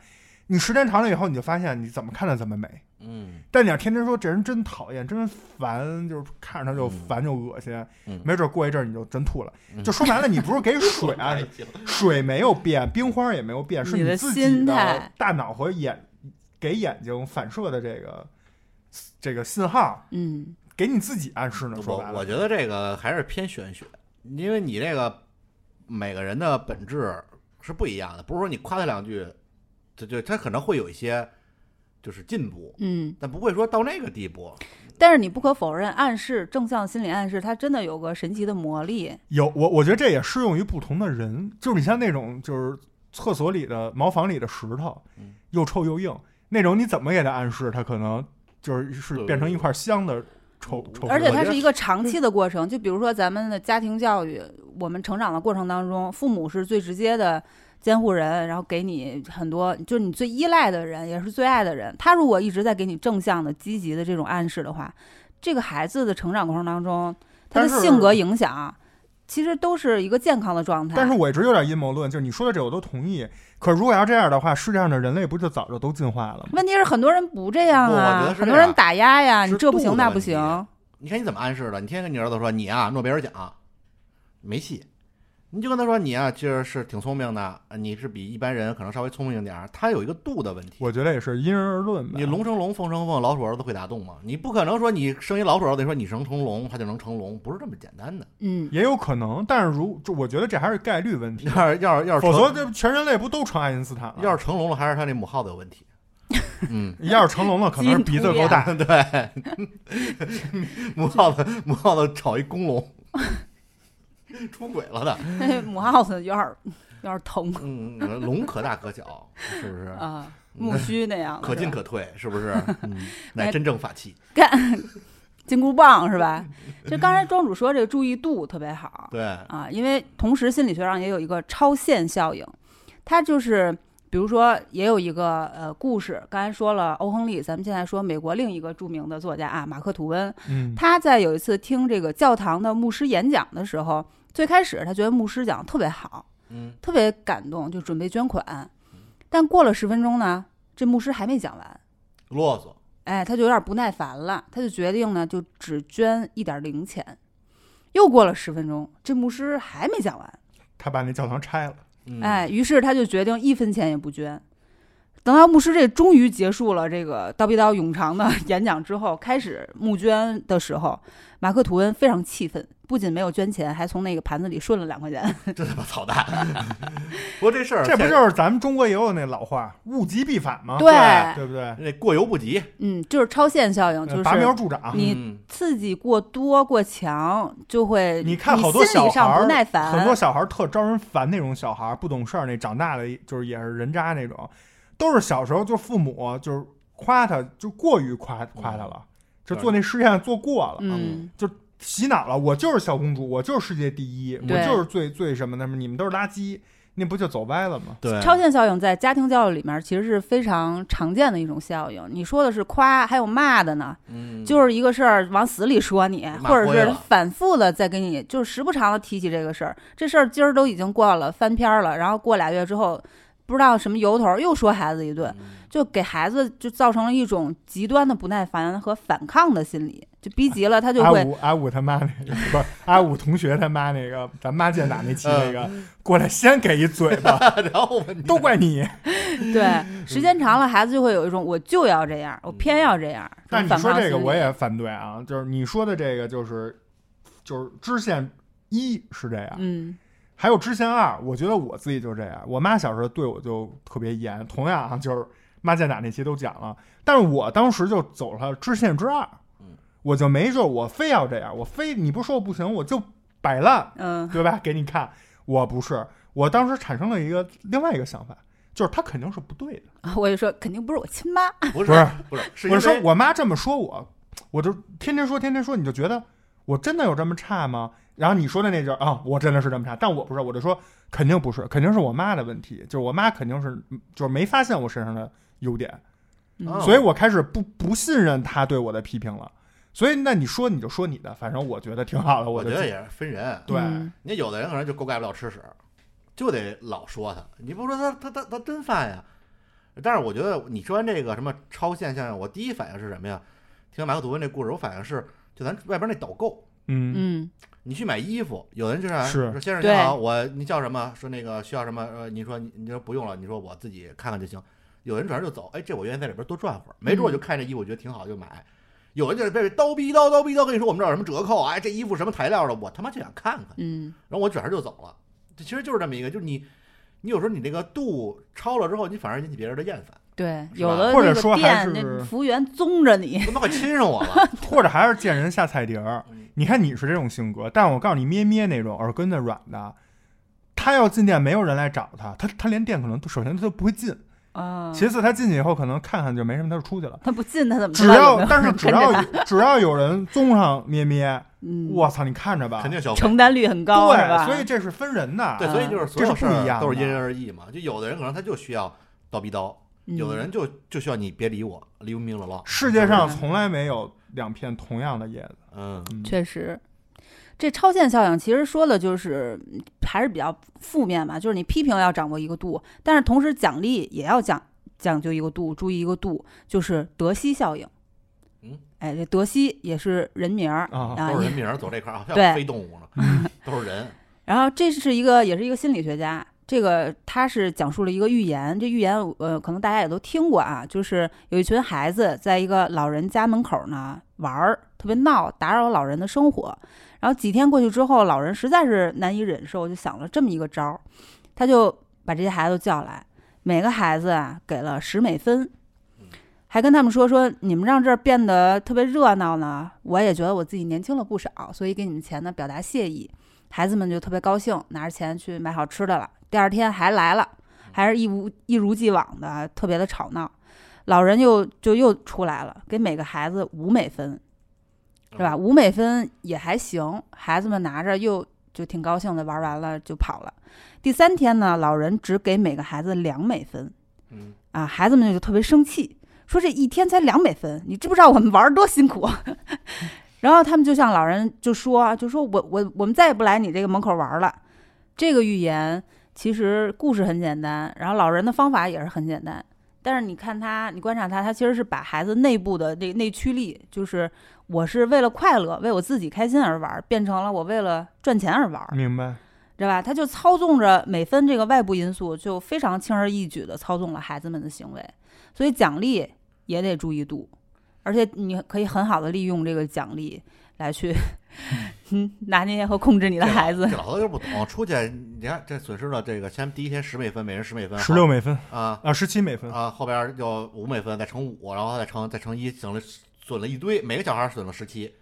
[SPEAKER 1] 你时间长了以后，你就发现你怎么看它怎么美。
[SPEAKER 2] 嗯
[SPEAKER 1] 但你要天天说这人真讨厌，真烦，就是看着他就烦就恶心，
[SPEAKER 2] 嗯
[SPEAKER 1] 没准过一阵儿你就真吐了。
[SPEAKER 2] 嗯
[SPEAKER 1] 就说白了，你不是 给水啊，
[SPEAKER 2] 还行
[SPEAKER 1] 水没有变，冰花也没有变，是
[SPEAKER 3] 你的
[SPEAKER 1] 自
[SPEAKER 3] 心
[SPEAKER 1] 己
[SPEAKER 3] 态
[SPEAKER 1] 的大脑和眼给眼睛反射的这个这个信号，
[SPEAKER 3] 嗯，
[SPEAKER 1] 给你自己暗示呢。说
[SPEAKER 2] 我
[SPEAKER 1] 白
[SPEAKER 2] 我
[SPEAKER 1] 了，
[SPEAKER 2] 觉得这个还是偏玄学，因为你这个每个人的本质是不一样的，不是说你夸他两句，就就他可能会有一些就是进步，
[SPEAKER 3] 嗯，
[SPEAKER 2] 但不会说到那个地步。
[SPEAKER 3] 但是你不可否认，暗示正向心理暗示，它真的有个神奇的魔力。
[SPEAKER 1] 有我我觉得这也适用于不同的人，就是你像那种就是厕所里的茅房里的石头
[SPEAKER 2] 嗯，
[SPEAKER 1] 又臭又硬那种，你怎么给他暗示，他可能就是是
[SPEAKER 2] 对
[SPEAKER 1] 变成一块香的臭臭石头。
[SPEAKER 3] 而且
[SPEAKER 2] 我
[SPEAKER 3] 它
[SPEAKER 2] 觉得
[SPEAKER 3] 是一个长期的过程。就比如说咱们的家庭教育，我们成长的过程当中，父母是最直接的监护人，然后给你很多，就是你最依赖的人，也是最爱的人。他如果一直在给你正向的、积极的这种暗示的话，这个孩子的成长过程当中，他
[SPEAKER 1] 但
[SPEAKER 3] 的
[SPEAKER 1] 是
[SPEAKER 3] 性格影响。其实都是一个健康的状态。
[SPEAKER 1] 但是我一直有点阴谋论，就是你说的这我都同意。可如果要这样的话，世界上的人类不就早就都进化了吗？
[SPEAKER 3] 问题是很多人不这样
[SPEAKER 2] 不我觉
[SPEAKER 3] 啊，
[SPEAKER 2] 得是
[SPEAKER 3] 很
[SPEAKER 2] 这
[SPEAKER 3] 多人
[SPEAKER 2] 样
[SPEAKER 3] 打压呀，
[SPEAKER 2] 是
[SPEAKER 3] 你这不
[SPEAKER 2] 度
[SPEAKER 3] 行
[SPEAKER 2] 的
[SPEAKER 3] 那
[SPEAKER 2] 问
[SPEAKER 3] 不
[SPEAKER 2] 题
[SPEAKER 3] 行。
[SPEAKER 2] 你看你怎么暗示的？你天天跟你儿子说你啊诺贝尔奖没戏，你就跟他说你啊其实是挺聪明的，你是比一般人可能稍微聪明一点儿，他有一个度的问题。
[SPEAKER 1] 我觉得也是因人而论吧。
[SPEAKER 2] 你龙生龙，凤生凤，老鼠儿子会打洞吗？你不可能说你生一老鼠儿子，你说你能成龙，他就能成龙，不是这么简单的。
[SPEAKER 3] 嗯，
[SPEAKER 1] 也有可能，但是如就我觉得这还是概率问题，
[SPEAKER 2] 要是要是要是
[SPEAKER 1] 否则
[SPEAKER 2] 成
[SPEAKER 1] 这全人类不都成爱因斯坦了？
[SPEAKER 2] 要是成龙了，还是他那母耗子有问题。嗯，
[SPEAKER 1] 要是成龙了，可能是鼻子够大。
[SPEAKER 2] 对， 母耗子母耗子炒一公龙，出轨了的。
[SPEAKER 3] 那母耗子有点儿有点儿疼
[SPEAKER 2] 嗯，龙可大可小， 是不是？
[SPEAKER 3] 啊，木须那样，
[SPEAKER 2] 可进可退，是不是？嗯，乃真正法器。
[SPEAKER 3] 金箍棒是吧？就刚才庄主说这个注意度特别好
[SPEAKER 2] 对，
[SPEAKER 3] 啊，因为同时心理学上也有一个超限效应，它就是。比如说，也有一个呃故事，刚才说了欧亨利，咱们现在说美国另一个著名的作家啊，马克吐温，
[SPEAKER 1] 嗯，
[SPEAKER 3] 他在有一次听这个教堂的牧师演讲的时候，最开始他觉得牧师讲得特别好，
[SPEAKER 2] 嗯，
[SPEAKER 3] 特别感动，就准备捐款。但过了十分钟呢，这牧师还没讲完，
[SPEAKER 2] 啰嗦，
[SPEAKER 3] 哎，他就有点不耐烦了，他就决定呢，就只捐一点零钱。又过了十分钟，这牧师还没讲完，
[SPEAKER 1] 他把那教堂拆了，
[SPEAKER 2] 嗯、
[SPEAKER 3] 哎，于是他就决定一分钱也不捐。等到牧师这终于结束了这个叨逼叨永长的 演讲之后，开始募捐的时候，马克吐温非常气愤，不仅没有捐钱，还从那个盘子里顺了两块钱。
[SPEAKER 2] 这他妈操蛋！ 不过这事儿，
[SPEAKER 1] 这不就是咱们中国也有那老话“物极必反”吗？
[SPEAKER 3] 对，
[SPEAKER 1] 对不对？
[SPEAKER 2] 那过犹不及？
[SPEAKER 3] 嗯，就是超限效应，就
[SPEAKER 1] 呃拔苗
[SPEAKER 3] 是
[SPEAKER 1] 助长。
[SPEAKER 3] 你
[SPEAKER 2] 嗯
[SPEAKER 3] 刺激过多过强就会，
[SPEAKER 1] 你看好多
[SPEAKER 3] 心
[SPEAKER 1] 小
[SPEAKER 3] 理
[SPEAKER 1] 孩
[SPEAKER 3] 上
[SPEAKER 1] 儿
[SPEAKER 3] 不耐，嗯烦，
[SPEAKER 1] 很多小孩儿特招人烦那种小孩儿，不懂事儿那长大了就是也是人渣那种，都是小时候就父母就是夸他，就过于夸夸他了，就做那实验做过了，
[SPEAKER 3] 嗯，
[SPEAKER 1] 洗脑了，我就是小公主，我就是世界第一，我
[SPEAKER 3] 对
[SPEAKER 1] 就是最最什么的，你们都是垃圾，那不就走歪了吗？
[SPEAKER 2] 对，
[SPEAKER 3] 超限效应在家庭教育里面其实是非常常见的一种效应。你说的是夸，还有骂的呢，
[SPEAKER 2] 嗯
[SPEAKER 3] 就是一个事儿往死里说你，
[SPEAKER 2] 骂
[SPEAKER 3] 或者
[SPEAKER 2] 灰
[SPEAKER 3] 是
[SPEAKER 2] 了
[SPEAKER 3] 反复的再跟你，就是时不常的提起这个事儿。这事儿今儿都已经过了，翻篇儿了，然后过俩月之后，不知道什么由头儿又说孩子一顿，
[SPEAKER 2] 嗯
[SPEAKER 3] 就给孩子就造成了一种极端的不耐烦和反抗的心理，就逼急了他就
[SPEAKER 1] 阿
[SPEAKER 3] 会。
[SPEAKER 1] 五阿五他妈那个 不是阿五同学他妈那个，咱妈见打那期
[SPEAKER 3] 嗯
[SPEAKER 1] 那个，过来先给一嘴 巴，
[SPEAKER 2] 然后问
[SPEAKER 1] 都怪你。嗯
[SPEAKER 3] 对，时间长了，孩子就会有一种我就要这样，我偏要这样。
[SPEAKER 1] 但你
[SPEAKER 3] 反
[SPEAKER 1] 说
[SPEAKER 3] 抗
[SPEAKER 1] 这个
[SPEAKER 3] 心理
[SPEAKER 1] 我也反对啊，就是你说的这个就是就是支线一是这样，
[SPEAKER 3] 嗯
[SPEAKER 1] 还有支线二，我觉得我自己就是这样。我妈小时候对我就特别严，同样啊，就是妈见打那期都讲了，但是我当时就走了支线之二
[SPEAKER 2] 嗯，
[SPEAKER 1] 我就没说我非要这样，我非你不说我不行，我就摆烂，
[SPEAKER 3] 嗯
[SPEAKER 1] 对吧？给你看，我不是，我当时产生了一个另外一个想法，就是他肯定是不对的。
[SPEAKER 3] 我就说肯定不是我亲妈，
[SPEAKER 2] 不
[SPEAKER 1] 不是
[SPEAKER 2] 是不是，是因
[SPEAKER 1] 我
[SPEAKER 2] 为
[SPEAKER 1] 说我妈这么说我，我就天天说天天说，你就觉得我真的有这么差吗？然后你说的那句儿啊，我真的是这么差，但我不是，我就说肯定不是，肯定是我妈的问题，就是我妈肯定是就是没发现我身上的优点，
[SPEAKER 2] 哦
[SPEAKER 1] 所以我开始不不信任她对我的批评了。所以那你说你就说你的，反正我觉得挺好的，
[SPEAKER 2] 我
[SPEAKER 1] 就
[SPEAKER 2] 觉得也是分人。
[SPEAKER 1] 对，
[SPEAKER 3] 嗯
[SPEAKER 2] 你看有的人可能就够盖不了吃屎，就得老说他，你不说他他他他真犯呀。但是我觉得你说完这个什么超限效应，我第一反应是什么呀？听完马克吐温这故事，我反应是就咱外边那导购，
[SPEAKER 1] 嗯，
[SPEAKER 3] 嗯
[SPEAKER 2] 你去买衣服，有人就是
[SPEAKER 1] 是
[SPEAKER 2] 说先生
[SPEAKER 3] 对
[SPEAKER 2] 您好，我你叫什么？说那个需要什么？呃，你说你你说不用了，你说我自己看看就行。有人转身就走，哎，这我愿意在里边多转会儿，没准我就看这衣服，我觉得挺好就买。有人就是被叨逼叨叨逼叨跟你说我们这儿有什么折扣啊，哎，这衣服什么材料的，我他妈就想看看，
[SPEAKER 3] 嗯
[SPEAKER 2] 然后我转身就走了。这其实就是这么一个，就是你你有时候你这个度超了之后，你反而引起别人的厌烦，
[SPEAKER 3] 对，
[SPEAKER 2] 是
[SPEAKER 3] 有
[SPEAKER 2] 吧
[SPEAKER 3] 的
[SPEAKER 1] 或者
[SPEAKER 3] 那个
[SPEAKER 1] 说还
[SPEAKER 3] 店
[SPEAKER 1] 是
[SPEAKER 3] 那服务员宗着你，
[SPEAKER 2] 他妈快亲上我 了。
[SPEAKER 1] 或者还是见人下菜碟儿
[SPEAKER 2] 嗯。
[SPEAKER 1] 你看你是这种性格，但我告诉你，咩咩那种耳根子软的，他要进店没有人来找他，他他连店可能都首先他都不会进，
[SPEAKER 3] 啊，
[SPEAKER 1] 其次他进去以后可能看看就没什么，他就出去了。
[SPEAKER 3] 他不进他怎么知
[SPEAKER 1] 只
[SPEAKER 3] 道有没
[SPEAKER 1] 要
[SPEAKER 3] 有
[SPEAKER 1] 但是
[SPEAKER 3] 人
[SPEAKER 1] 只
[SPEAKER 3] 跟着
[SPEAKER 1] 要
[SPEAKER 3] 他
[SPEAKER 1] 只要有人综上咩咩，
[SPEAKER 3] 嗯
[SPEAKER 1] 我操，你看着吧，
[SPEAKER 2] 肯定消费。
[SPEAKER 3] 承担率很高是吧？
[SPEAKER 1] 对，所以这是分人的。
[SPEAKER 2] 对，所以就是所
[SPEAKER 1] 这
[SPEAKER 2] 有
[SPEAKER 1] 是
[SPEAKER 2] 事
[SPEAKER 1] 不一
[SPEAKER 2] 儿
[SPEAKER 1] 样
[SPEAKER 2] 都是
[SPEAKER 1] 的
[SPEAKER 2] 因人而异嘛。就有的人可能他就需要叨逼叨，
[SPEAKER 3] 嗯
[SPEAKER 2] 有的人就就需要你别理我，leave me alone。
[SPEAKER 1] 世界上从来没有两片同样的叶子。
[SPEAKER 2] 嗯，
[SPEAKER 3] 确实。这超限效应其实说的就是嗯还是比较负面吧，就是你批评要掌握一个度，但是同时奖励也要讲讲究一个度，注意一个度，就是德西效应。
[SPEAKER 2] 嗯，
[SPEAKER 3] 哎，这德西也是人名儿
[SPEAKER 1] 啊嗯
[SPEAKER 3] 啊
[SPEAKER 2] 都是
[SPEAKER 3] 也
[SPEAKER 2] 人名儿走这块儿啊，
[SPEAKER 3] 对
[SPEAKER 2] 像非动物呢，都是人。
[SPEAKER 3] 然后这是一个，也是一个心理学家，这个他是讲述了一个寓言。这寓言，呃，可能大家也都听过啊，就是有一群孩子在一个老人家门口呢玩儿，特别闹，打扰老人的生活。然后几天过去之后，老人实在是难以忍受，就想了这么一个招儿，他就把这些孩子都叫来，每个孩子啊给了十美分。还跟他们说说，你们让这儿变得特别热闹呢，我也觉得我自己年轻了不少，所以给你们钱呢，表达谢意。孩子们就特别高兴，拿着钱去买好吃的了。第二天还来了，还是一如一如既往的特别的吵闹。老人又就又出来了，给每个孩子五美分，是吧？五美分也还行，孩子们拿着又就挺高兴的，玩完了就跑了。第三天呢，老人只给每个孩子两美分，
[SPEAKER 2] 嗯，
[SPEAKER 3] 啊，孩子们就特别生气，说这一天才两美分，你知不知道我们玩儿多辛苦？啊 然后他们就向老人就说，啊就说我我我们再也不来你这个门口玩儿了。这个寓言其实故事很简单，然后老人的方法也是很简单，但是你看他，你观察他，他其实是把孩子内部的这内驱力，就是我是为了快乐，为我自己开心而玩儿，变成了我为了赚钱而玩儿。
[SPEAKER 1] 明 白。
[SPEAKER 3] 对吧？他就操纵着美分这个外部因素，就非常轻而易举的操纵了孩子们的行为，所以奖励也得注意度，而且你可以很好的利用这个奖励来去 嗯拿捏和控制你的
[SPEAKER 2] 这老
[SPEAKER 3] 孩子
[SPEAKER 2] 这。老啊头就不懂，出去你看这损失了这个，先第一天十美分，每人十美分，
[SPEAKER 1] 十六美分
[SPEAKER 2] 好啊
[SPEAKER 1] 啊，十七
[SPEAKER 3] 嗯
[SPEAKER 1] 美分，
[SPEAKER 2] 啊，后边就五美分，再乘五，然后再乘再乘一，整了损了一堆，每个小孩损了十七，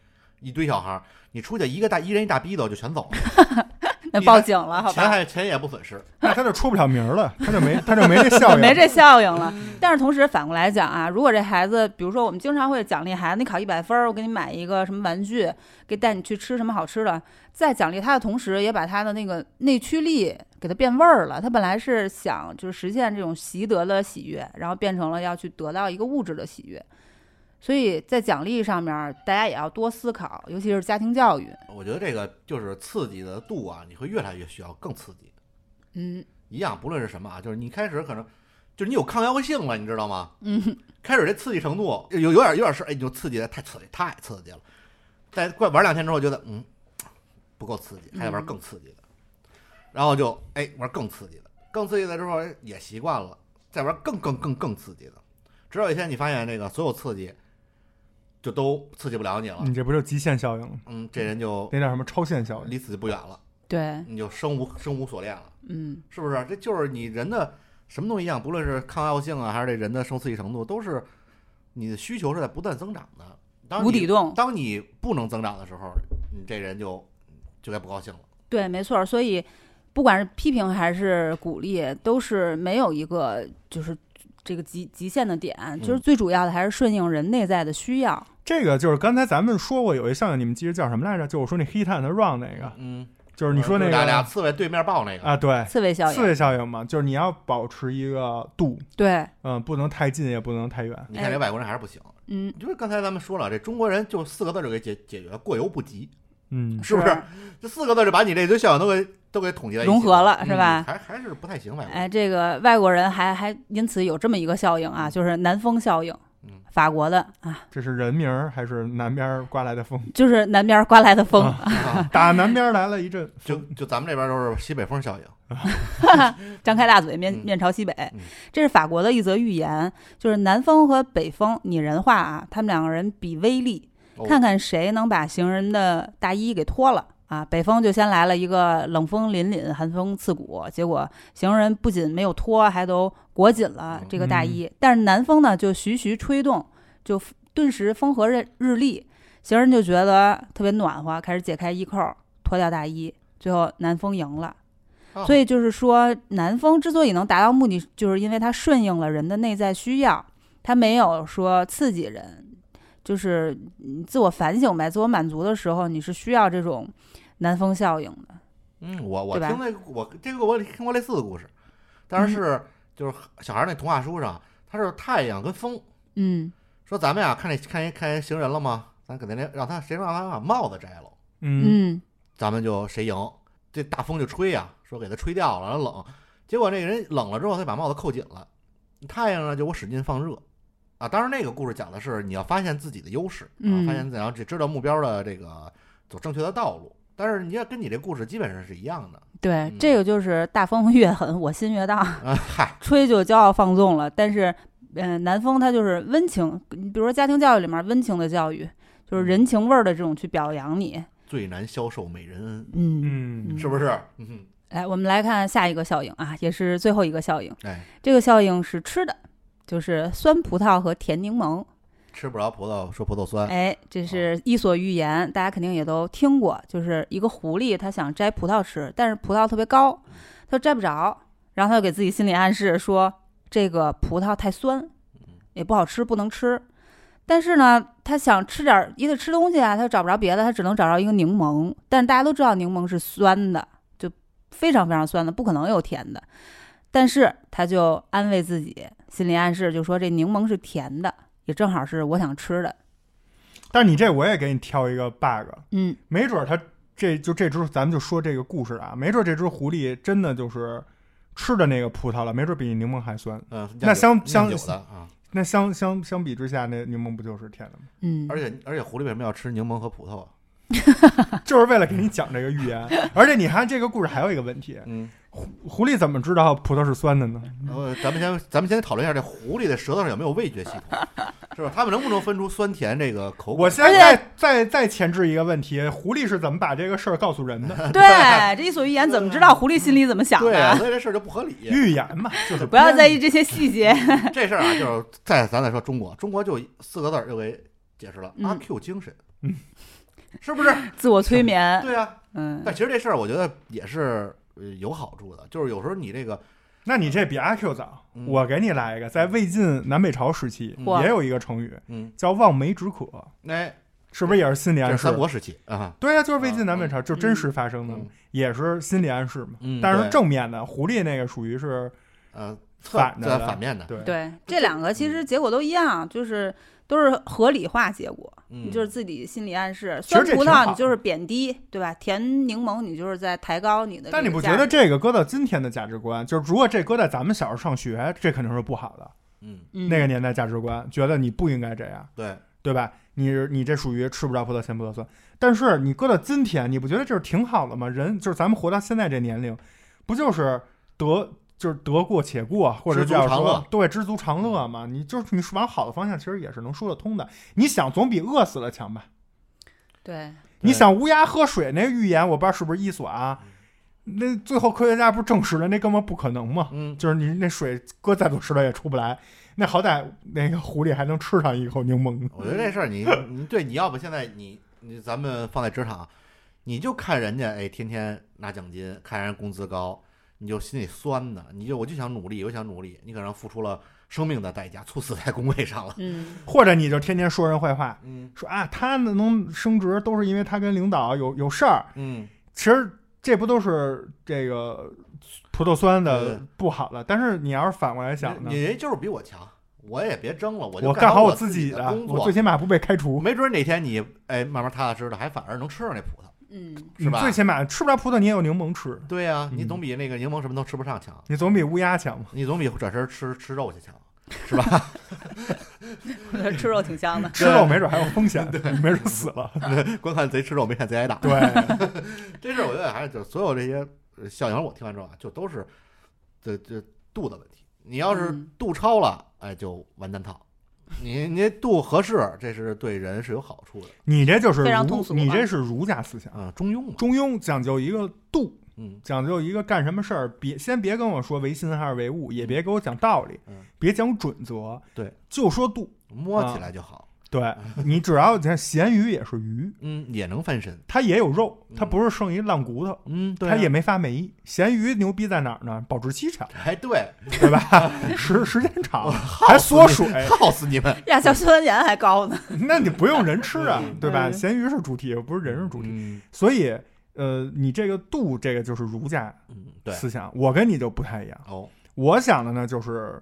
[SPEAKER 2] 一堆小孩，你出去一个大一人一大逼斗就全走了，
[SPEAKER 3] 那报警了，好
[SPEAKER 2] 钱
[SPEAKER 3] 吧？
[SPEAKER 2] 还钱也不损失，
[SPEAKER 1] 那他就出不了名儿了，他就没他就没这效应，
[SPEAKER 3] 没这效应了。但是同时反过来讲啊，如果这孩子，比如说我们经常会奖励孩子，你考一百分儿，我给你买一个什么玩具，给带你去吃什么好吃的，在奖励他的同时，也把他的那个内驱力给他变味儿了。他本来是想就是实现这种习得的喜悦，然后变成了要去得到一个物质的喜悦。所以在奖励上面，大家也要多思考，尤其是家庭教育。
[SPEAKER 2] 我觉得这个就是刺激的度啊，你会越来越需要更刺激。
[SPEAKER 3] 嗯
[SPEAKER 2] 一样，不论是什么啊，就是你开始可能就是你有抗药性了，你知道吗？
[SPEAKER 3] 嗯，
[SPEAKER 2] 开始这刺激程度有有点有点是，哎，你就刺激的太刺激太刺激了。再过玩两天之后，觉得嗯不够刺激，还得玩更刺激的，然后就哎玩更刺激的，更刺激的之后哎也习惯了，再玩更更更更刺激的，直到有一天你发现这个所有刺激就都刺激不了你了，
[SPEAKER 1] 嗯你这不就极限效应了？
[SPEAKER 2] 嗯，这人就
[SPEAKER 1] 那叫什么超限效应？
[SPEAKER 2] 离死不远了，
[SPEAKER 3] 对，
[SPEAKER 2] 你就生无生无所恋了。
[SPEAKER 3] 嗯，
[SPEAKER 2] 是不是？这就是你人的什么东西一样，不论是抗药性啊，还是这人的受刺激程度，都是你的需求是在不断增长的。当
[SPEAKER 3] 无底
[SPEAKER 2] 你
[SPEAKER 3] 洞。
[SPEAKER 2] 当你不能增长的时候，你这人就就该不高兴了。
[SPEAKER 3] 对，没错儿。所以，不管是批评还是鼓励，都是没有一个就是这个极极限的点，
[SPEAKER 2] 嗯
[SPEAKER 3] 就是最主要的还是顺应人内在的需要。
[SPEAKER 1] 这个就是刚才咱们说过有一效应，你们记着叫什么来着？就我说那 hit and run 那个，
[SPEAKER 2] 嗯，
[SPEAKER 1] 呃就是你说那
[SPEAKER 2] 俩俩
[SPEAKER 1] 个
[SPEAKER 2] 刺猬对面抱那个，
[SPEAKER 1] 啊，对，
[SPEAKER 3] 刺猬效
[SPEAKER 1] 刺
[SPEAKER 3] 应，
[SPEAKER 1] 猬效应嘛，就是你要保持一个度，
[SPEAKER 3] 对，
[SPEAKER 1] 嗯，不能太近，也不能太远。
[SPEAKER 2] 你
[SPEAKER 3] 哎
[SPEAKER 2] 看这外国人还是不行。
[SPEAKER 3] 嗯，
[SPEAKER 2] 就是刚才咱们说了，这中国人就四个字就给解解决，过犹不及，
[SPEAKER 1] 嗯，
[SPEAKER 2] 是不是？ 这四个字就把你这堆效应都给都给统计在一起
[SPEAKER 3] 融合了是吧
[SPEAKER 2] 嗯还还是不太行，外国人。
[SPEAKER 3] 哎，这个外国人还还因此有这么一个效应啊，就是南风效应
[SPEAKER 2] 嗯。
[SPEAKER 3] 法国的啊，
[SPEAKER 1] 这是人名儿还是南边儿刮来的风？
[SPEAKER 3] 就是南边刮来的风，
[SPEAKER 2] 啊
[SPEAKER 1] 打南边儿来了一阵
[SPEAKER 2] 就
[SPEAKER 1] 风，
[SPEAKER 2] 就咱们这边都是西北风效应。
[SPEAKER 3] 张开大嘴面
[SPEAKER 2] 嗯
[SPEAKER 3] 面朝西北
[SPEAKER 2] 嗯。
[SPEAKER 3] 这是法国的一则寓言，就是南风和北风拟人化啊，他们两个人比威力，
[SPEAKER 2] 哦
[SPEAKER 3] 看看谁能把行人的大衣给脱了啊！北风就先来了一个冷风凛凛、寒风刺骨，结果行人不仅没有脱，还都裹紧了这个大衣。但是南风呢，就徐徐吹动，就顿时风和日日丽，行人就觉得特别暖和，开始解开衣扣，脱掉大衣，最后南风赢了。
[SPEAKER 2] 哦
[SPEAKER 3] 所以就是说，南风之所以能达到目的，就是因为它顺应了人的内在需要，它没有说刺激人，就是你自我反省呗，自我满足的时候，你是需要这种南风效应的。
[SPEAKER 2] 嗯，我我
[SPEAKER 3] 对吧嗯
[SPEAKER 2] 听那个我这个我听过类似的故事，但是是就是小孩那童话书上，他是太阳跟风
[SPEAKER 3] 嗯
[SPEAKER 2] 说咱们呀看那看一看一行人了吗？咱给那让他谁让他把帽子摘了，
[SPEAKER 1] 嗯，
[SPEAKER 3] 嗯，
[SPEAKER 2] 咱们就谁赢。这大风就吹呀、说给他吹掉了，然后冷。结果那个人冷了之后，他把帽子扣紧了。太阳呢，就我使劲放热啊。当然，那个故事讲的是你要发现自己的优势啊，
[SPEAKER 3] 嗯
[SPEAKER 2] 发现自己然后这知道目标的这个走正确的道路。但是你要跟你这故事基本上是一样的
[SPEAKER 3] 对
[SPEAKER 2] 嗯，
[SPEAKER 3] 这个就是大风越狠，我心越大。
[SPEAKER 2] 啊，嗨，
[SPEAKER 3] 吹就骄傲放纵了，但是，嗯、南风它就是温情，你比如说家庭教育里面温情的教育，
[SPEAKER 2] 嗯
[SPEAKER 3] 就是人情味儿的这种去表扬你，
[SPEAKER 2] 最难消受美人恩，
[SPEAKER 3] 嗯。
[SPEAKER 1] 嗯
[SPEAKER 3] 嗯
[SPEAKER 2] 是不是？嗯，
[SPEAKER 3] 来，我们来看下一个效应啊，也是最后一个效应。
[SPEAKER 2] 哎，
[SPEAKER 3] 这个效应是吃的，就是酸葡萄和甜柠檬。
[SPEAKER 2] 吃不着葡萄说葡萄酸，
[SPEAKER 3] 哎，这是《伊索寓言》，大家肯定也都听过，就是一个狐狸，它想摘葡萄吃，但是葡萄特别高，它摘不着，然后它就给自己心理暗示说，这个葡萄太酸，也不好吃，不能吃。但是呢，它想吃点儿也得吃东西啊，它找不着别的，它只能找着一个柠檬。但是大家都知道柠檬是酸的，就非常非常酸的，不可能有甜的。但是他就安慰自己，心理暗示就说这柠檬是甜的，也正好是我想吃的。
[SPEAKER 1] 但是你这我也给你挑一个 bug，
[SPEAKER 3] 嗯，
[SPEAKER 1] 没准儿它这就这只，咱们就说这个故事啊，没准儿这只狐狸真的就是吃的那个葡萄了，没准儿比柠檬还酸。
[SPEAKER 2] 嗯，
[SPEAKER 1] 那
[SPEAKER 2] 酿
[SPEAKER 1] 相
[SPEAKER 2] 酒
[SPEAKER 1] 相
[SPEAKER 2] 酿酒的啊，
[SPEAKER 1] 那相相相比之下，那柠檬不就是甜的吗？
[SPEAKER 3] 嗯
[SPEAKER 2] 而且而且狐狸为什么要吃柠檬和葡萄啊？
[SPEAKER 1] 就是为了给你讲这个寓言。而且你看这个故事还有一个问题，
[SPEAKER 2] 嗯，
[SPEAKER 1] 狐狸怎么知道葡萄是酸的呢？
[SPEAKER 2] 呃，咱们先咱们先讨论一下这狐狸的舌头上有没有味觉系统，是吧？它们能不能分出酸甜这个口
[SPEAKER 1] 我
[SPEAKER 2] 感？
[SPEAKER 1] 现在再再前置一个问题，狐狸是怎么把这个事儿告诉人 的？
[SPEAKER 3] 对，这《伊索寓言》怎么知道狐狸心里怎么想
[SPEAKER 2] 对
[SPEAKER 3] 的？
[SPEAKER 2] 啊，所以这事儿就不合理。
[SPEAKER 1] 寓言嘛，就是
[SPEAKER 3] 不要
[SPEAKER 1] 编
[SPEAKER 3] 在意这些细节。
[SPEAKER 2] 这事儿啊，就是再咱再说中国，中国就四个字儿就给解释了：
[SPEAKER 3] 嗯
[SPEAKER 2] 阿 Q 精神
[SPEAKER 1] 嗯，
[SPEAKER 2] 是不是？
[SPEAKER 3] 自我催眠，
[SPEAKER 2] 对啊。
[SPEAKER 3] 嗯
[SPEAKER 2] 但，其实这事儿我觉得也是呃有好处的，就是有时候你这个
[SPEAKER 1] 那你这比阿 Q 早，
[SPEAKER 2] 嗯
[SPEAKER 1] 我给你来一个，在魏晋南北朝时期
[SPEAKER 2] 嗯
[SPEAKER 3] 哇
[SPEAKER 1] 也有一个成语
[SPEAKER 2] 嗯，
[SPEAKER 1] 叫望梅止渴，
[SPEAKER 2] 哎，
[SPEAKER 1] 是不是也是心理
[SPEAKER 2] 这
[SPEAKER 1] 暗
[SPEAKER 2] 是
[SPEAKER 1] 示
[SPEAKER 2] 三？国时期啊，
[SPEAKER 1] 对啊，就是魏晋南北朝，就真实发生的
[SPEAKER 2] 嗯，
[SPEAKER 1] 也是心理暗示嘛。
[SPEAKER 2] 嗯
[SPEAKER 1] 但是
[SPEAKER 2] 对
[SPEAKER 1] 正面的狐狸那个属于是
[SPEAKER 2] 呃，侧
[SPEAKER 1] 反着
[SPEAKER 2] 在
[SPEAKER 1] 的
[SPEAKER 2] 反面的，
[SPEAKER 1] 对，
[SPEAKER 3] 对，这两个其实结果都一样，就是都是合理化结果，
[SPEAKER 2] 嗯
[SPEAKER 3] 就是自己心理暗示。
[SPEAKER 1] 其实
[SPEAKER 3] 酸
[SPEAKER 1] 这
[SPEAKER 3] 葡
[SPEAKER 1] 挺好
[SPEAKER 3] 萄你就是贬低，对吧？甜柠檬你就是在抬高你的这个价值。
[SPEAKER 1] 但你不觉得这个搁到今天的价值观，就是如果这搁在咱们小时候上学，这肯定是不好的。
[SPEAKER 2] 嗯，
[SPEAKER 3] 嗯
[SPEAKER 1] 那个年代价值观觉得你不应该这样，
[SPEAKER 2] 对，
[SPEAKER 1] 对吧？你你这属于吃不着葡萄嫌葡萄酸。但是你搁到今天，你不觉得这是挺好的吗？人就是咱们活到现在这年龄，不就是得就是得过且过，啊或者
[SPEAKER 2] 知足
[SPEAKER 1] 叫
[SPEAKER 2] 常
[SPEAKER 1] 说
[SPEAKER 2] 乐
[SPEAKER 1] 对知足常乐嘛？你就是你往好的方向，其实也是能说得通的。你想总比饿死了强吧？
[SPEAKER 3] 对，
[SPEAKER 1] 你想乌鸦喝水那个寓言，我不知道是不是伊索啊？那最后科学家不是证实了那根本不可能吗？
[SPEAKER 2] 嗯，
[SPEAKER 1] 就是你那水搁再多石头也出不来，那好歹那个狐狸还能吃上一口柠檬。
[SPEAKER 2] 我觉得这事 儿你你对你要不现在你你咱们放在职场，你就看人家哎天天拿奖金，看人家工资高，你就心里酸呢，你就我就想努力，我想努力，你可能付出了生命的代价，猝死在工位上了。
[SPEAKER 3] 嗯，
[SPEAKER 1] 或者你就天天说人坏话，
[SPEAKER 2] 嗯
[SPEAKER 1] 说啊他能升职都是因为他跟领导有有事儿，
[SPEAKER 2] 嗯，
[SPEAKER 1] 其实这不都是这个葡萄酸的
[SPEAKER 2] 对
[SPEAKER 1] 不好了。但是你要是反过来 想呢
[SPEAKER 2] 你，人就是比我强，我也别争了，我就
[SPEAKER 1] 我
[SPEAKER 2] 干
[SPEAKER 1] 好
[SPEAKER 2] 我
[SPEAKER 1] 自
[SPEAKER 2] 己
[SPEAKER 1] 的，
[SPEAKER 2] 工
[SPEAKER 1] 我最
[SPEAKER 2] 作。
[SPEAKER 1] 起码不被开除。
[SPEAKER 2] 没准哪天你哎慢慢踏踏实实的，还反而能吃上那葡萄，
[SPEAKER 3] 嗯，
[SPEAKER 2] 是吧
[SPEAKER 1] 你最起码吃不着葡萄，你也有柠檬吃，
[SPEAKER 2] 对呀、你
[SPEAKER 1] 嗯
[SPEAKER 2] 总比那个柠檬什么都吃不上强，
[SPEAKER 1] 你总比乌鸦强嘛。
[SPEAKER 2] 你总比转身吃吃肉去强。
[SPEAKER 3] 吃肉挺 香的。
[SPEAKER 1] 吃肉没准还有风险， 没准死了。
[SPEAKER 2] 光看贼吃肉，没看贼挨打。
[SPEAKER 1] 对，
[SPEAKER 2] 这事儿我觉得还是就是所有这些呃效应，我听完之后啊，就都是这这度的问题。你要是
[SPEAKER 3] 嗯
[SPEAKER 2] 度超了，哎，就完蛋套。你你度合适，这是对人是有好处的
[SPEAKER 1] 你这就是
[SPEAKER 3] 非常
[SPEAKER 1] 儒
[SPEAKER 3] 通，俗
[SPEAKER 1] 你
[SPEAKER 3] 啊
[SPEAKER 1] 这是儒家思想。
[SPEAKER 2] 啊、中庸嘛，
[SPEAKER 1] 嗯中庸讲究一个度，
[SPEAKER 2] 嗯，
[SPEAKER 1] 讲究一个干什么事儿，别先别跟我说唯心还是唯物，也别给我讲道理，
[SPEAKER 2] 嗯
[SPEAKER 1] 别讲准则，
[SPEAKER 2] 对，
[SPEAKER 1] 就说度。
[SPEAKER 2] 摸起来就
[SPEAKER 1] 啊
[SPEAKER 2] 好，
[SPEAKER 1] 对你只要你看咸鱼也是鱼，
[SPEAKER 2] 嗯，也能翻身，
[SPEAKER 1] 它也有肉，
[SPEAKER 2] 嗯
[SPEAKER 1] 它不是剩一烂骨头，
[SPEAKER 2] 嗯，对、
[SPEAKER 1] 它也没法没。咸鱼牛逼在哪儿呢？保质期长，
[SPEAKER 2] 哎，对，
[SPEAKER 1] 对吧？时时间长，还缩水，
[SPEAKER 2] 耗死你们，
[SPEAKER 3] 亚硝酸盐还高呢。
[SPEAKER 1] 那你不用人吃啊，
[SPEAKER 2] 嗯
[SPEAKER 1] 对吧？
[SPEAKER 3] 嗯
[SPEAKER 1] 咸鱼是主体，不是人是主体，
[SPEAKER 2] 嗯
[SPEAKER 1] 所以呃，你这个度，这个就是儒家
[SPEAKER 2] 嗯，对，
[SPEAKER 1] 思想。我跟你就不太一样。
[SPEAKER 2] 哦，
[SPEAKER 1] 我想的呢，就是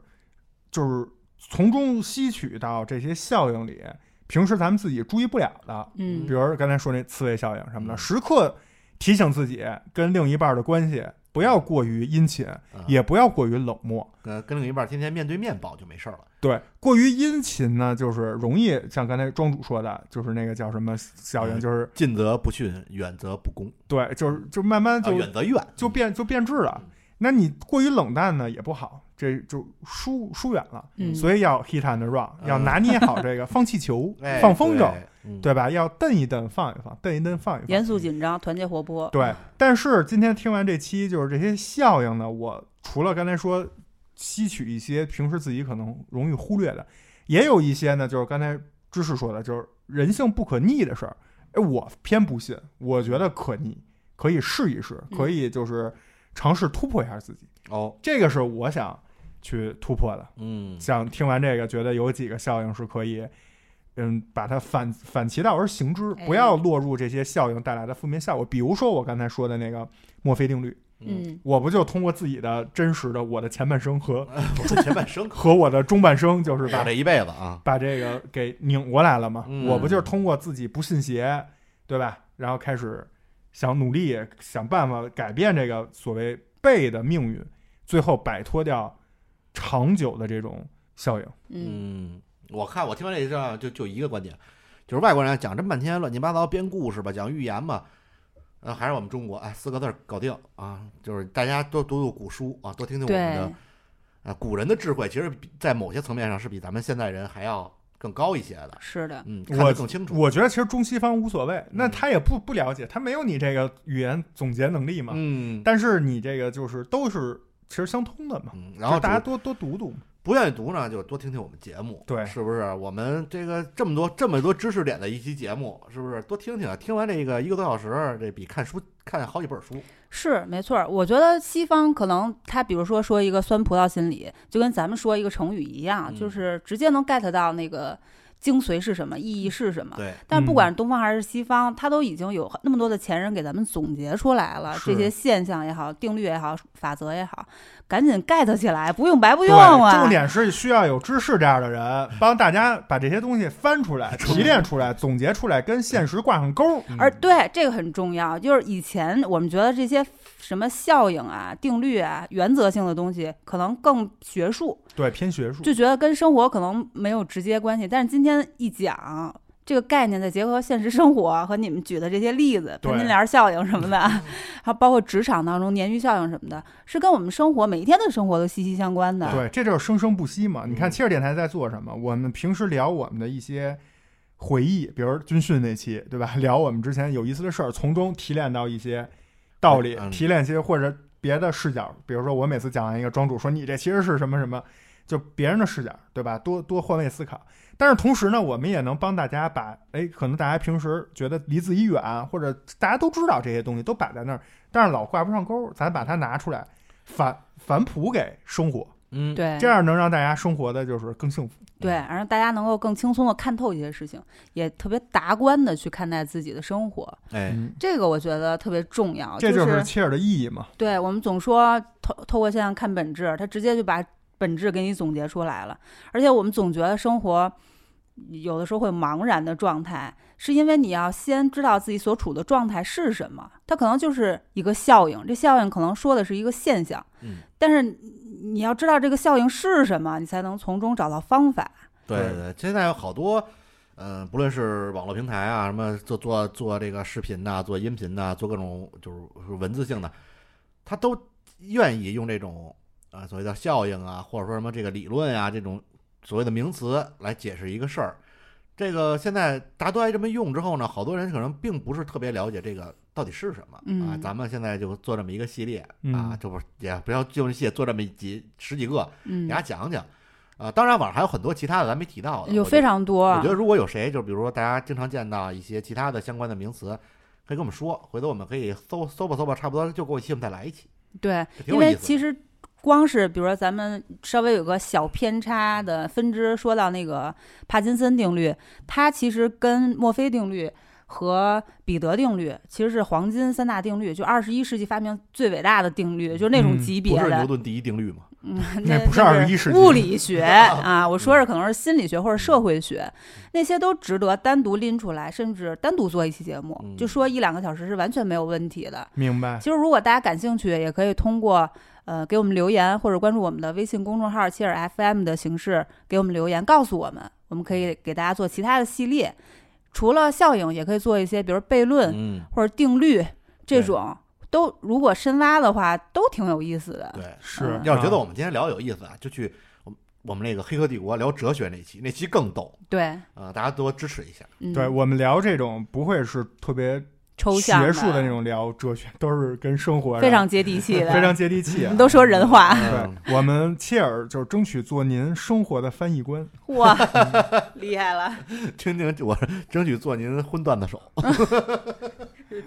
[SPEAKER 1] 就是从中吸取到这些效应里，平时咱们自己注意不了的，比
[SPEAKER 3] 嗯
[SPEAKER 1] 如刚才说那刺猬效应什么的，
[SPEAKER 2] 嗯
[SPEAKER 1] 时刻提醒自己跟另一半的关系不要过于殷勤，
[SPEAKER 2] 嗯
[SPEAKER 1] 也不要过于冷漠。
[SPEAKER 2] 跟跟另一半天天面对面抱就没事儿了。
[SPEAKER 1] 对，过于殷勤呢，就是容易像刚才庄主说的，就是那个叫什么效应，
[SPEAKER 2] 嗯
[SPEAKER 1] 就是
[SPEAKER 2] 近则不逊，远则不恭，
[SPEAKER 1] 对，就是就慢慢
[SPEAKER 2] 啊，
[SPEAKER 1] 就
[SPEAKER 2] 远则怨，
[SPEAKER 1] 就变就变质了。那你过于冷淡呢也不好，这就疏疏远了。
[SPEAKER 3] 嗯，
[SPEAKER 1] 所以要 hit and run，
[SPEAKER 2] 嗯
[SPEAKER 1] 要拿捏好这个放气球、
[SPEAKER 2] 哎
[SPEAKER 1] 放风筝，，
[SPEAKER 2] 对嗯
[SPEAKER 1] 对吧？要蹬一蹬，放一放，蹬一蹬，放一放。
[SPEAKER 3] 严肃紧张，团结活泼，
[SPEAKER 1] 对，但是今天听完这期，就是这些效应呢，我除了刚才说吸取一些平时自己可能容易忽略的，也有一些呢，就是刚才知识说的，就是人性不可逆的事儿。哎，我偏不信，我觉得可逆，可以试一试，
[SPEAKER 3] 嗯
[SPEAKER 1] 可以就是尝试突破一下自己，
[SPEAKER 2] 嗯哦，
[SPEAKER 1] 这个是我想去突破的。
[SPEAKER 2] 嗯，
[SPEAKER 1] 想听完这个，觉得有几个效应是可以，嗯，把它反反其道而行之，
[SPEAKER 3] 哎
[SPEAKER 1] 不要落入这些效应带来的负面效果。比如说我刚才说的那个墨菲定律，
[SPEAKER 3] 嗯，
[SPEAKER 1] 我不就通过自己的真实的我的前半生和
[SPEAKER 2] 我的前半生
[SPEAKER 1] 和我的中半生，就是
[SPEAKER 2] 我
[SPEAKER 1] 把
[SPEAKER 2] 这一辈子啊，
[SPEAKER 1] 把这个给拧过来了吗？
[SPEAKER 2] 嗯
[SPEAKER 1] 我不就是通过自己不信邪，对吧？然后开始想努力想办法改变这个所谓背的命运，最后摆脱掉长久的这种效应。
[SPEAKER 3] 嗯
[SPEAKER 2] 嗯，我看我听完这一段就就一个观点，就是外国人啊讲这么半天乱七八糟编故事吧，讲寓言吧。呃，还是我们中国，哎，四个字儿搞定啊！就是大家多读读古书啊，多听听我们的
[SPEAKER 3] 对，
[SPEAKER 2] 啊，古人的智慧其实比在某些层面上是比咱们现代人还要更高一些的，
[SPEAKER 3] 是的，
[SPEAKER 2] 嗯，
[SPEAKER 1] 我
[SPEAKER 2] 看得更清楚。
[SPEAKER 1] 我觉得其实中西方无所
[SPEAKER 2] 嗯
[SPEAKER 1] 谓，那他也不不了解，他没有你这个语言总结能力嘛。
[SPEAKER 2] 嗯
[SPEAKER 1] 但是你这个就是都是其实相通的嘛，
[SPEAKER 2] 嗯，然后
[SPEAKER 1] 就大家
[SPEAKER 2] 主
[SPEAKER 1] 多多读读嘛。
[SPEAKER 2] 不愿意读呢，就多听听我们节目，
[SPEAKER 1] 对
[SPEAKER 2] 是不是？我们这个这么多这么多知识点的一期节目，是不是多听听啊？听完这个一个多小时，这比看书看好几本书，
[SPEAKER 3] 是没错儿。我觉得西方可能他比如说说一个酸葡萄心理，就跟咱们说一个成语一样，
[SPEAKER 2] 嗯
[SPEAKER 3] 就是直接能 get 到那个精髓是什么，意义是什么。
[SPEAKER 2] 对，
[SPEAKER 3] 但不
[SPEAKER 1] 嗯
[SPEAKER 3] 管是东方还是西方，它都已经有那么多的前人给咱们总结出来了，这
[SPEAKER 1] 是
[SPEAKER 3] 些现象也好，定律也好，法则也好，赶紧 get 起来，不用白不
[SPEAKER 1] 对
[SPEAKER 3] 用啊。
[SPEAKER 1] 重点是需要有知识这样的人帮大家把这些东西翻出 来、提炼出来、总结出来，跟现实挂上钩。
[SPEAKER 2] 嗯
[SPEAKER 1] 嗯
[SPEAKER 3] 而对这个很重要，就是以前我们觉得这些什么效应啊、定律啊、原则性的东西，可能更学术，
[SPEAKER 1] 对，偏学术。
[SPEAKER 3] 就觉得跟生活可能没有直接关系。但是今天一讲这个概念，再结合现实生活和你们举的这些例子，
[SPEAKER 1] 对嗯
[SPEAKER 3] 潘金莲效应什么的， 还有包括职场当中鲶鱼效应什么的，是跟我们生活每一天的生活都息息相关的。
[SPEAKER 1] 对，这就是生生不息嘛。你看
[SPEAKER 2] 嗯
[SPEAKER 1] 七十电台在做什么？我们平时聊我们的一些回忆，比如军训那期，对吧？ 聊我们之前有意思的事儿，从中提炼到一些道理，
[SPEAKER 2] 嗯
[SPEAKER 1] 提炼一些或者别的视角。比如说，我每次讲完一个庄主说你这其实是什么什么，就别人的视角，对吧？多多换位思考。但是同时呢，我们也能帮大家把，哎，可能大家平时觉得离自己远，或者大家都知道这些东西都摆在那儿，但是老挂不上钩儿，咱把它拿出来反反哺给生活。
[SPEAKER 2] 嗯，
[SPEAKER 3] 对
[SPEAKER 1] 这样能让大家生活的就是更幸福。
[SPEAKER 3] 对，然后大家能够更轻松的看透一些事情，也特别达观的去看待自己的生活，
[SPEAKER 1] 嗯
[SPEAKER 2] 哎，
[SPEAKER 3] 这个我觉得特别重要。
[SPEAKER 1] 这
[SPEAKER 3] 就
[SPEAKER 1] 就是切尔的意义嘛。
[SPEAKER 3] 对我们总说透透过现象看本质，他直接就把本质给你总结出来了。而且我们总觉得生活有的时候会茫然的状态，是因为你要先知道自己所处的状态是什么。它可能就是一个效应，这效应可能说的是一个现象，
[SPEAKER 2] 嗯
[SPEAKER 3] 但是你要知道这个效应是什么，你才能从中找到方法。
[SPEAKER 2] 对
[SPEAKER 1] 对
[SPEAKER 2] 对对，现在有好多，呃，不论是网络平台啊，什么做做做这个视频呐、做音频呐、做各种就是文字性的，他都愿意用这种啊所谓的效应啊，或者说什么这个理论啊这种所谓的名词来解释一个事儿。这个现在大家都爱这么用之后呢，好多人可能并不是特别了解这个到底是什么、啊。
[SPEAKER 3] 嗯
[SPEAKER 2] 咱们现在就做这么一个系列、啊
[SPEAKER 1] 嗯，
[SPEAKER 2] 这不是也不要就是系列做这么几十几个，
[SPEAKER 3] 嗯
[SPEAKER 2] 给，大家讲讲。啊、当然网上还有很多其他的咱没提到的，
[SPEAKER 3] 有
[SPEAKER 2] 我觉
[SPEAKER 3] 非常多
[SPEAKER 2] 我
[SPEAKER 3] 啊
[SPEAKER 2] 觉。得如果有谁，就比如说大家经常见到一些其他的相关的名词，可以跟我们说，回头我们可以搜搜吧搜吧，差不多就过一期我们再来一期，
[SPEAKER 3] 对，
[SPEAKER 2] 挺
[SPEAKER 3] 因
[SPEAKER 2] 有意
[SPEAKER 3] 为
[SPEAKER 2] 思
[SPEAKER 3] 其
[SPEAKER 2] 的。
[SPEAKER 3] 实光是比如说咱们稍微有个小偏差的分支，说到那个帕金森定律，它其实跟墨菲定律和彼得定律，其实是黄金三大定律，就二十一世纪发明最伟大的定律，就是那种
[SPEAKER 1] 嗯
[SPEAKER 3] 级
[SPEAKER 2] 不
[SPEAKER 3] 别
[SPEAKER 2] 是
[SPEAKER 3] 的
[SPEAKER 2] 牛。顿第一定律吗？
[SPEAKER 3] 嗯，
[SPEAKER 1] 那不是21世纪嗯
[SPEAKER 3] 物 理学啊，我说是可能是心理学或者社会学，那些都值得单独拎出来，甚至单独做一期节目，
[SPEAKER 2] 嗯
[SPEAKER 3] 就说一两个小时是完全没有问题的。
[SPEAKER 1] 明白。
[SPEAKER 3] 其实如果大家感兴趣，也可以通过呃给我们留言，或者关注我们的微信公众号“切尔 FM” 的形式给我们留言，告诉我们，我们可以给大家做其他的系列。除了效应，也可以做一些，比如悖论
[SPEAKER 2] 嗯，
[SPEAKER 3] 或者定律这
[SPEAKER 2] 对
[SPEAKER 3] 种，都如果深挖的话，都挺有意思的。
[SPEAKER 2] 对。
[SPEAKER 1] 是
[SPEAKER 3] 嗯
[SPEAKER 2] 要是觉得啊我们今天聊有意思啊，就去我们我们那个《黑客帝国》聊哲学那期，那期更逗
[SPEAKER 3] 对，
[SPEAKER 2] 啊、呃大家多支持一下。
[SPEAKER 3] 嗯，
[SPEAKER 1] 对我们聊这种不会是特别
[SPEAKER 3] 抽象
[SPEAKER 1] 学
[SPEAKER 3] 的
[SPEAKER 1] 术的那，种聊哲学，都是跟生活上
[SPEAKER 3] 非常接 地气的，
[SPEAKER 1] 非常接地气
[SPEAKER 3] 我
[SPEAKER 1] 啊
[SPEAKER 3] 们。都说 人话，
[SPEAKER 2] 嗯，
[SPEAKER 1] 对，我们切尔就是争取做您生活的翻译官。
[SPEAKER 3] 哇，厉害了，
[SPEAKER 2] 听听我争取做您荤段子手，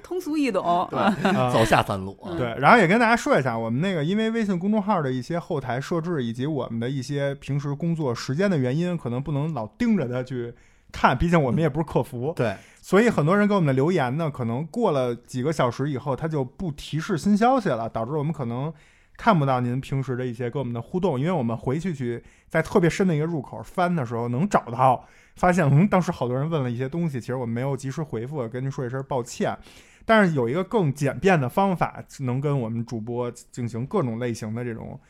[SPEAKER 3] 通俗易懂。
[SPEAKER 1] 啊
[SPEAKER 2] 走下三路啊。
[SPEAKER 3] 嗯
[SPEAKER 1] 对，然后也跟大家说一下，我们那个因为微信公众号的一些后台设置，以及我们的一些平时工作时间的原因，可能不能老盯着它去看，毕竟我们也不是客服，
[SPEAKER 2] 对，
[SPEAKER 1] 所以很多人给我们的留言呢，可能过了几个小时以后，它就不提示新消息了，导致我们可能看不到您平时的一些跟我们的互动，因为我们回去去在特别深的一个入口翻的时候能找到，发现嗯，当时好多人问了一些东西，其实我们没有及时回复，跟您说一声抱歉。但是有一个更简便的方法，能跟我们主播进行各种类型的这种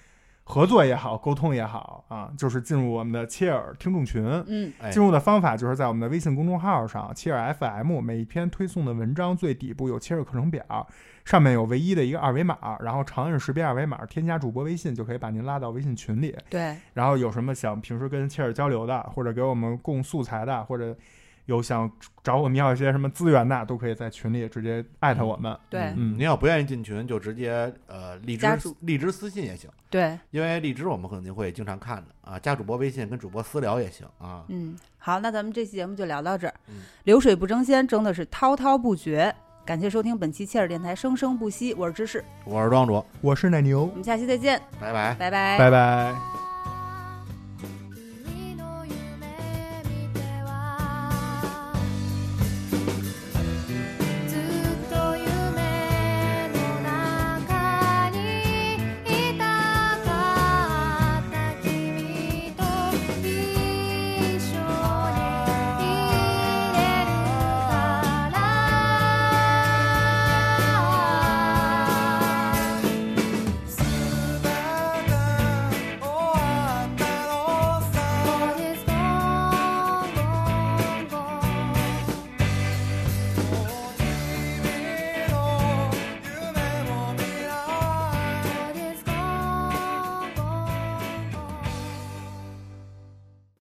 [SPEAKER 1] 合作也好、沟通也好啊，就是进入我们的切尔听众群。
[SPEAKER 3] 嗯，
[SPEAKER 2] 哎
[SPEAKER 1] 进入的方法就是在我们的微信公众号上，切尔 FM 每一篇推送的文章最底部有切尔课程表，上面有唯一的一个二维码，然后长按识别二维码，添加主播微信就可以把您拉到微信群里。
[SPEAKER 3] 对，
[SPEAKER 1] 然后有什么想平时跟切尔交流的，或者给我们供素材的，或者有想找我们要一些什么资源的，都可以在群里直接艾特我们。
[SPEAKER 3] 对
[SPEAKER 1] 嗯
[SPEAKER 2] 您要不愿意进群，就直接呃荔枝
[SPEAKER 3] 加主
[SPEAKER 2] 荔枝私信也行，
[SPEAKER 3] 对，
[SPEAKER 2] 因为荔枝我们肯定会经常看的啊。加主播微信跟主播私聊也行啊。
[SPEAKER 3] 嗯，好，那咱们这期节目就聊到这儿。
[SPEAKER 2] 嗯
[SPEAKER 3] 流水不争先，争的是滔滔不绝。感谢收听本期切尔电台，生生不息。我是芝士，
[SPEAKER 2] 我是庄主，
[SPEAKER 1] 我是奶牛
[SPEAKER 3] 我，们下期再见，
[SPEAKER 2] 拜拜。
[SPEAKER 3] 拜拜
[SPEAKER 1] 拜拜。